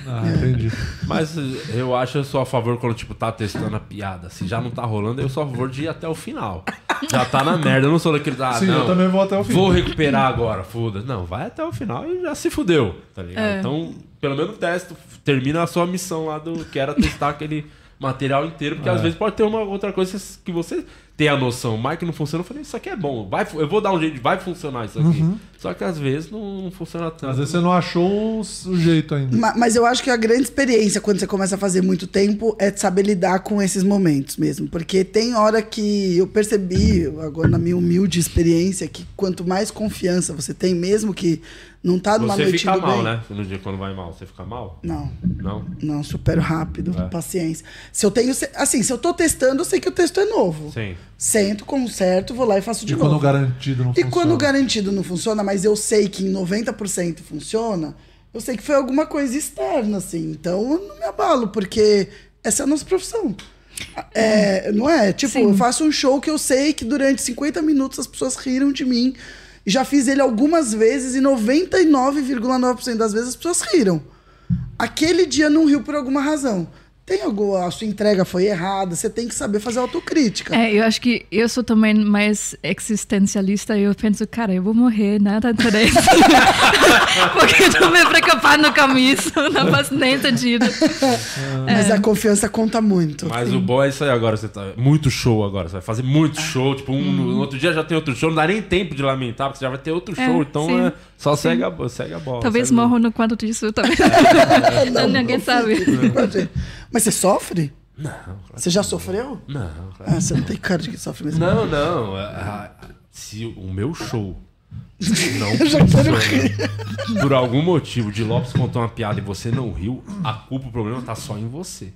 Speaker 2: Ah, entendi.
Speaker 1: Mas eh, eu acho, eu sou a favor quando, tipo, tá testando a piada. Se já não tá rolando, eu sou a favor de ir até o final. Já tá na merda, eu não sou daquele da. Ah,
Speaker 2: Sim,
Speaker 1: não,
Speaker 2: eu também vou até o fim.
Speaker 1: Vou recuperar agora, foda-se. Não, vai até o final e já se fudeu, tá ligado?
Speaker 4: É.
Speaker 1: Então, pelo menos testa, termina a sua missão lá do que era testar aquele material inteiro,
Speaker 2: É.
Speaker 1: porque às vezes pode ter uma outra coisa que você tem a noção. Mas que não funciona, eu falei, isso aqui é bom, vai, fu- eu vou dar um jeito, de- vai funcionar isso aqui. Só que às vezes não, não funciona tanto.
Speaker 2: Uhum. Às vezes você não achou o jeito ainda.
Speaker 4: Ma- Mas eu acho que a grande experiência quando você começa a fazer muito tempo é de saber lidar com esses momentos mesmo. Porque tem hora que eu percebi, agora na minha humilde experiência, que quanto mais confiança você tem, mesmo que não tá numa
Speaker 1: Você
Speaker 4: noite
Speaker 1: fica
Speaker 4: do
Speaker 1: mal,
Speaker 4: bem-
Speaker 1: né? No dia quando vai mal, você fica mal?
Speaker 4: Não,
Speaker 1: Não?
Speaker 4: não, supero rápido,
Speaker 1: É.
Speaker 4: paciência. Se eu tenho. ce- Assim, se eu tô testando, eu sei que o texto é novo.
Speaker 1: Sim.
Speaker 4: Sento, conserto, vou lá e faço de
Speaker 2: E
Speaker 4: novo.
Speaker 2: quando o garantido não
Speaker 4: E
Speaker 2: funciona.
Speaker 4: quando o garantido não funciona, mas eu sei que em 90% funciona, eu sei que foi alguma coisa externa, assim. Então eu não me abalo, porque essa é a nossa profissão. É, não é? Tipo,
Speaker 3: Sim.
Speaker 4: eu faço um show que eu sei que durante 50 minutos as pessoas riram de mim. Já fiz ele algumas vezes e 99,9% das vezes as pessoas riram. Aquele dia não riu por alguma razão. Tem alguma. A sua entrega foi errada, você tem que saber fazer autocrítica.
Speaker 3: É, eu acho que eu sou também mais existencialista. Eu penso, cara, eu vou morrer, nada interessa. Porque eu tô me preocupando com isso. Não faz nem sentido.
Speaker 4: Mas a confiança conta muito.
Speaker 1: Mas o bom é isso aí agora, você tá. Muito show agora. Você vai fazer
Speaker 3: Ah.
Speaker 1: muito show. Tipo, um, no outro dia já tem outro show, não dá nem tempo de lamentar, porque você já vai ter outro
Speaker 3: Uhum. É,
Speaker 1: show. Então
Speaker 3: sim.
Speaker 1: é só segue a, bo- segue a bola.
Speaker 3: Talvez
Speaker 1: segue o-
Speaker 3: morro no quanto disso. Talvez. Então,
Speaker 4: Não,
Speaker 3: Ninguém
Speaker 4: não
Speaker 3: sabe.
Speaker 4: fica com a gente. Mas você sofre?
Speaker 1: Não, claro.
Speaker 4: Você já sofreu?
Speaker 1: Não, claro.
Speaker 4: Ah, você não tem cara de que sofre mesmo.
Speaker 1: Não, não. ah, ah, Se o meu show não
Speaker 4: Eu já quero
Speaker 1: funciona, por algum motivo, de Lopes contou uma piada e você não riu, a culpa, o problema tá só em você.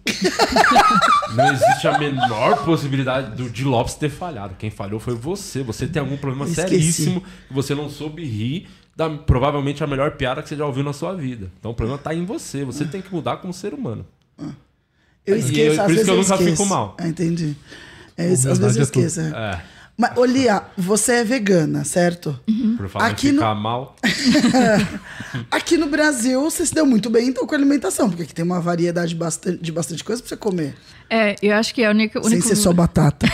Speaker 1: Não existe a menor possibilidade do de Lopes ter falhado. Quem falhou foi você. Você tem algum problema
Speaker 4: Eu esqueci.
Speaker 1: seríssimo que você não soube rir. Da, provavelmente a melhor piada que você já ouviu na sua vida. Então o problema tá em você. Você tem que mudar como ser humano.
Speaker 4: Eu
Speaker 1: E
Speaker 4: esqueço,
Speaker 1: eu-
Speaker 4: às
Speaker 1: por isso
Speaker 4: vezes
Speaker 1: que eu nunca
Speaker 4: esqueço.
Speaker 1: fico mal.
Speaker 4: Ah, entendi. É, isso, às
Speaker 2: Humildade
Speaker 4: vezes eu
Speaker 2: é tudo.
Speaker 4: esqueço. é.
Speaker 1: É.
Speaker 4: Mas, Olia, você é vegana, certo?
Speaker 3: Uhum.
Speaker 1: Por falar
Speaker 4: Aqui
Speaker 1: em
Speaker 4: no-
Speaker 1: ficar mal.
Speaker 4: Aqui no Brasil, você se deu muito bem então com a alimentação, porque aqui tem uma variedade bastan- de bastante coisa pra você comer.
Speaker 3: É, eu acho que é a única.
Speaker 4: Sem
Speaker 3: único-
Speaker 4: ser só batata.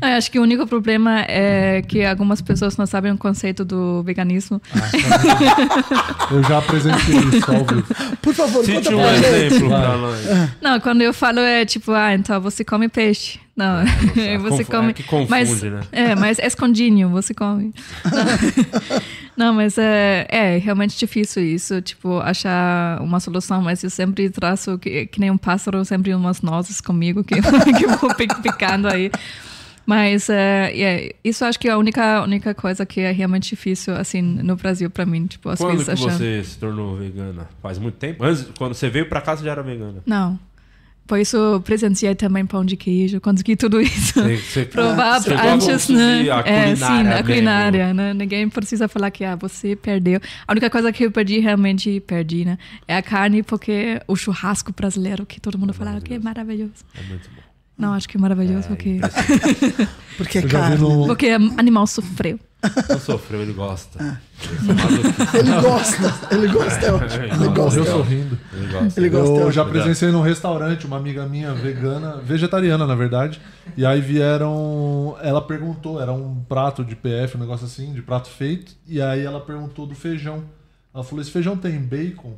Speaker 3: Não, eu É, acho que o único problema é que algumas pessoas não sabem o conceito do veganismo.
Speaker 2: Eu já apresentei isso, ao vivo.
Speaker 4: Por favor,
Speaker 1: Cite
Speaker 4: conta
Speaker 1: um
Speaker 4: pra gente.
Speaker 1: exemplo pra nós.
Speaker 3: Não, quando eu falo é tipo, ah, então você come peixe. Não, você
Speaker 1: Confu-
Speaker 3: come.
Speaker 1: é que confunde,
Speaker 3: mas,
Speaker 1: né?
Speaker 3: É, mas escondinho, você come. Não, mas é, é realmente difícil isso, tipo, achar uma solução, mas eu sempre traço, que, que nem um pássaro, sempre umas nozes comigo que, que eu vou pic- picando aí. Mas é, é, isso acho que é a única, única coisa que é realmente difícil, assim, no Brasil pra mim, tipo, às
Speaker 1: Quando
Speaker 3: vezes
Speaker 1: que
Speaker 3: achar.
Speaker 1: você se tornou vegana? Faz muito tempo? Antes, quando você veio pra cá, você já era vegana.
Speaker 3: Não. Por isso presenciei também pão de queijo, consegui tudo isso.
Speaker 1: Você, você
Speaker 3: provar
Speaker 1: você gosta
Speaker 3: antes,
Speaker 1: de
Speaker 3: né?
Speaker 1: A
Speaker 3: É, sim,
Speaker 1: culinária
Speaker 3: a
Speaker 1: mesmo.
Speaker 3: culinária, né? Ninguém precisa falar que ah, você perdeu. A única coisa que eu perdi, realmente perdi, né? É a carne, porque o churrasco brasileiro, que todo mundo fala que é maravilhoso.
Speaker 1: É muito bom.
Speaker 3: Não, acho que é maravilhoso, porque,
Speaker 1: então. um
Speaker 4: Porque, é
Speaker 2: Eu já
Speaker 4: cara,
Speaker 2: vi no.
Speaker 3: porque animal sofreu.
Speaker 1: Não sofreu, ele gosta.
Speaker 4: Ah. ele
Speaker 1: um
Speaker 4: gosta. Ele gosta, é ótimo. Ele gosta,
Speaker 2: Eu
Speaker 4: é ótimo.
Speaker 2: sorrindo.
Speaker 1: Ele gosta.
Speaker 3: Um
Speaker 4: Ele gosta, é
Speaker 2: Eu
Speaker 4: ótimo.
Speaker 2: já presenciei num restaurante uma amiga minha vegana, vegetariana na verdade, e aí vieram. Ela perguntou, era um prato de PF, um negócio assim, de prato feito, e aí ela perguntou do feijão. Ela falou: Esse feijão tem bacon?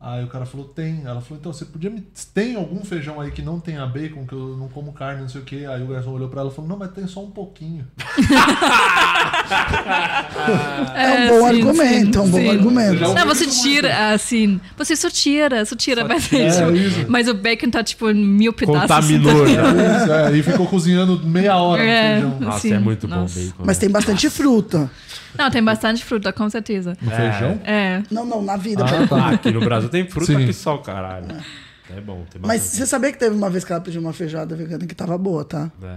Speaker 2: Aí o cara falou: Tem. Ela falou: Então, você podia me. Tem algum feijão aí que não tenha bacon, que eu não como carne, não sei o quê? Aí o garçom olhou pra ela e falou: Não, mas tem só um pouquinho.
Speaker 4: É um bom
Speaker 3: sim,
Speaker 4: argumento, é um bom
Speaker 3: sim.
Speaker 4: argumento.
Speaker 3: Não, você tira, assim. Você só tira, só tira, mas,
Speaker 2: tira, é isso.
Speaker 3: mas o bacon tá tipo em mil pedaços. então, assim,
Speaker 1: Contaminou,
Speaker 3: tá?
Speaker 1: né?
Speaker 2: Isso, é, e ficou cozinhando meia hora
Speaker 3: É.
Speaker 2: o feijão.
Speaker 1: Nossa,
Speaker 3: Sim,
Speaker 1: é muito
Speaker 3: nossa.
Speaker 1: bom o bacon.
Speaker 4: Mas tem bastante fruta.
Speaker 3: Não, tem bastante fruta, com certeza.
Speaker 2: No feijão?
Speaker 3: É.
Speaker 4: Não, não, na vida.
Speaker 2: Ah,
Speaker 1: Ah,
Speaker 2: tá.
Speaker 1: aqui no Brasil tem fruta
Speaker 2: Sim.
Speaker 1: que só, caralho. É bom, tem
Speaker 4: Mas
Speaker 1: bastante.
Speaker 4: você sabia que teve uma vez que ela pediu uma feijoada vegana que tava boa, tá?
Speaker 1: É.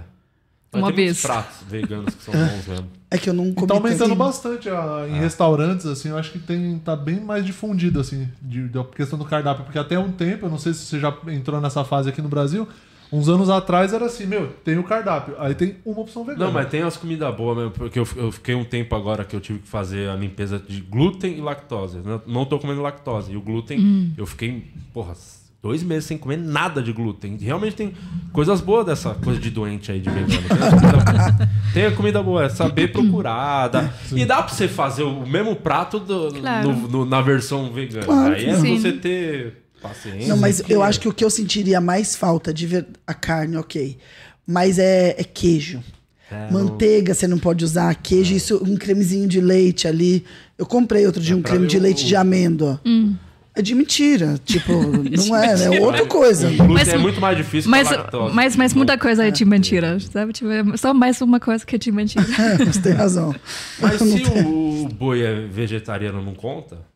Speaker 3: Uma
Speaker 1: tem muitos
Speaker 3: vez.
Speaker 1: pratos veganos que são bons mesmo.
Speaker 4: É que eu não comi
Speaker 2: Tá aumentando
Speaker 4: tanto.
Speaker 2: bastante a-
Speaker 1: Ah.
Speaker 2: em restaurantes, assim, eu acho que tem, tá bem mais difundido, assim, de, da questão do cardápio. Porque até um tempo, eu não sei se você já entrou nessa fase aqui no Brasil, uns anos atrás era assim, meu, tem o cardápio, aí tem uma opção vegana.
Speaker 1: Não, mas tem as comidas boas mesmo, porque eu, eu fiquei um tempo agora que eu tive que fazer a limpeza de glúten e lactose. Não, não tô comendo lactose. E o glúten,
Speaker 3: Hum.
Speaker 1: eu fiquei, porra, dois meses sem comer nada de glúten. Realmente tem coisas boas dessa coisa de doente aí, de vegano. Tem as comida- Tem a comida boa, é saber procurar. dá- E dá pra você fazer o mesmo prato do-
Speaker 3: Claro.
Speaker 1: no- no- na versão vegana.
Speaker 4: Claro.
Speaker 1: Aí é
Speaker 3: Sim.
Speaker 1: você ter paciência.
Speaker 4: Não, mas eu acho que o que eu sentiria mais falta de ver a carne, ok. Mas é, é queijo. É, Manteiga você não pode usar, queijo, isso, um cremezinho de leite ali. Eu comprei outro dia um
Speaker 1: pra
Speaker 4: creme de
Speaker 1: ver o-
Speaker 4: leite de amêndoa. É de mentira. Tipo, não é, é
Speaker 1: mentira.
Speaker 4: outra coisa.
Speaker 1: O glúten
Speaker 3: Mas-
Speaker 1: é muito mais difícil
Speaker 3: Mas,
Speaker 1: que a lactose.
Speaker 3: mas, mas muita coisa é de mentira, sabe? Tipo, é só mais uma coisa que é de mentira.
Speaker 4: É, você tem razão.
Speaker 1: Mas
Speaker 4: Eu não
Speaker 1: se
Speaker 4: tenho-
Speaker 1: o boi é vegetariano, não conta?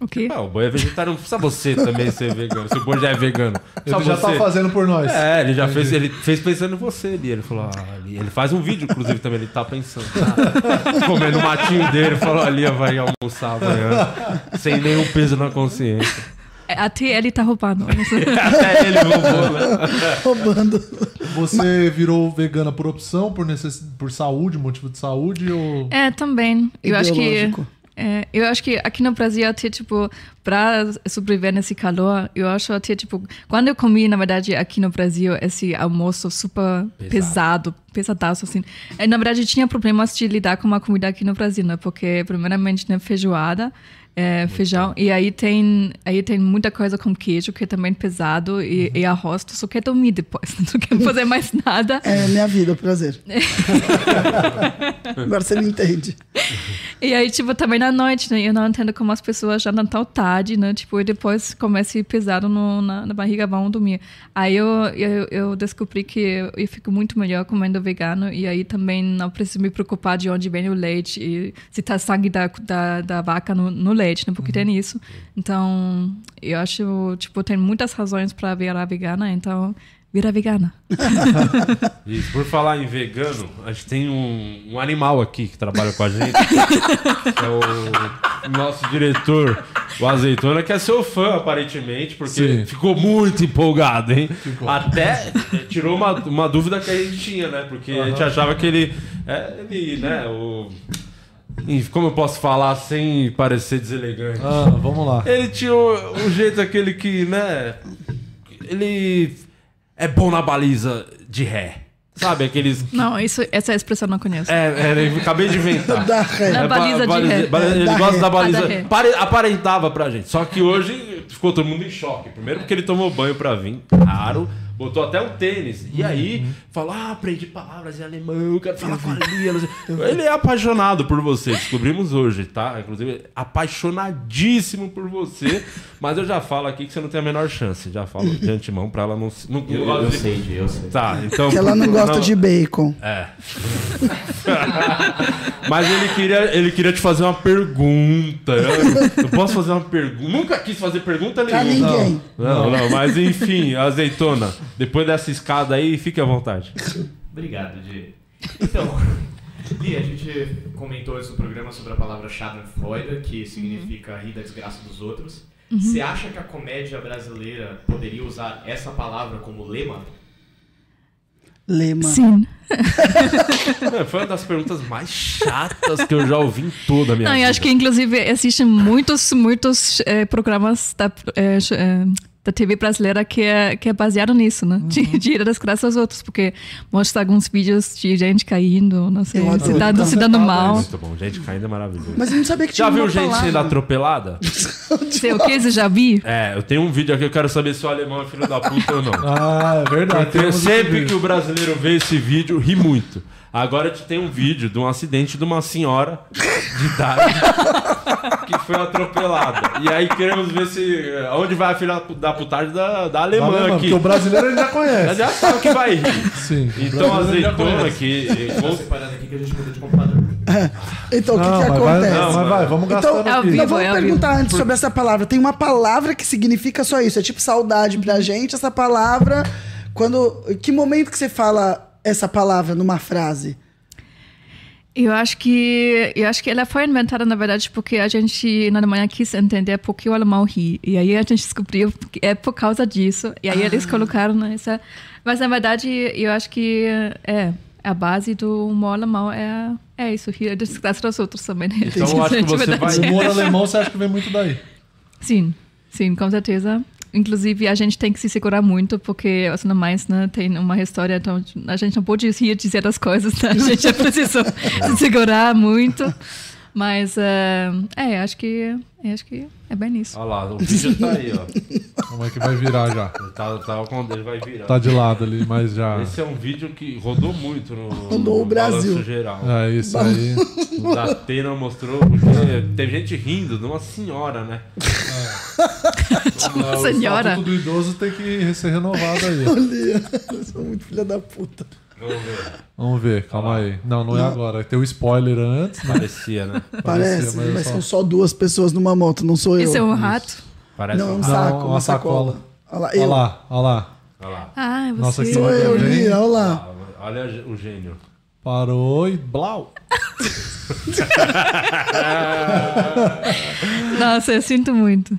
Speaker 3: O quê?
Speaker 1: Ah, o boi é vegetariano, não precisa você também ser vegano. Se o boi já é vegano,
Speaker 2: Ele
Speaker 1: só
Speaker 2: já
Speaker 1: você.
Speaker 2: tá fazendo por nós.
Speaker 1: É, ele já fez, ele fez pensando em você ali. Ele falou, ah, ali. Ele faz um vídeo, inclusive, também, ele tá pensando. tá? Comendo o matinho dele, falou ali, vai almoçar amanhã. Sem nenhum peso na consciência.
Speaker 3: É, Até ele tá roubando.
Speaker 1: Até ele roubou, né?
Speaker 4: roubando.
Speaker 2: Você virou vegana por opção, por, necess... por saúde, motivo de saúde, ou...
Speaker 3: É, também. Eu acho que.
Speaker 4: Ideológico.
Speaker 3: é, eu acho que aqui no Brasil até, tipo, pra sobreviver nesse calor, eu acho até, tipo, quando eu comi, na verdade, aqui no Brasil, esse almoço super pesado, pesadaço, assim, eh, na verdade, eu tinha problemas de lidar com a comida aqui no Brasil, né? Porque, primeiramente, né, feijoada, é, feijão, e aí tem, aí tem muita coisa com queijo, que é também pesado, e, e arroz, tu só quer dormir depois, não tu quer fazer mais nada.
Speaker 4: É minha vida, prazer. Agora você me entende.
Speaker 3: E aí, tipo, também na noite, né? Eu não entendo como as pessoas já não tão tarde, né? Tipo, e depois começa a ir pesado no, na, na barriga, vão dormir. Aí eu, eu, eu descobri que eu, eu fico muito melhor comendo vegano. E aí também não preciso me preocupar de onde vem o leite. E se tá sangue da, da, da vaca no, no leite, né? Porque tem isso. Então, eu acho, tipo, tem muitas razões para virar vegana. Então, vira vegana.
Speaker 1: Isso, por falar em vegano, a gente tem um, um animal aqui que trabalha com a gente. que é o nosso diretor, o Azeitona, que é seu fã, aparentemente, porque
Speaker 2: Sim.
Speaker 1: ficou muito empolgado, hein? Até eh, tirou uma, uma dúvida que a gente tinha, né? Porque a gente achava que ele. é, ele, né? O. Enfim, Como eu posso falar sem parecer deselegante?
Speaker 2: Ah, vamos lá.
Speaker 1: Ele tinha um, um jeito aquele que, né? Ele é bom na baliza de ré. Sabe, aqueles.
Speaker 3: Não, isso, essa expressão eu não conheço.
Speaker 1: É, é, eu acabei de inventar.
Speaker 4: Da ré.
Speaker 3: Da
Speaker 1: ba-
Speaker 3: baliza de ré.
Speaker 1: É, baliza- Ele
Speaker 4: Da
Speaker 1: gosta
Speaker 4: ré.
Speaker 1: da baliza.
Speaker 3: Ah, da ré.
Speaker 1: Pare- aparentava pra gente. Só que hoje ficou todo mundo em choque. Primeiro porque ele tomou banho pra vir, raro. Botou até um tênis. E aí, falou: Ah, aprendi palavras em alemão, eu quero falar com a Lia. não sei. Ele é apaixonado por você, descobrimos hoje, tá? Inclusive, apaixonadíssimo por você. Mas eu já falo aqui que você não tem a menor chance. Já falo de antemão pra ela não. se- não
Speaker 6: Eu, eu sei, Di, eu sei.
Speaker 1: Tá, então.
Speaker 4: Que ela não gosta de bacon.
Speaker 1: Mas ele queria, ele queria te fazer uma pergunta. Eu, eu posso fazer uma pergunta? Nunca quis fazer pergunta
Speaker 4: Pra
Speaker 1: nenhuma.
Speaker 4: ninguém.
Speaker 1: Não, não, mas enfim, azeitona. Depois dessa escada aí, fique à vontade.
Speaker 6: Obrigado, Di. Então, Di, a gente comentou antes do programa sobre a palavra schadenfreude, que significa rir da desgraça dos outros. Você acha que a comédia brasileira poderia usar essa palavra como lema?
Speaker 4: Lema.
Speaker 3: Sim.
Speaker 1: É, Foi uma das perguntas mais chatas que eu já ouvi em toda a minha
Speaker 3: Não, eu
Speaker 1: vida.
Speaker 3: acho que inclusive existem muitos, muitos eh, programas da, eh, ch- eh, da TV brasileira que é, que é baseado nisso, né? De,
Speaker 4: Uhum.
Speaker 3: de ir das graças aos outros, porque mostra alguns vídeos de gente caindo, não sei,
Speaker 4: Eu adoro.
Speaker 3: se dando, se dando mal.
Speaker 1: É Muito bom, gente caindo é maravilhoso.
Speaker 4: Mas eu não sabia que tinha
Speaker 1: Já viu
Speaker 4: uma
Speaker 1: gente
Speaker 4: palavra.
Speaker 1: sendo atropelada?
Speaker 3: Sei o que, você já vi?
Speaker 1: É, eu tenho um vídeo aqui, eu quero saber se o alemão é filho da puta ou não.
Speaker 2: Ah, é verdade.
Speaker 1: Porque
Speaker 2: temos esse
Speaker 1: sempre que
Speaker 2: vídeo.
Speaker 1: o brasileiro vê esse vídeo, ri muito. Agora te tem um vídeo de um acidente de uma senhora de idade que foi atropelada. E aí queremos ver se eh, onde vai a filha da putagem da, da
Speaker 2: Tá,
Speaker 1: alemã
Speaker 2: né, mano?
Speaker 1: aqui.
Speaker 2: Porque o brasileiro ele já
Speaker 1: Ela
Speaker 2: conhece.
Speaker 1: já sabe que vai rir.
Speaker 2: Sim.
Speaker 1: Então a
Speaker 2: brasileiro já
Speaker 1: azeitona
Speaker 2: conhece.
Speaker 1: aqui. eh,
Speaker 6: Vou Tá separando aqui que a gente mudou de computador.
Speaker 4: Então, o que,
Speaker 2: Não,
Speaker 4: que
Speaker 2: mas vai,
Speaker 4: acontece?
Speaker 2: não, mas vai, vamos
Speaker 4: Então,
Speaker 2: gastando
Speaker 3: É ao
Speaker 2: aqui.
Speaker 3: vivo.
Speaker 4: Mas vamos
Speaker 3: é ao
Speaker 4: perguntar antes sobre essa palavra. Tem uma palavra que significa só isso. É tipo saudade pra gente. Essa palavra, quando. Que momento que você fala essa palavra numa frase?
Speaker 3: Eu acho que eu acho que ela foi inventada na verdade porque a gente na Alemanha quis entender por que o alemão ri e aí a gente descobriu que é por causa disso e aí eles colocaram essa mas na verdade eu acho que é a base do humor alemão é é isso rir é desgraça dos outros também né?
Speaker 1: Então eu acho que
Speaker 3: De
Speaker 1: você vai-
Speaker 2: O
Speaker 3: verdade.
Speaker 2: humor alemão você acha que vem muito daí.
Speaker 3: sim sim com certeza inclusive a gente tem que se segurar muito porque os alemães né tem uma história então a gente não pode rir dizer as coisas né? a gente já precisou se segurar muito mas eh, é acho que é, acho que é bem isso
Speaker 1: Olha lá, o vídeo tá aí, ó.
Speaker 2: Como é que vai virar já?
Speaker 1: Ele Tá, tá, quando ele vai virar.
Speaker 2: Tá de lado ali, mas já.
Speaker 1: Esse é um vídeo que rodou muito no,
Speaker 4: Rodou o
Speaker 1: no balanço
Speaker 4: Brasil.
Speaker 1: geral.
Speaker 2: É isso aí.
Speaker 1: O da Atena mostrou, porque teve gente rindo de uma senhora, né?
Speaker 2: Ah, O
Speaker 3: Senhora.
Speaker 2: estatuto do idoso tem que ser renovado aí.
Speaker 4: Olha, eu sou muito filha da puta.
Speaker 1: Vamos ver.
Speaker 2: Vamos ver, calma aí. Não, não é agora. Tem o spoiler antes. né?
Speaker 1: Parecia, né?
Speaker 4: Parece,
Speaker 2: mas eu
Speaker 4: mas
Speaker 2: só-
Speaker 4: são só duas pessoas numa moto, não sou eu.
Speaker 3: esse é um rato
Speaker 1: Parece
Speaker 4: Não, um
Speaker 1: um
Speaker 2: Não,
Speaker 4: saco,
Speaker 2: uma
Speaker 4: uma sacola.
Speaker 2: sacola.
Speaker 4: Olha lá,
Speaker 2: Olha
Speaker 4: eu.
Speaker 2: lá, olha lá.
Speaker 1: Olha lá.
Speaker 3: ah você
Speaker 2: Nossa, que
Speaker 4: Sou eu,
Speaker 2: Também.
Speaker 4: Lia, olha lá.
Speaker 1: Olha o gênio.
Speaker 2: Parou e blau.
Speaker 3: nossa eu sinto muito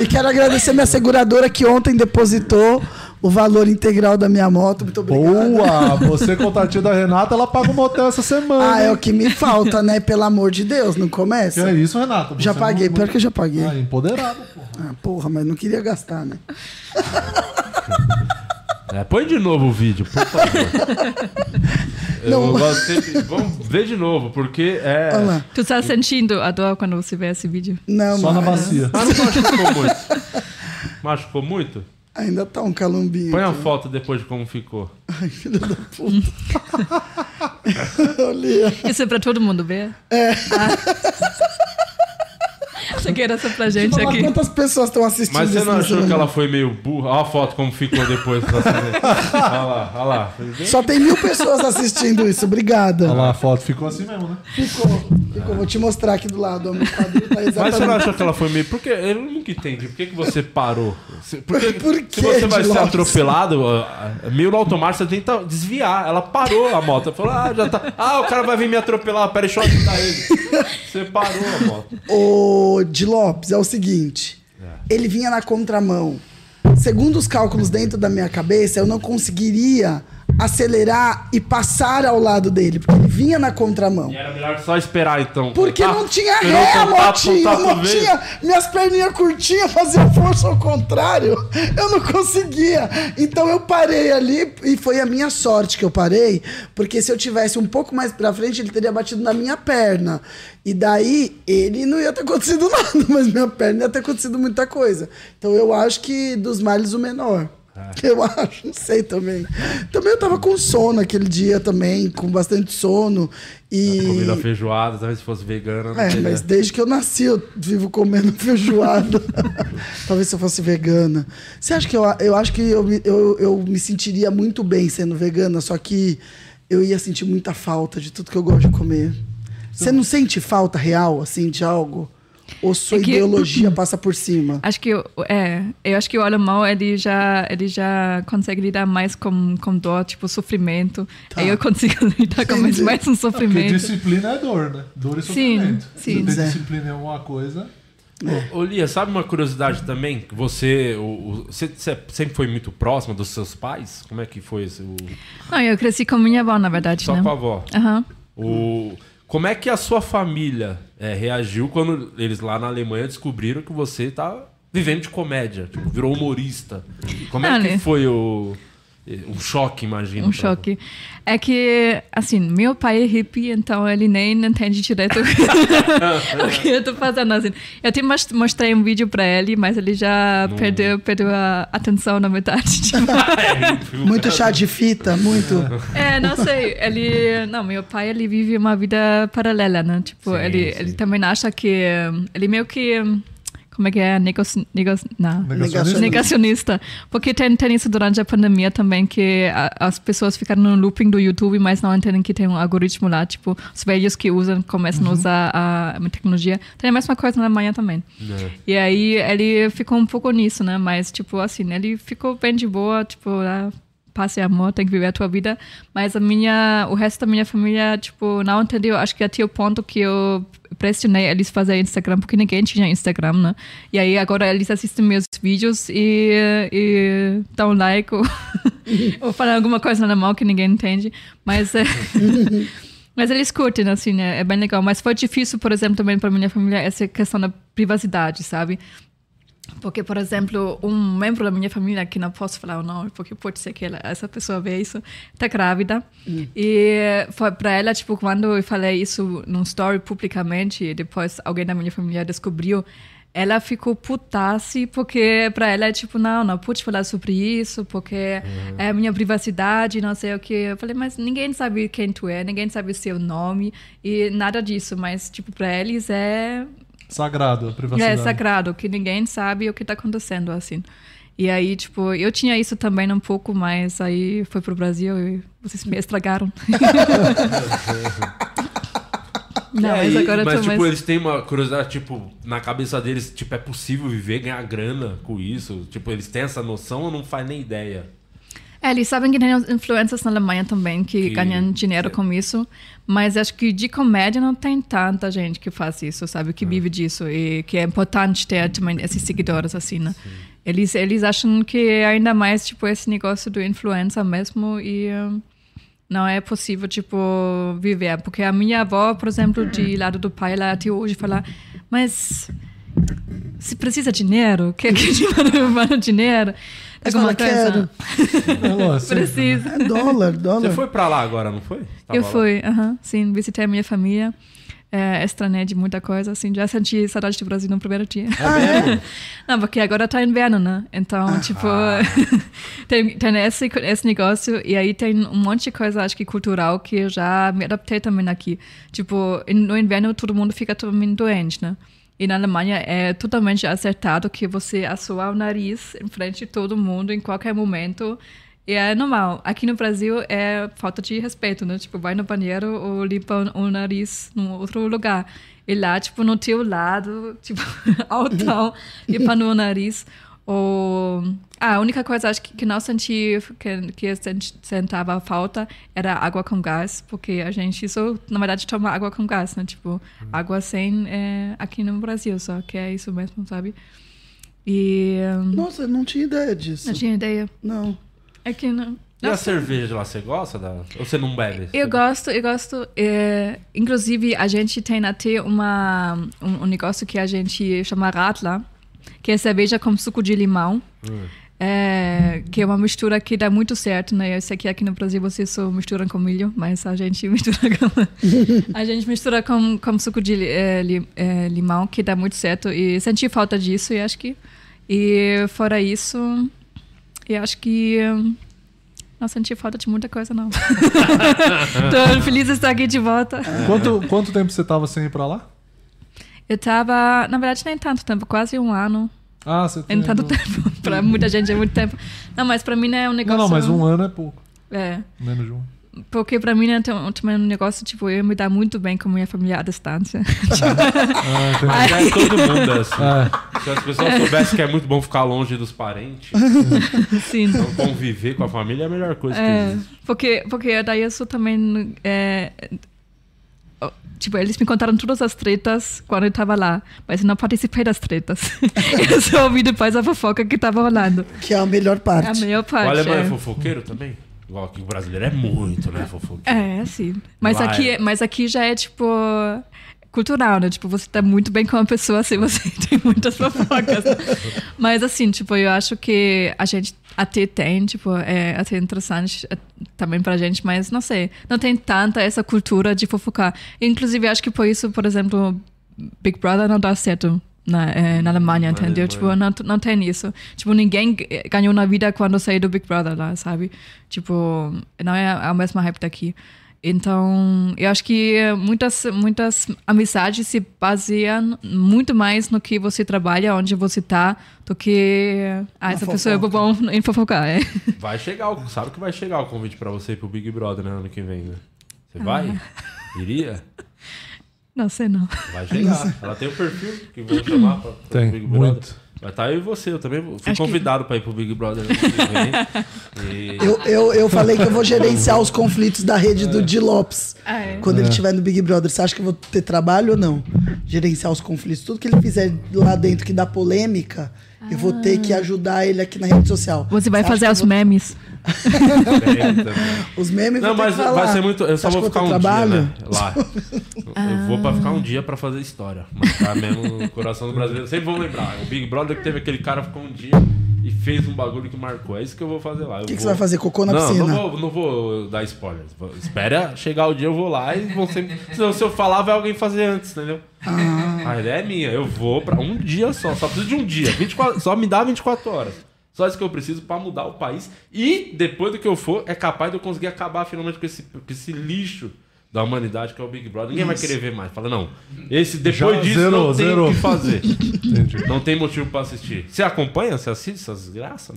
Speaker 4: E quero agradecer minha seguradora que ontem depositou o valor integral da minha moto. Muito obrigado.
Speaker 2: Boa! Você contatinho da Renata, ela paga o motel essa semana.
Speaker 4: Ah, é
Speaker 2: hein?
Speaker 4: o que me falta, né? Pelo amor de Deus, não começa?
Speaker 2: Que é isso, Renata?
Speaker 4: Já
Speaker 2: Você
Speaker 4: paguei,
Speaker 2: não-
Speaker 4: pior que eu já paguei.
Speaker 2: Ah, empoderado, pô.
Speaker 4: Ah, porra, mas não queria gastar, né?
Speaker 1: É, põe de novo o vídeo, por favor. Eu
Speaker 4: Não.
Speaker 1: gosto sempre- Vamos ver de novo, porque é.
Speaker 4: Olha lá.
Speaker 3: tu tá sentindo a dor quando você vê esse vídeo
Speaker 4: Não,
Speaker 2: Só na
Speaker 4: mas
Speaker 2: bacia.
Speaker 1: Mas Ah, não machucou muito. Machucou muito?
Speaker 4: Ainda tá um calumbinho.
Speaker 1: Põe a
Speaker 4: aqui.
Speaker 1: foto depois de como ficou.
Speaker 4: Ai, filho da puta. Olha.
Speaker 3: isso é pra todo mundo ver é você quer essa pra gente
Speaker 4: Falar
Speaker 3: aqui
Speaker 4: quantas pessoas estão assistindo né?
Speaker 1: Mas você
Speaker 4: isso
Speaker 1: não
Speaker 4: nesse
Speaker 1: achou que ela
Speaker 4: momento.
Speaker 1: foi meio burra? Olha a foto como ficou depois. dessa- Olha lá, olha lá.
Speaker 4: Só tem mil pessoas assistindo isso, obrigada.
Speaker 2: Olha lá a foto, ficou assim mesmo, né?
Speaker 4: Ficou. Ficou. Vou te mostrar aqui do lado. ó, meu quadril tá
Speaker 1: Mas você não
Speaker 4: exatamente...
Speaker 1: achou que ela foi meio. Porque eu nunca entendi. Por que, que você parou? Se- Por que,
Speaker 4: Por
Speaker 1: se
Speaker 4: que,
Speaker 1: você vai ser
Speaker 4: Edilson?
Speaker 1: atropelado, ah, ah, meio no automático, você tenta desviar. Ela parou a moto. Ela Falou, ah, já tá. Ah, o cara vai vir me atropelar. Peraí, deixa eu ajudar ele. Você parou a moto.
Speaker 4: O de Lopes é o seguinte: ele vinha na contramão. Segundo os cálculos dentro da minha cabeça, eu não conseguiria acelerar e passar ao lado dele, porque ele vinha na contramão.
Speaker 1: E era melhor só esperar, então.
Speaker 4: Porque
Speaker 1: Tá?
Speaker 4: não tinha
Speaker 1: Esperou
Speaker 4: ré,
Speaker 1: contato,
Speaker 4: motinho,
Speaker 1: contato
Speaker 4: não
Speaker 1: veio.
Speaker 4: tinha. Minhas perninhas curtinhas faziam força ao contrário. Eu não conseguia. Então eu parei ali e foi a minha sorte que eu parei, porque se eu tivesse um pouco mais pra frente, ele teria batido na minha perna. E daí ele não ia ter acontecido nada, mas minha perna ia ter acontecido muita coisa. Então eu acho que dos males o menor.
Speaker 1: É.
Speaker 4: Eu acho, não sei também. Também eu tava com sono aquele dia também, com bastante sono. E...
Speaker 1: Comida feijoada, talvez se fosse vegana. não
Speaker 4: É,
Speaker 1: teria.
Speaker 4: mas desde que eu nasci, eu vivo comendo feijoada. Talvez se eu fosse vegana. Você acha que eu, eu acho que eu, me- eu, eu me sentiria muito bem sendo vegana, só que eu ia sentir muita falta de tudo que eu gosto de comer. Você não sente falta real, assim, de algo? Ou sua
Speaker 3: É que-
Speaker 4: ideologia passa por cima?
Speaker 3: Acho que o- é, eu acho que o alemão ele já ele já consegue lidar mais com com dor, tipo sofrimento. Aí eu consigo lidar com mais,
Speaker 4: Entendi.
Speaker 3: mais um
Speaker 2: Porque
Speaker 3: sofrimento.
Speaker 2: disciplina é dor, né? Dor e
Speaker 3: Sim,
Speaker 2: sofrimento.
Speaker 3: sim.
Speaker 2: Se
Speaker 4: Pois
Speaker 2: tem
Speaker 4: é.
Speaker 2: disciplina em alguma coisa,
Speaker 4: né.
Speaker 1: Ô, Lia, sabe uma curiosidade também? Que Você, o- o- você, você sempre foi muito próxima dos seus pais? Como é que foi esse, o-
Speaker 3: Não, eu cresci com minha avó na verdade,
Speaker 1: só
Speaker 3: né?
Speaker 1: com a avó?
Speaker 3: Aham.
Speaker 1: O, como é que a sua família é, reagiu quando eles lá na Alemanha descobriram que você tá vivendo de comédia? Tipo, virou humorista. Como é
Speaker 3: Ah,
Speaker 1: que
Speaker 3: né?
Speaker 1: foi o, o choque, imagino?
Speaker 3: Um
Speaker 1: pra-
Speaker 3: choque. É que, assim, meu pai é hippie, então ele nem entende direito o que- o que eu tô fazendo. Assim. Eu te mos- mostrei um vídeo pra ele, mas ele já perdeu, perdeu a atenção na metade. Tipo,
Speaker 4: Muito chá de fita, muito.
Speaker 3: É, não sei. Ele. Não, meu pai ele vive uma vida paralela, né? Tipo,
Speaker 1: Sim,
Speaker 3: ele,
Speaker 1: sim.
Speaker 3: ele também acha que. hum, Ele meio que. hum, Como é que é? Negoci, negoci, não.
Speaker 2: negacionismo.
Speaker 3: Negacionista. Porque tem, tem isso durante a pandemia também, que a- as pessoas ficaram no looping do YouTube, mas não entendem que tem um algoritmo lá. Tipo, os velhos que usam começam
Speaker 1: Uhum.
Speaker 3: a usar a tecnologia. Tem a mesma coisa na Alemanha também.
Speaker 1: É.
Speaker 3: E aí ele ficou um pouco nisso, né? Mas, tipo, assim, ele ficou bem de boa, tipo, lá, passe amor, tem que viver a tua vida. Mas a minha, o resto da minha família, tipo, não entendeu. Acho que até o ponto que eu pressionei eles a fazer Instagram, porque ninguém tinha Instagram, né? E aí agora eles assistem meus vídeos e, e dão like ou, ou falam alguma coisa na mão que ninguém entende. Mas... é, Mas eles curtem, assim, né? É bem legal. Mas foi difícil, por exemplo, também para minha família, essa questão da privacidade, sabe? Porque, por exemplo, um membro da minha família, que não posso falar o nome, porque pode ser que ela, essa pessoa vê isso, tá grávida. E foi para ela, tipo, quando eu falei isso num story publicamente, e depois alguém da minha família descobriu, ela ficou putasse, porque para ela é tipo, não, não pude falar sobre isso, porque é a minha privacidade, não sei o que. Eu falei, mas ninguém sabe quem tu é, ninguém sabe seu nome, e nada disso. Mas, tipo, para eles é
Speaker 2: Sagrado, a privacidade.
Speaker 3: é sagrado, que ninguém sabe o que tá acontecendo, assim. E aí, tipo, eu tinha isso também um pouco, mas aí foi pro Brasil e vocês me estragaram. Não,
Speaker 1: É,
Speaker 3: mas
Speaker 1: e-
Speaker 3: agora eu
Speaker 1: mas
Speaker 3: tô
Speaker 1: tipo,
Speaker 3: mais...
Speaker 1: eles têm uma curiosidade, tipo, na cabeça deles, tipo, é possível viver, ganhar grana com isso? Tipo, eles têm essa noção ou não faz nem ideia?
Speaker 3: É, eles sabem que tem influencers na Alemanha também que,
Speaker 1: Que-
Speaker 3: ganham dinheiro com isso, mas acho que de comédia não tem tanta gente que faz isso, sabe? Que vive disso e que é importante ter também esses seguidores assim, né? Eles, eles acham que é ainda mais, tipo, esse negócio do influencer mesmo e eh, não é possível, tipo, viver. Porque a minha avó, por exemplo, de lado do pai, ela até hoje fala, mas... Se precisa de dinheiro, quer que te mande dinheiro?
Speaker 4: Mas fala, "Quero."
Speaker 2: É lógico, sempre.
Speaker 3: Precisa.
Speaker 4: É dólar,
Speaker 1: Você
Speaker 4: dólar.
Speaker 1: foi pra lá agora, não foi? Tava
Speaker 3: eu
Speaker 1: lá.
Speaker 3: fui, aham, sim, visitei a minha família, é, estranhei de muita coisa, assim, já senti saudade do Brasil no primeiro dia.
Speaker 4: Ah, é?
Speaker 3: Não, porque agora tá inverno, né? Então, tipo, tem, tem esse, esse negócio e aí tem um monte de coisa, acho que cultural, que eu já me adaptei também aqui. Tipo, em- no inverno todo mundo fica também doente, né? E na Alemanha é totalmente acertado que você assoa o nariz em frente de todo mundo em qualquer momento. E é normal. Aqui no Brasil é falta de respeito, né? Tipo, vai no banheiro ou limpa o nariz num outro lugar. E lá, tipo, no teu lado, tipo, altão, limpando o nariz. Ou... Ah, a única coisa acho que, que não senti, que, que eu sen- sentava falta, era água com gás, porque a gente só, na verdade, toma água com gás, né? Tipo, água sem é, aqui no Brasil, só que é isso mesmo, sabe? E. hum,
Speaker 4: Nossa, eu não tinha ideia disso.
Speaker 3: Não tinha ideia.
Speaker 4: Não.
Speaker 3: É que não.
Speaker 1: E a cerveja lá, você gosta da? Ou você não bebe?
Speaker 3: Eu gosto, eu gosto. É, inclusive, a gente tem até uma, um, um negócio que a gente chama Radler, que é cerveja com suco de limão. É, que é uma mistura que dá muito certo, né? Eu sei que aqui no Brasil vocês só misturam com milho, mas a gente mistura com, a gente mistura com, com suco de li- eh, li- eh, limão, que dá muito certo. E senti falta disso, eu acho que. E fora isso, eu acho que hum, não senti falta de muita coisa, não. Tô feliz de estar aqui de volta.
Speaker 2: Quanto, quanto tempo você tava sem ir pra lá?
Speaker 3: Eu tava, na verdade, nem tanto tempo, quase um ano.
Speaker 2: Ah, você tem.
Speaker 3: Nem tanto tempo. pra muita gente é muito tempo. Não, mas pra mim né, é um
Speaker 2: Não,
Speaker 3: negócio.
Speaker 2: não, mas um ano é pouco.
Speaker 3: É.
Speaker 2: Menos de um.
Speaker 3: Porque pra mim né, tem um- também um negócio, tipo, eu me dar muito bem com minha família à distância. Tipo,
Speaker 2: Ah, entendi.
Speaker 1: Mas é todo mundo é assim.
Speaker 2: É,
Speaker 1: Se as pessoas soubessem que é muito bom ficar longe dos parentes,
Speaker 3: Sim.
Speaker 1: então conviver com a família é a melhor coisa que
Speaker 3: É,
Speaker 1: existe.
Speaker 3: porque, porque daí eu sou também. é, ó, tipo, eles me contaram todas as tretas quando eu tava lá, mas eu não participei das tretas. eu só ouvi depois a fofoca que tava rolando.
Speaker 4: Que é a melhor
Speaker 3: É a
Speaker 4: parte.
Speaker 3: melhor
Speaker 1: O
Speaker 3: parte.
Speaker 1: alemão é
Speaker 3: é.
Speaker 1: fofoqueiro também? Igual aqui o brasileiro é muito, né, fofoqueiro?
Speaker 3: É, sim. Mas
Speaker 1: Lá
Speaker 3: aqui,
Speaker 1: é.
Speaker 3: mas aqui já é tipo cultural, né? Tipo, você tá muito bem com uma pessoa se você tem muitas fofocas. mas assim, tipo, eu acho que a gente até tem, tipo, é até interessante é, também pra gente, mas não sei, não tem tanta essa cultura de fofocar. Inclusive, eu acho que por isso, por exemplo, Big Brother não dá certo. Na, eh, na Alemanha, entendeu?
Speaker 1: Alemanha.
Speaker 3: Tipo, não, não tem isso. Tipo, ninguém g- ganhou na vida quando saiu do Big Brother lá, sabe? Tipo, não é a mesma hype daqui. Então, eu acho que muitas, muitas amizades se baseiam muito mais no que você trabalha, onde você tá, do que. Ah,
Speaker 4: Na
Speaker 3: essa pessoa é
Speaker 4: fofoca.
Speaker 3: bobão em fofocar, é.
Speaker 1: Vai chegar, o- sabe que vai chegar o convite pra você ir pro Big Brother né, ano que vem, né? Você vai?
Speaker 3: Uhum.
Speaker 1: Iria?
Speaker 3: Não sei, não.
Speaker 1: Vai chegar. Ela tem o perfil que vão chamar pra, pra
Speaker 2: Tem,
Speaker 1: Big Brother.
Speaker 2: muito.
Speaker 1: Mas tá eu e você, eu também vou- fui
Speaker 3: Acho que-
Speaker 1: convidado pra ir pro Big Brother ano que vem. E-
Speaker 4: Eu, eu, eu falei que eu vou gerenciar os conflitos da rede do Di Lopes.
Speaker 3: Ah, é.
Speaker 4: Quando ele estiver no Big Brother, você acha que eu vou ter trabalho ou não? Gerenciar os conflitos. Tudo que ele fizer lá dentro que dá polêmica, eu vou ter que ajudar ele aqui na rede social.
Speaker 3: Você vai
Speaker 4: Você acha
Speaker 3: fazer
Speaker 4: que
Speaker 3: os memes.
Speaker 1: Tem também.
Speaker 4: Os memes
Speaker 1: Não,
Speaker 4: vão ter
Speaker 1: mas
Speaker 4: que falar.
Speaker 1: vai ser muito. Eu só
Speaker 4: Você acha
Speaker 1: vou
Speaker 4: que
Speaker 1: ficar
Speaker 4: eu
Speaker 1: um
Speaker 4: vou ter trabalho?
Speaker 1: dia, né? Lá. Eu vou pra ficar um dia pra fazer história. Marcar mesmo o coração do brasileiro. Sempre vou lembrar. O Big Brother que teve aquele cara ficou um dia e fez um bagulho que marcou. É isso que eu vou fazer lá.
Speaker 4: O que, que você vai fazer? Cocô na
Speaker 1: não,
Speaker 4: piscina?
Speaker 1: Não vou, não vou dar spoiler. Vou- Espera chegar o dia, eu vou lá e vão sempre. Senão, se eu falar, vai alguém fazer antes, entendeu?
Speaker 4: Ah.
Speaker 1: A ideia é minha. Eu vou pra um dia só. Só preciso de um dia. 24, só me dá 24 horas. Só isso que eu preciso pra mudar o país. E depois do que eu for, é capaz de eu conseguir acabar finalmente com esse, com esse lixo da humanidade que é o Big Brother. Ninguém vai querer ver mais. Fala, não. Esse depois
Speaker 2: Já
Speaker 1: disso
Speaker 2: zerou,
Speaker 1: não tem
Speaker 2: zerou.
Speaker 1: o que fazer.
Speaker 2: entendi.
Speaker 1: Não tem motivo pra assistir. Você acompanha? Você assiste essas desgraças?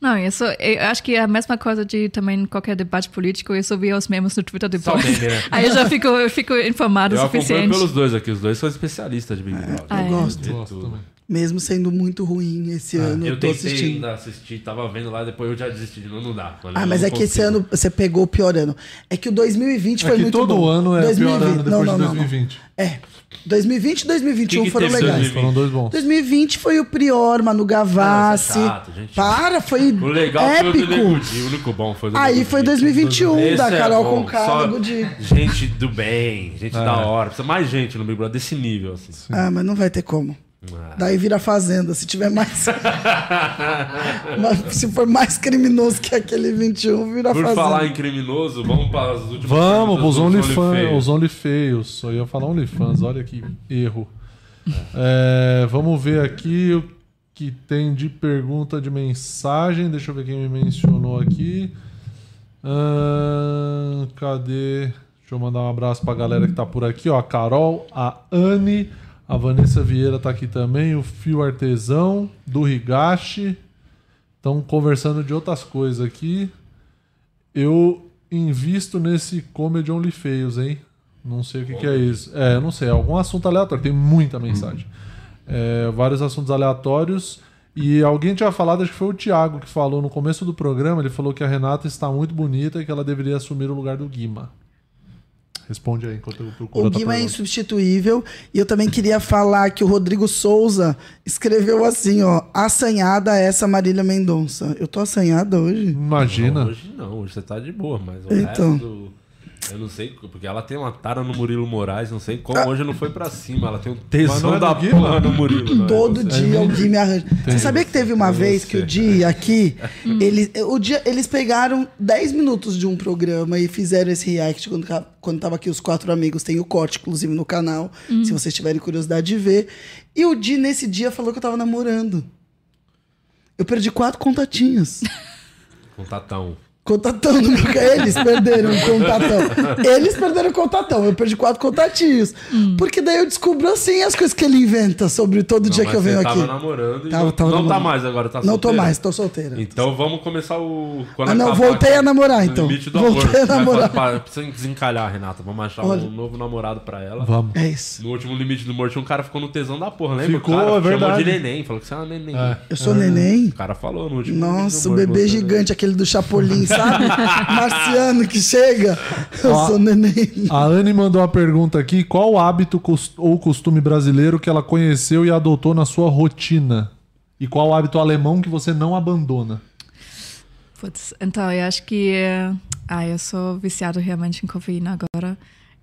Speaker 1: Não.
Speaker 3: Não, eu, só, eu acho que é a mesma coisa de também qualquer debate político. Eu só vi os memes no Twitter
Speaker 1: Só
Speaker 3: depois.
Speaker 1: meme, né?
Speaker 3: Aí eu já fico, eu fico informado
Speaker 1: Eu
Speaker 3: o
Speaker 1: acompanho
Speaker 3: Ah, é suficiente.
Speaker 1: pelos dois aqui, os dois são especialistas de Big Brother.
Speaker 3: Ah, é.
Speaker 4: gosto.
Speaker 1: De
Speaker 2: Gosto
Speaker 1: tudo.
Speaker 2: também.
Speaker 4: Mesmo sendo muito ruim esse ano,
Speaker 1: Ah,
Speaker 4: eu
Speaker 1: Eu
Speaker 4: tô
Speaker 1: tentei
Speaker 4: assistindo.
Speaker 1: ainda assistir, tava vendo lá, depois eu já desisti de novo, não dá. Falei,
Speaker 4: Ah,
Speaker 1: eu
Speaker 4: mas
Speaker 1: não
Speaker 4: é que esse
Speaker 1: consigo.
Speaker 4: ano você pegou o pior ano. É que o 2020
Speaker 2: É
Speaker 4: foi
Speaker 2: que
Speaker 4: muito
Speaker 2: todo
Speaker 4: bom.
Speaker 2: ano é pior ano
Speaker 4: 2020.
Speaker 2: depois
Speaker 4: Não,
Speaker 2: de
Speaker 4: não, não, não.
Speaker 2: 2020.
Speaker 4: É. 2020 e 2021
Speaker 1: Que que
Speaker 4: foram
Speaker 1: teve
Speaker 4: legais.
Speaker 1: 2020?
Speaker 2: Foram dois bons.
Speaker 4: 2020 foi o Prior, Manu Gavassi.
Speaker 1: Não, isso é chato, gente.
Speaker 4: Para, foi
Speaker 1: O legal foi o do Nego
Speaker 4: épico.
Speaker 1: Di, o único bom foi o do
Speaker 4: Aí
Speaker 1: Nego
Speaker 4: foi
Speaker 1: Di.
Speaker 4: 2021
Speaker 1: Esse
Speaker 4: da
Speaker 1: é
Speaker 4: Carol
Speaker 1: bom,
Speaker 4: Conká,
Speaker 1: só
Speaker 4: Nego Di.
Speaker 1: Gente do bem, gente da
Speaker 4: É.
Speaker 1: hora. Precisa mais gente no Big Brother desse nível, assim.
Speaker 4: Ah, mas não vai ter como.
Speaker 1: Ah.
Speaker 4: Daí vira fazenda, se tiver mais. Mas se for mais criminoso que aquele 21, vira
Speaker 1: Por
Speaker 4: fazenda.
Speaker 1: falar em criminoso, vamos para as últimas
Speaker 2: Vamos,
Speaker 1: perguntas
Speaker 2: pros
Speaker 1: dos
Speaker 2: OnlyFans.
Speaker 1: OnlyFans.
Speaker 2: Os OnlyFans. Só ia falar OnlyFans, olha que erro. É, vamos ver aqui o que tem de pergunta de mensagem. Deixa eu ver quem me mencionou aqui. Ahn, cadê? Deixa eu mandar um abraço pra galera que tá por aqui, ó. A Carol, a Anne, a Vanessa Vieira tá aqui também, o Fio Artesão, do Higashi. Estão conversando de outras coisas aqui. Eu invisto nesse Comedy Only Fails, hein? Não sei o que, que é isso. É, eu não sei. É algum assunto aleatório. Tem muita mensagem.
Speaker 1: Uhum.
Speaker 2: É, vários assuntos aleatórios. E alguém tinha falado, acho que foi o Thiago que falou no começo do programa. Ele falou que a Renata está muito bonita e que ela deveria assumir o lugar do Guima. Responde aí enquanto eu procuro
Speaker 4: O
Speaker 2: outra
Speaker 4: Guima é
Speaker 2: pergunta.
Speaker 4: insubstituível. E eu também queria falar que o Rodrigo Souza escreveu assim, ó. Assanhada essa Marília Mendonça. Eu tô assanhada hoje?
Speaker 1: Não,
Speaker 2: Imagina.
Speaker 1: hoje não, hoje você tá de boa, mas o
Speaker 4: Então.
Speaker 1: resto. Eu não sei, porque ela tem uma tara no Murilo Moraes, não sei
Speaker 4: Ah.
Speaker 1: como hoje não foi pra cima. Ela tem um
Speaker 2: Mas não
Speaker 1: tesão
Speaker 2: é
Speaker 1: da
Speaker 2: do Guima?
Speaker 1: porra no Murilo. não é
Speaker 4: Todo
Speaker 1: você.
Speaker 4: dia o Gui me arranja. Você sabia que teve uma vez que o Di aqui, eles, o dia, eles pegaram 10 minutos de um programa e fizeram esse react quando, ca- quando tava aqui os quatro amigos. Tem o corte, inclusive, no canal, se vocês tiverem curiosidade de ver. E o Di, nesse dia, falou que eu tava namorando. Eu perdi quatro contatinhos.
Speaker 1: Contatão.
Speaker 4: Contatão no meu... Eles perderam o contatão. Eles perderam o contatão. Eu perdi quatro contatinhos. Porque daí eu descubro assim as coisas que ele inventa sobre todo dia
Speaker 1: Não,
Speaker 4: que eu
Speaker 1: mas
Speaker 4: venho
Speaker 1: você
Speaker 4: aqui.
Speaker 1: Tava namorando e
Speaker 4: Tava-
Speaker 1: não,
Speaker 4: tava
Speaker 1: não tá
Speaker 4: namorando.
Speaker 1: mais agora, tá
Speaker 4: Não tô
Speaker 1: solteira?
Speaker 4: mais, tô solteira.
Speaker 1: Então vamos começar o. quando
Speaker 4: Ah, não,
Speaker 1: acabar
Speaker 4: voltei
Speaker 1: aqui,
Speaker 4: a namorar,
Speaker 1: no
Speaker 4: então.
Speaker 1: Limite do
Speaker 4: Voltei
Speaker 1: amor.
Speaker 4: a
Speaker 1: Vai,
Speaker 4: namorar.
Speaker 1: pode- Precisa desencalhar, Renata. Vamos achar
Speaker 4: Olha.
Speaker 1: um novo namorado pra ela.
Speaker 2: Vamos.
Speaker 4: É isso.
Speaker 1: No último limite do morte, um cara ficou no tesão da porra, lembra?
Speaker 2: Ficou,
Speaker 1: o cara
Speaker 2: é verdade.
Speaker 1: chamou de neném, falou que você é uma neném.
Speaker 4: Eu sou neném.
Speaker 1: O cara falou no último
Speaker 4: Nossa, o
Speaker 1: Limite do Morte,
Speaker 4: bebê
Speaker 1: você é
Speaker 4: gigante, aquele do Chapolin, sabe? Marciano que chega. Eu
Speaker 2: Ó.
Speaker 4: sou neném.
Speaker 2: A Anne mandou uma pergunta aqui: qual o hábito cos- ou costume brasileiro que ela conheceu e adotou na sua rotina? E qual o hábito alemão que você não abandona?
Speaker 3: Putz, então eu acho que. eh, Ah, eu sou viciado realmente em cafeína agora.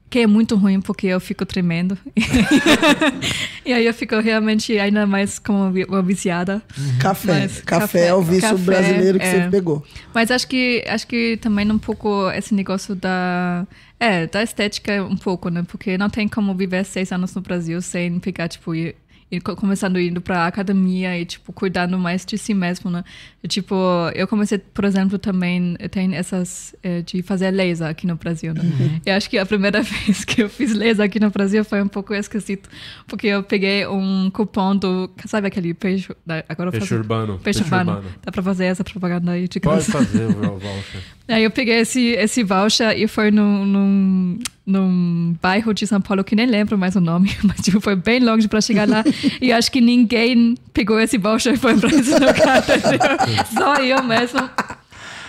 Speaker 3: Que é muito ruim porque eu fico tremendo. e aí eu fico realmente ainda mais como vi- uma viciada.
Speaker 4: Café.
Speaker 3: Mas
Speaker 4: café. é o
Speaker 3: café-
Speaker 4: vício
Speaker 3: café,
Speaker 4: brasileiro que
Speaker 3: é.
Speaker 4: você pegou.
Speaker 3: Mas acho que acho que também um pouco esse negócio da é, da estética um pouco, né? Porque não tem como viver seis anos no Brasil sem ficar tipo ir, ir co- começando indo para academia e tipo cuidando mais de si mesmo, né? E, tipo, eu comecei, por exemplo, também eh, tem essas eh, de fazer laser aqui no Brasil, né? Eu acho que a primeira vez que eu fiz laser aqui no Brasil foi um pouco esquisito, porque eu peguei um cupom do, sabe aquele peixe, da- agora eu
Speaker 1: Peixe
Speaker 3: faço-
Speaker 1: urbano.
Speaker 3: Peixe,
Speaker 1: Peixe
Speaker 3: urbano.
Speaker 1: urbano.
Speaker 3: Dá pra fazer essa propaganda aí de
Speaker 1: Pode
Speaker 3: graça.
Speaker 1: fazer o voucher.
Speaker 3: Aí eu peguei esse, esse voucher e foi num, num, num bairro de São Paulo, que nem lembro mais o nome, mas tipo, foi bem longe pra chegar lá. e acho que ninguém pegou esse voucher e foi pra esse lugar, entendeu? Só eu mesmo.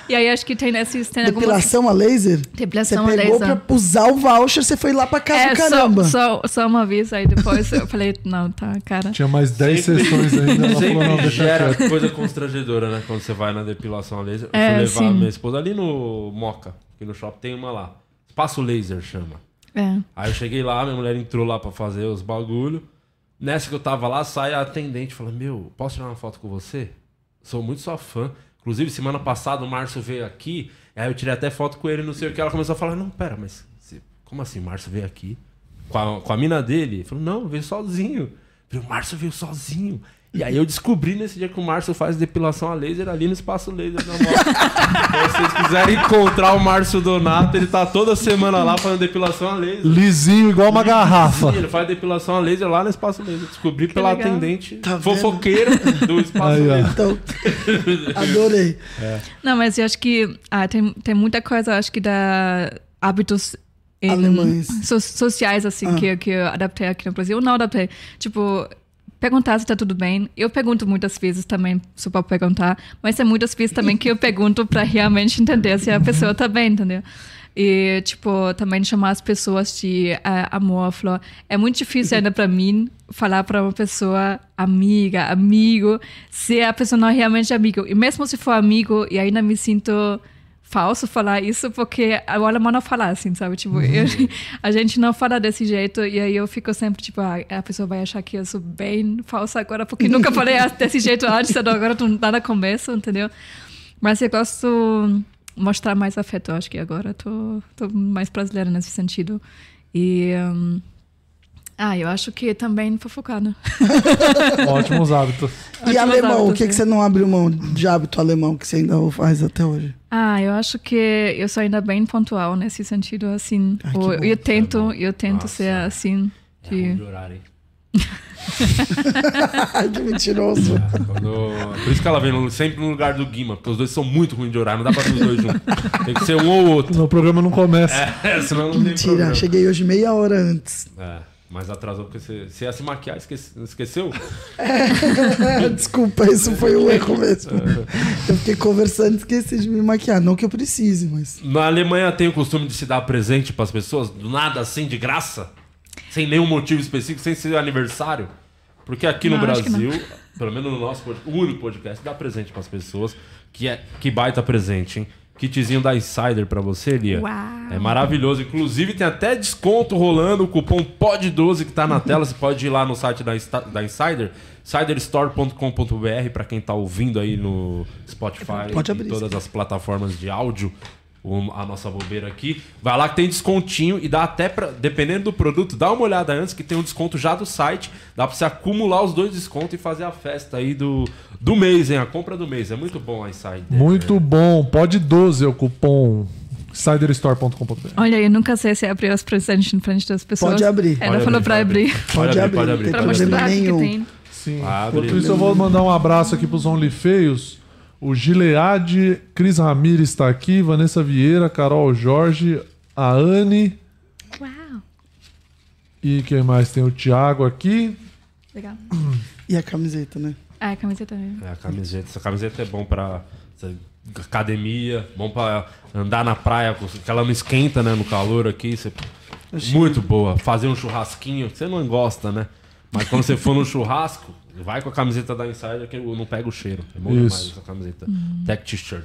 Speaker 3: E aí acho que tem esses... Tem algumas...
Speaker 4: Depilação a laser?
Speaker 3: Depilação
Speaker 4: você pegou
Speaker 3: laser.
Speaker 4: pra usar o voucher, você foi lá pra casa
Speaker 3: É,
Speaker 4: do
Speaker 3: só,
Speaker 4: caramba.
Speaker 3: só, só uma vez, aí depois eu falei, não, tá, cara.
Speaker 2: Tinha mais 10
Speaker 1: Sempre-
Speaker 2: sessões ainda. Ela falou: não,
Speaker 1: Sempre
Speaker 2: deixa
Speaker 1: gera
Speaker 2: quieto.
Speaker 1: coisa constrangedora, né? Quando você vai na depilação a laser. Eu
Speaker 3: É,
Speaker 1: fui levar
Speaker 3: sim.
Speaker 1: minha esposa ali no Moca, que no shopping tem uma lá. Espaço laser chama.
Speaker 3: É.
Speaker 1: Aí eu cheguei lá, minha mulher entrou lá pra fazer os bagulho. Nessa que eu tava lá, sai a atendente e fala: Meu, posso tirar uma foto com você? Sou muito sua fã. Inclusive, semana passada o Márcio veio aqui, aí eu tirei até foto com ele, não sei o que. Ela começou a falar: Não, pera, mas você- como assim o Márcio veio aqui? Com a, com a mina dele? Falou: Não, veio sozinho. Eu Falei, o Márcio veio sozinho. E aí eu descobri nesse dia que o Márcio faz depilação a laser ali no espaço laser na moto. Se vocês quiserem encontrar o Márcio Donato, ele tá toda semana lá fazendo depilação a laser.
Speaker 2: Lisinho, igual uma garrafa.
Speaker 1: Sim, ele faz depilação a laser lá no espaço laser. Descobri pela
Speaker 3: legal.
Speaker 1: atendente
Speaker 4: Tá vendo?
Speaker 1: fofoqueira do espaço
Speaker 2: Aí, ó.
Speaker 1: laser.
Speaker 4: Então, adorei.
Speaker 3: Não, mas eu acho que ah, tem, tem muita coisa, acho que da hábitos em-
Speaker 4: Alemães.
Speaker 3: so- sociais, assim, que, que eu adaptei aqui no Brasil. Não adaptei. Tipo, perguntar se tá tudo bem. Eu pergunto muitas vezes também, só pra perguntar. Mas tem muitas vezes também que eu pergunto pra realmente entender se a pessoa tá bem, entendeu? E, tipo, também chamar as pessoas de ah, amor, flor. É muito difícil ainda pra mim falar pra uma pessoa amiga, amigo, se a pessoa não é realmente amigo. E mesmo se for amigo, e ainda me sinto falso falar isso porque o alemão não fala assim, sabe? Tipo, eu- a gente não fala desse jeito e aí eu fico sempre tipo, ah, a pessoa vai achar que eu sou bem falsa agora porque nunca falei a- desse jeito antes, então agora do nada começo, entendeu? Mas eu gosto mostrar mais afeto, acho que agora tô, tô mais brasileira nesse sentido. E. hum, ah, eu acho que também né? fofocada.
Speaker 2: Ótimos hábitos.
Speaker 4: E
Speaker 3: Ótimas
Speaker 4: alemão, o
Speaker 3: hábitos,
Speaker 4: que, que
Speaker 3: né?
Speaker 4: você não abriu mão de hábito alemão que você ainda faz até hoje?
Speaker 3: Ah, eu acho que eu sou ainda bem pontual nesse sentido, assim.
Speaker 4: Ah, que
Speaker 3: Ou
Speaker 4: bom.
Speaker 3: eu tento, eu tento
Speaker 1: Nossa.
Speaker 3: ser assim.
Speaker 1: É, vamos
Speaker 3: De...
Speaker 1: melhorar, hein?
Speaker 4: Ai, que mentiroso.
Speaker 1: Quando- Por isso que ela vem no- sempre no lugar do Guima, porque os dois são muito ruins de orar, não dá pra ter os dois juntos. Tem que ser um ou outro.
Speaker 2: No programa não começa.
Speaker 1: É, senão não tem
Speaker 4: Mentira,
Speaker 1: problema.
Speaker 4: cheguei hoje meia hora antes.
Speaker 1: É, Mas atrasou porque você, você ia se maquiar, esquece- esqueceu?
Speaker 4: Desculpa, isso foi um erro mesmo. Eu fiquei conversando e esqueci de me maquiar. Não que eu precise, mas.
Speaker 1: Na Alemanha tem o costume de se dar presente pras pessoas, do nada assim, de graça? Sem nenhum motivo específico, sem ser aniversário? Porque aqui no
Speaker 3: Não, acho que não.
Speaker 1: Brasil, pelo menos no nosso podcast, o único podcast, dá presente pras pessoas, que é que baita presente, hein? Kitzinho da Insider pra você, Lia.
Speaker 3: Uau.
Speaker 1: É maravilhoso. Inclusive, tem até desconto rolando. O cupom POD12 que tá na tela. Você pode ir lá no site da, Insta- da Insider, insiderstore.com.br, pra quem tá ouvindo aí no Spotify
Speaker 4: Pode
Speaker 1: e
Speaker 4: abrir,
Speaker 1: todas as plataformas de áudio. um- A nossa bobeira aqui. Vai lá que tem descontinho e dá até pra. Dependendo do produto, dá uma olhada antes que tem um desconto já do site. Dá pra você acumular os dois descontos e fazer a festa aí do, do mês, hein? A compra do mês. É muito bom a Insider.
Speaker 2: Muito bom. Pode 12 é o cupom ciderstore.com.br.
Speaker 3: Olha, eu nunca sei se abriu as presentes em frente das pessoas.
Speaker 4: Pode abrir.
Speaker 3: Ela
Speaker 1: Pode
Speaker 3: falou
Speaker 1: abrir,
Speaker 3: É, pra
Speaker 1: pode
Speaker 3: abrir.
Speaker 4: Pode abrir,
Speaker 1: pode abrir.
Speaker 4: tem
Speaker 3: Pra
Speaker 1: pode abrir.
Speaker 3: mostrar o que que
Speaker 4: nenhum.
Speaker 3: tem.
Speaker 2: Sim.
Speaker 1: Abre.
Speaker 2: Enquanto isso, eu vou mandar um abraço aqui pros OnlyFeios. O Gileade, Cris Ramires está aqui, Vanessa Vieira, Carol Jorge, a Anne
Speaker 3: Uau,
Speaker 2: e quem mais? Tem o Thiago aqui.
Speaker 3: legal.
Speaker 4: E a camiseta, né?
Speaker 3: Ah, a camiseta também.
Speaker 1: É, a camiseta. Essa camiseta é bom pra essa academia, bom pra andar na praia, que ela não esquenta, né? No calor aqui. Você... Muito boa. Fazer um churrasquinho, que você não gosta, né? Mas quando você for no churrasco, vai com a camiseta da Insider que eu não pega o cheiro. É bom demais
Speaker 2: Isso.
Speaker 1: essa camiseta. Tech T-shirt.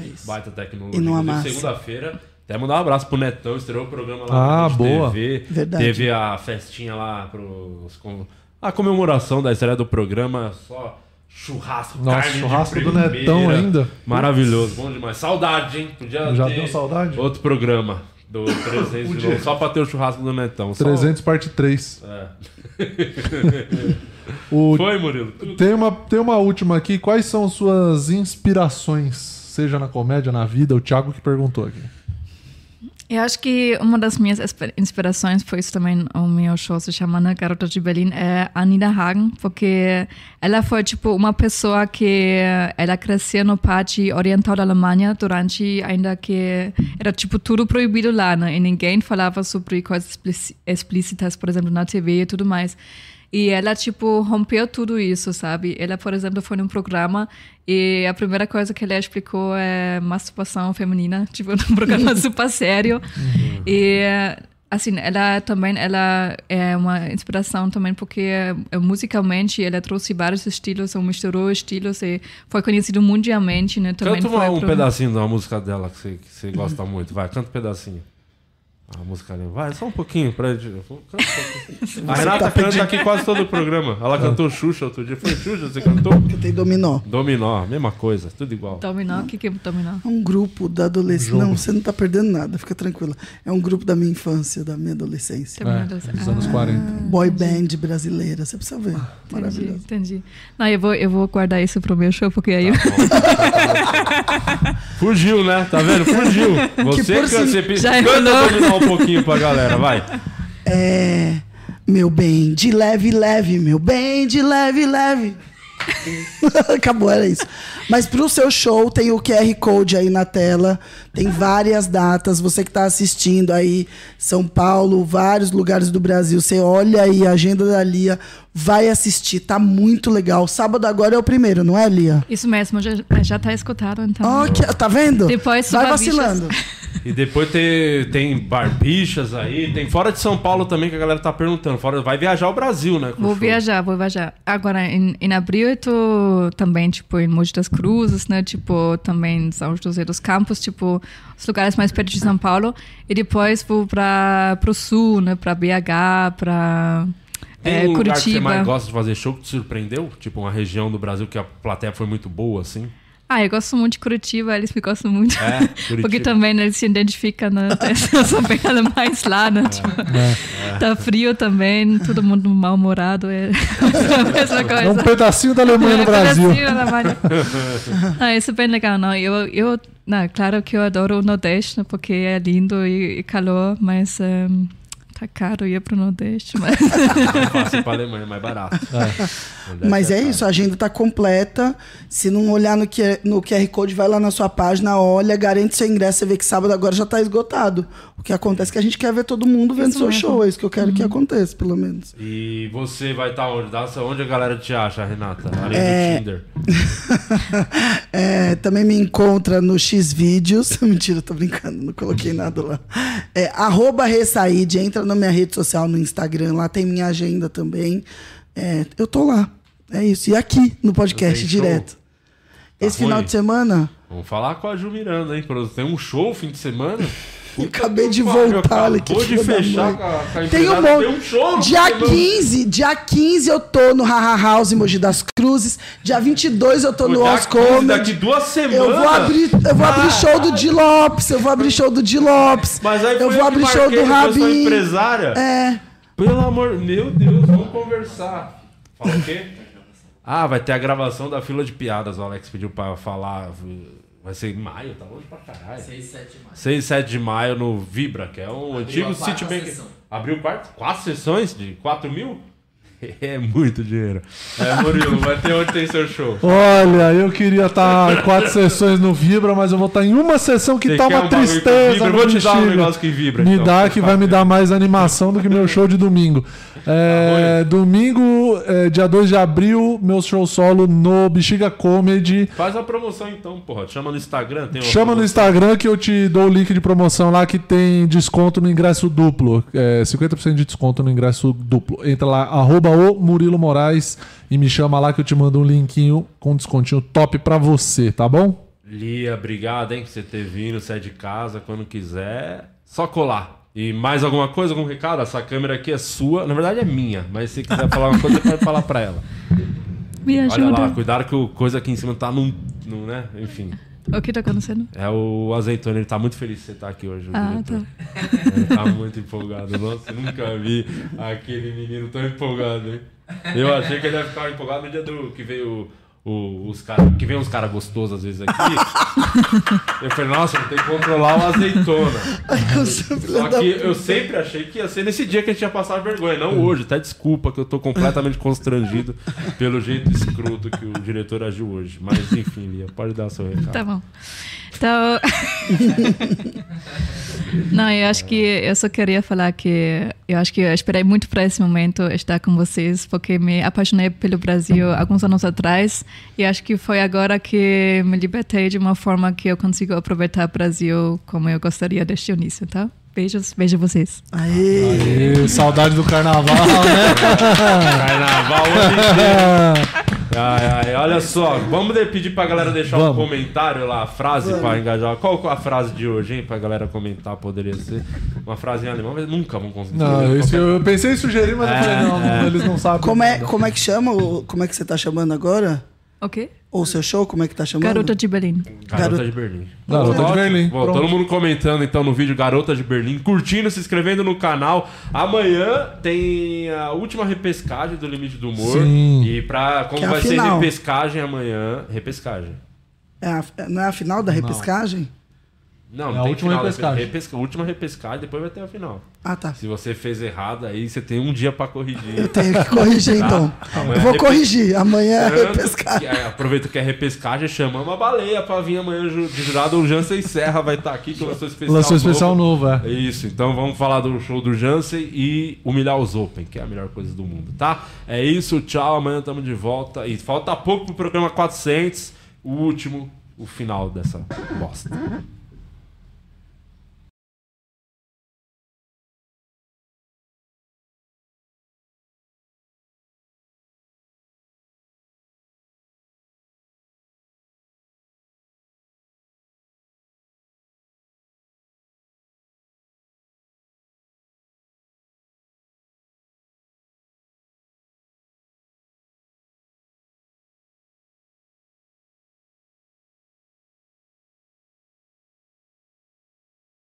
Speaker 4: É isso.
Speaker 1: Baita tecnologia.
Speaker 4: E não
Speaker 1: Inclusive,
Speaker 4: amassa.
Speaker 1: Segunda-feira, até mandar um abraço pro Netão, estreou o programa
Speaker 2: Ah,
Speaker 1: lá na Rede
Speaker 2: boa.
Speaker 1: TV.
Speaker 4: Verdade.
Speaker 1: Teve a festinha lá pros. com- A comemoração da estreia do programa, só churrasco,
Speaker 2: Nossa,
Speaker 1: carne de
Speaker 2: churrasco do
Speaker 1: primeira.
Speaker 2: Netão ainda.
Speaker 1: Maravilhoso, bom demais. Saudade, hein? Podia
Speaker 2: Já
Speaker 1: ter
Speaker 2: deu saudade?
Speaker 1: Outro programa do 300 de novo, só pra ter o churrasco do Netão. Só-
Speaker 2: 300 parte 3.
Speaker 1: É.
Speaker 2: O
Speaker 1: Foi, Murilo? Tudo.
Speaker 2: Tem uma, tem uma última aqui. Quais são suas inspirações? Seja na comédia, na vida, o Thiago que perguntou aqui.
Speaker 3: Eu acho que uma das minhas espe- inspirações, por isso também o meu show se chama né, Garota de Berlim, é a Nina Hagen, porque ela foi tipo uma pessoa que ela cresceu no parte oriental da Alemanha durante ainda que era tipo tudo proibido lá, né? E ninguém falava sobre coisas explici- explícitas, por exemplo, na TV e tudo mais. E ela, tipo, rompeu tudo isso, sabe? Ela, por exemplo, foi num programa e a primeira coisa que ela explicou é masturbação feminina, tipo, num programa super sério. E,
Speaker 2: Uhum.
Speaker 3: assim, ela também ela é uma inspiração também porque eh, musicalmente ela trouxe vários estilos, ou misturou estilos e foi conhecido mundialmente, né? Também
Speaker 1: Canta uma-
Speaker 3: foi
Speaker 1: um
Speaker 3: pro-
Speaker 1: pedacinho da música dela que você, que você gosta muito. Vai, canta um pedacinho. A música dela. Vai, só um pouquinho pra gente. Canta um pouquinho. A Renata
Speaker 4: tá
Speaker 1: canta aqui quase todo o programa. Ela cantou Xuxa outro dia. Foi Xuxa, você cantou?
Speaker 4: Porque tem dominó.
Speaker 1: Dominó, mesma coisa, tudo igual.
Speaker 3: Dominó, o que que é dominó?
Speaker 4: É um grupo da adolescência. Não, você não tá perdendo nada, fica tranquila. É um grupo da minha infância, da minha adolescência.
Speaker 3: Dominó
Speaker 2: É,
Speaker 3: das-
Speaker 2: dos
Speaker 3: Ah.
Speaker 2: anos 40.
Speaker 4: Boy band brasileira, você precisa ver.
Speaker 3: Entendi,
Speaker 4: Maravilhoso.
Speaker 3: entendi. Não, eu vou, eu vou guardar isso pro meu show, porque
Speaker 2: Tá.
Speaker 3: aí
Speaker 1: Fugiu, né? Tá vendo? Fugiu. Você
Speaker 4: por
Speaker 1: canta,
Speaker 4: sin-
Speaker 1: você
Speaker 3: Já
Speaker 1: canta
Speaker 3: enrolou.
Speaker 1: dominó um pouquinho pra galera, vai.
Speaker 4: É, meu bem, de leve, leve, meu bem, de leve, leve. Acabou, era isso. Mas pro seu show tem o QR Code aí na tela, tem várias datas. Você que tá assistindo aí, São Paulo, vários lugares do Brasil, você olha aí a agenda da Lia, vai assistir, tá muito legal. Sábado agora é o primeiro, não é, Lia?
Speaker 3: Isso mesmo, já, já tá escutado, então.
Speaker 4: Ó, que- tá vendo?
Speaker 3: Depois
Speaker 4: vai
Speaker 3: Babichas.
Speaker 4: vacilando.
Speaker 1: E depois tem, tem barbichas aí, tem fora de São Paulo também que a galera tá perguntando. Fora, vai viajar o Brasil, né? com
Speaker 3: Vou
Speaker 1: show.
Speaker 3: viajar, vou viajar. Agora, em, em abril eu tô também, tipo, em Mogi das Cruzes, né? Tipo, também em São José dos Campos, tipo, os lugares mais perto de São Paulo. E depois vou para pro sul, né? Pra BH, pra
Speaker 1: Tem
Speaker 3: eh,
Speaker 1: um lugar que você
Speaker 3: Curitiba.
Speaker 1: mais gosta de fazer show que te surpreendeu? Tipo, uma região do Brasil que a plateia foi muito boa, assim?
Speaker 3: Ah, eu gosto muito de Curitiba, eles me gostam muito.
Speaker 1: É,
Speaker 3: Porque
Speaker 1: Curitiba.
Speaker 3: também eles se identificam, né? Eu sou bem alemães lá,
Speaker 1: É.
Speaker 3: né? Tipo, Tá frio também, todo mundo mal-humorado. É a mesma coisa.
Speaker 2: É um pedacinho da Alemanha no
Speaker 3: É,
Speaker 2: Brasil.
Speaker 3: Brasil, Alemanha. Ah, isso é bem legal, não. Eu, eu, não, claro que eu adoro o Nordeste, né, porque é lindo e, e calor, mas ehm, Tá caro, eu ia pro Nordeste, mas
Speaker 1: É fácil ir pra Alemanha, é mais barato. Nordeste
Speaker 4: Mas é
Speaker 1: caro.
Speaker 4: isso, a agenda tá completa. Se não olhar no, Q- no QR Code, vai lá na sua página, olha, garante seu ingresso, você vê que sábado agora já tá esgotado. O que acontece é que a gente quer ver todo mundo vendo
Speaker 3: Isso
Speaker 4: seu
Speaker 3: mesmo. Uhum.
Speaker 4: show, é isso que eu quero que aconteça, pelo menos.
Speaker 1: E você vai estar onde? Dá- Onde a galera te acha, Renata? Além
Speaker 4: É.
Speaker 1: do Tinder. Tá
Speaker 4: É, também me encontra no Xvideos. Mentira, tô brincando, não coloquei nada lá. É, arroba Ressaíde, entra na minha rede social no Instagram, lá tem minha agenda também. É, eu tô lá. É isso. E aqui no podcast
Speaker 1: Tem show?
Speaker 4: direto.
Speaker 1: Tá
Speaker 4: Esse final
Speaker 1: ruim?
Speaker 4: de semana,
Speaker 1: Vamos falar com a Ju Miranda, hein? Quando tem um show fim de semana.
Speaker 4: eu acabei de
Speaker 1: Puta que pariu,
Speaker 4: voltar, olha que
Speaker 1: Acabou de
Speaker 4: filha da
Speaker 1: fechar
Speaker 4: mãe.
Speaker 1: com a, com a
Speaker 4: Tem um
Speaker 1: empregada,
Speaker 4: monte.
Speaker 1: Tem um show
Speaker 4: dia
Speaker 1: fim de semana.
Speaker 4: 15, dia 15 eu tô no Haha House, em Mogi das Cruzes. Dia 22 eu tô
Speaker 1: Pô,
Speaker 4: no
Speaker 1: dia
Speaker 4: Os
Speaker 1: 15, Daqui
Speaker 4: Comedy.
Speaker 1: duas semanas.
Speaker 4: Eu vou abrir, eu vou abrir show do Di Lopes, eu vou abrir show do Di Lopes.
Speaker 1: Mas aí
Speaker 4: eu
Speaker 1: foi
Speaker 4: vou
Speaker 1: que
Speaker 4: abrir show
Speaker 1: marquei,
Speaker 4: do
Speaker 1: depois foi
Speaker 4: Rabin.
Speaker 1: empresária.
Speaker 4: É,
Speaker 1: Pelo amor, meu Deus, vamos conversar. Fala o quê? ah, vai ter a gravação da fila de piadas. O Alex pediu pra falar. Vai ser em maio, tá longe pra caralho.
Speaker 7: 6, 7 mais.
Speaker 1: 6 e 7 de maio no Vibra, que é um antigo
Speaker 7: a quarta
Speaker 1: Citibank.
Speaker 7: sessão.
Speaker 1: Abriu quatro, quatro sessões de 4 mil? É muito dinheiro. É, Murilo, vai ter onde tem seu show.
Speaker 2: Olha, eu queria estar quatro sessões no Vibra, mas eu vou estar em uma sessão que
Speaker 1: Você
Speaker 2: tá
Speaker 1: quer
Speaker 2: uma
Speaker 1: um bagulho que
Speaker 2: tristeza.
Speaker 1: vibra? Eu
Speaker 2: no
Speaker 1: vou te dar um
Speaker 2: bexiga.
Speaker 1: negócio que vibra,
Speaker 2: Me
Speaker 1: então,
Speaker 2: dá,
Speaker 1: pra
Speaker 2: que
Speaker 1: ficar
Speaker 2: vai me
Speaker 1: feliz.
Speaker 2: dar mais animação do que meu show de domingo. É, domingo, é, dia 2 de abril, meu show solo no Bexiga Comedy.
Speaker 1: Faz a promoção então, porra. Te Chama no Instagram, tem uma
Speaker 2: Chama no
Speaker 1: promoção.
Speaker 2: Instagram que eu te dou o link de promoção lá que tem desconto no ingresso duplo. É, 50% de desconto no ingresso duplo. Entra lá, arroba o Murilo Moraes e me chama lá que eu te mando um linkinho com descontinho top pra você, tá bom?
Speaker 1: Lia, obrigado, hein, por você ter vindo. Você é de casa, quando quiser, só colar. E mais alguma coisa, algum recado? Essa câmera aqui é sua. Na verdade é minha, mas se quiser falar uma coisa, você pode falar pra ela.
Speaker 3: me
Speaker 1: Olha lá,
Speaker 3: ajuda.
Speaker 1: cuidado que o coisa aqui em cima tá num. num né? Enfim.
Speaker 3: O que tá acontecendo?
Speaker 1: É o azeitona, ele tá muito feliz de você estar aqui hoje. o
Speaker 3: Ah,
Speaker 1: diretor.
Speaker 3: tá.
Speaker 1: Ele tá muito empolgado. Nossa, eu nunca vi aquele menino tão empolgado, hein? Eu achei que ele ia ficar empolgado no dia do que veio o- os caras. Que vem uns caras gostosos às vezes aqui. Eu falei, nossa, não tem que controlar o azeitona.
Speaker 4: eu sou filha
Speaker 1: Só
Speaker 4: da
Speaker 1: que eu sempre achei que ia ser nesse dia que a gente ia passar vergonha, não hoje. Até desculpa que eu tô completamente constrangido pelo jeito escroto que o diretor agiu hoje. Mas enfim, Lia, pode dar seu recado.
Speaker 3: Tá bom. Então. Não, eu acho que eu só queria falar que eu acho que eu esperei muito para esse momento estar com vocês, porque me apaixonei pelo Brasil alguns anos atrás e acho que foi agora que me libertei de uma forma que eu consigo aproveitar o Brasil como eu gostaria desde o início, tá? Beijos, beijo vocês.
Speaker 4: Aê.
Speaker 2: E saudade do carnaval, né?
Speaker 1: Carnaval hoje inteiro. Ai, ai, olha só, vamos de- pedir pra galera deixar um
Speaker 2: É Vamos.
Speaker 1: comentário lá, a frase pra engajar. Qual a frase de hoje, hein? Pra galera comentar, poderia ser. Uma frase em alemão, mas nunca vão conseguir. né?
Speaker 2: Não,
Speaker 1: escrever
Speaker 2: isso eu, eu pensei em sugerir, mas eu falei, não,
Speaker 1: É, é.
Speaker 2: eles não sabem.
Speaker 4: Como é, como é que chama? o- Como é que você tá chamando agora?
Speaker 3: Ok?
Speaker 4: Ou seu show, como é que tá chamando?
Speaker 3: Garota de Berlim.
Speaker 1: Garota
Speaker 4: Garota-
Speaker 1: de Berlim.
Speaker 2: Garota de
Speaker 1: Ótimo.
Speaker 2: Berlim,
Speaker 1: Bom,
Speaker 2: pronto.
Speaker 1: todo mundo comentando então no vídeo Garota de Berlim, curtindo, se inscrevendo no canal. Amanhã tem a última repescagem do Limite do Humor.
Speaker 2: Sim.
Speaker 1: E pra, como
Speaker 4: Que é a
Speaker 1: vai ser
Speaker 4: final.
Speaker 1: repescagem amanhã? Repescagem.
Speaker 4: É a- não é a final da repescagem?
Speaker 1: Não,
Speaker 2: É
Speaker 1: não
Speaker 2: a
Speaker 1: tem
Speaker 2: última
Speaker 1: final,
Speaker 2: repescagem.
Speaker 1: repesca- última repescagem, depois vai ter a final.
Speaker 4: Ah, tá.
Speaker 1: Se você fez errado, aí você tem um dia pra corrigir.
Speaker 4: Tenho que corrigir então.
Speaker 1: Amanhã
Speaker 4: Eu vou
Speaker 1: repes-
Speaker 4: corrigir. Amanhã é
Speaker 1: Tanto
Speaker 4: repescagem.
Speaker 1: que- é, aproveita que é repescagem, chama uma baleia pra vir amanhã ju- de jurado. O Jansen Serra vai estar aqui, que lançou especial
Speaker 2: Lançou especial novo, é.
Speaker 1: É isso, então vamos falar do show do Jansen e humilhar os Open, que é a melhor coisa do mundo, tá? É isso, tchau, amanhã estamos de volta. E falta pouco pro programa 400, o último, o final dessa bosta.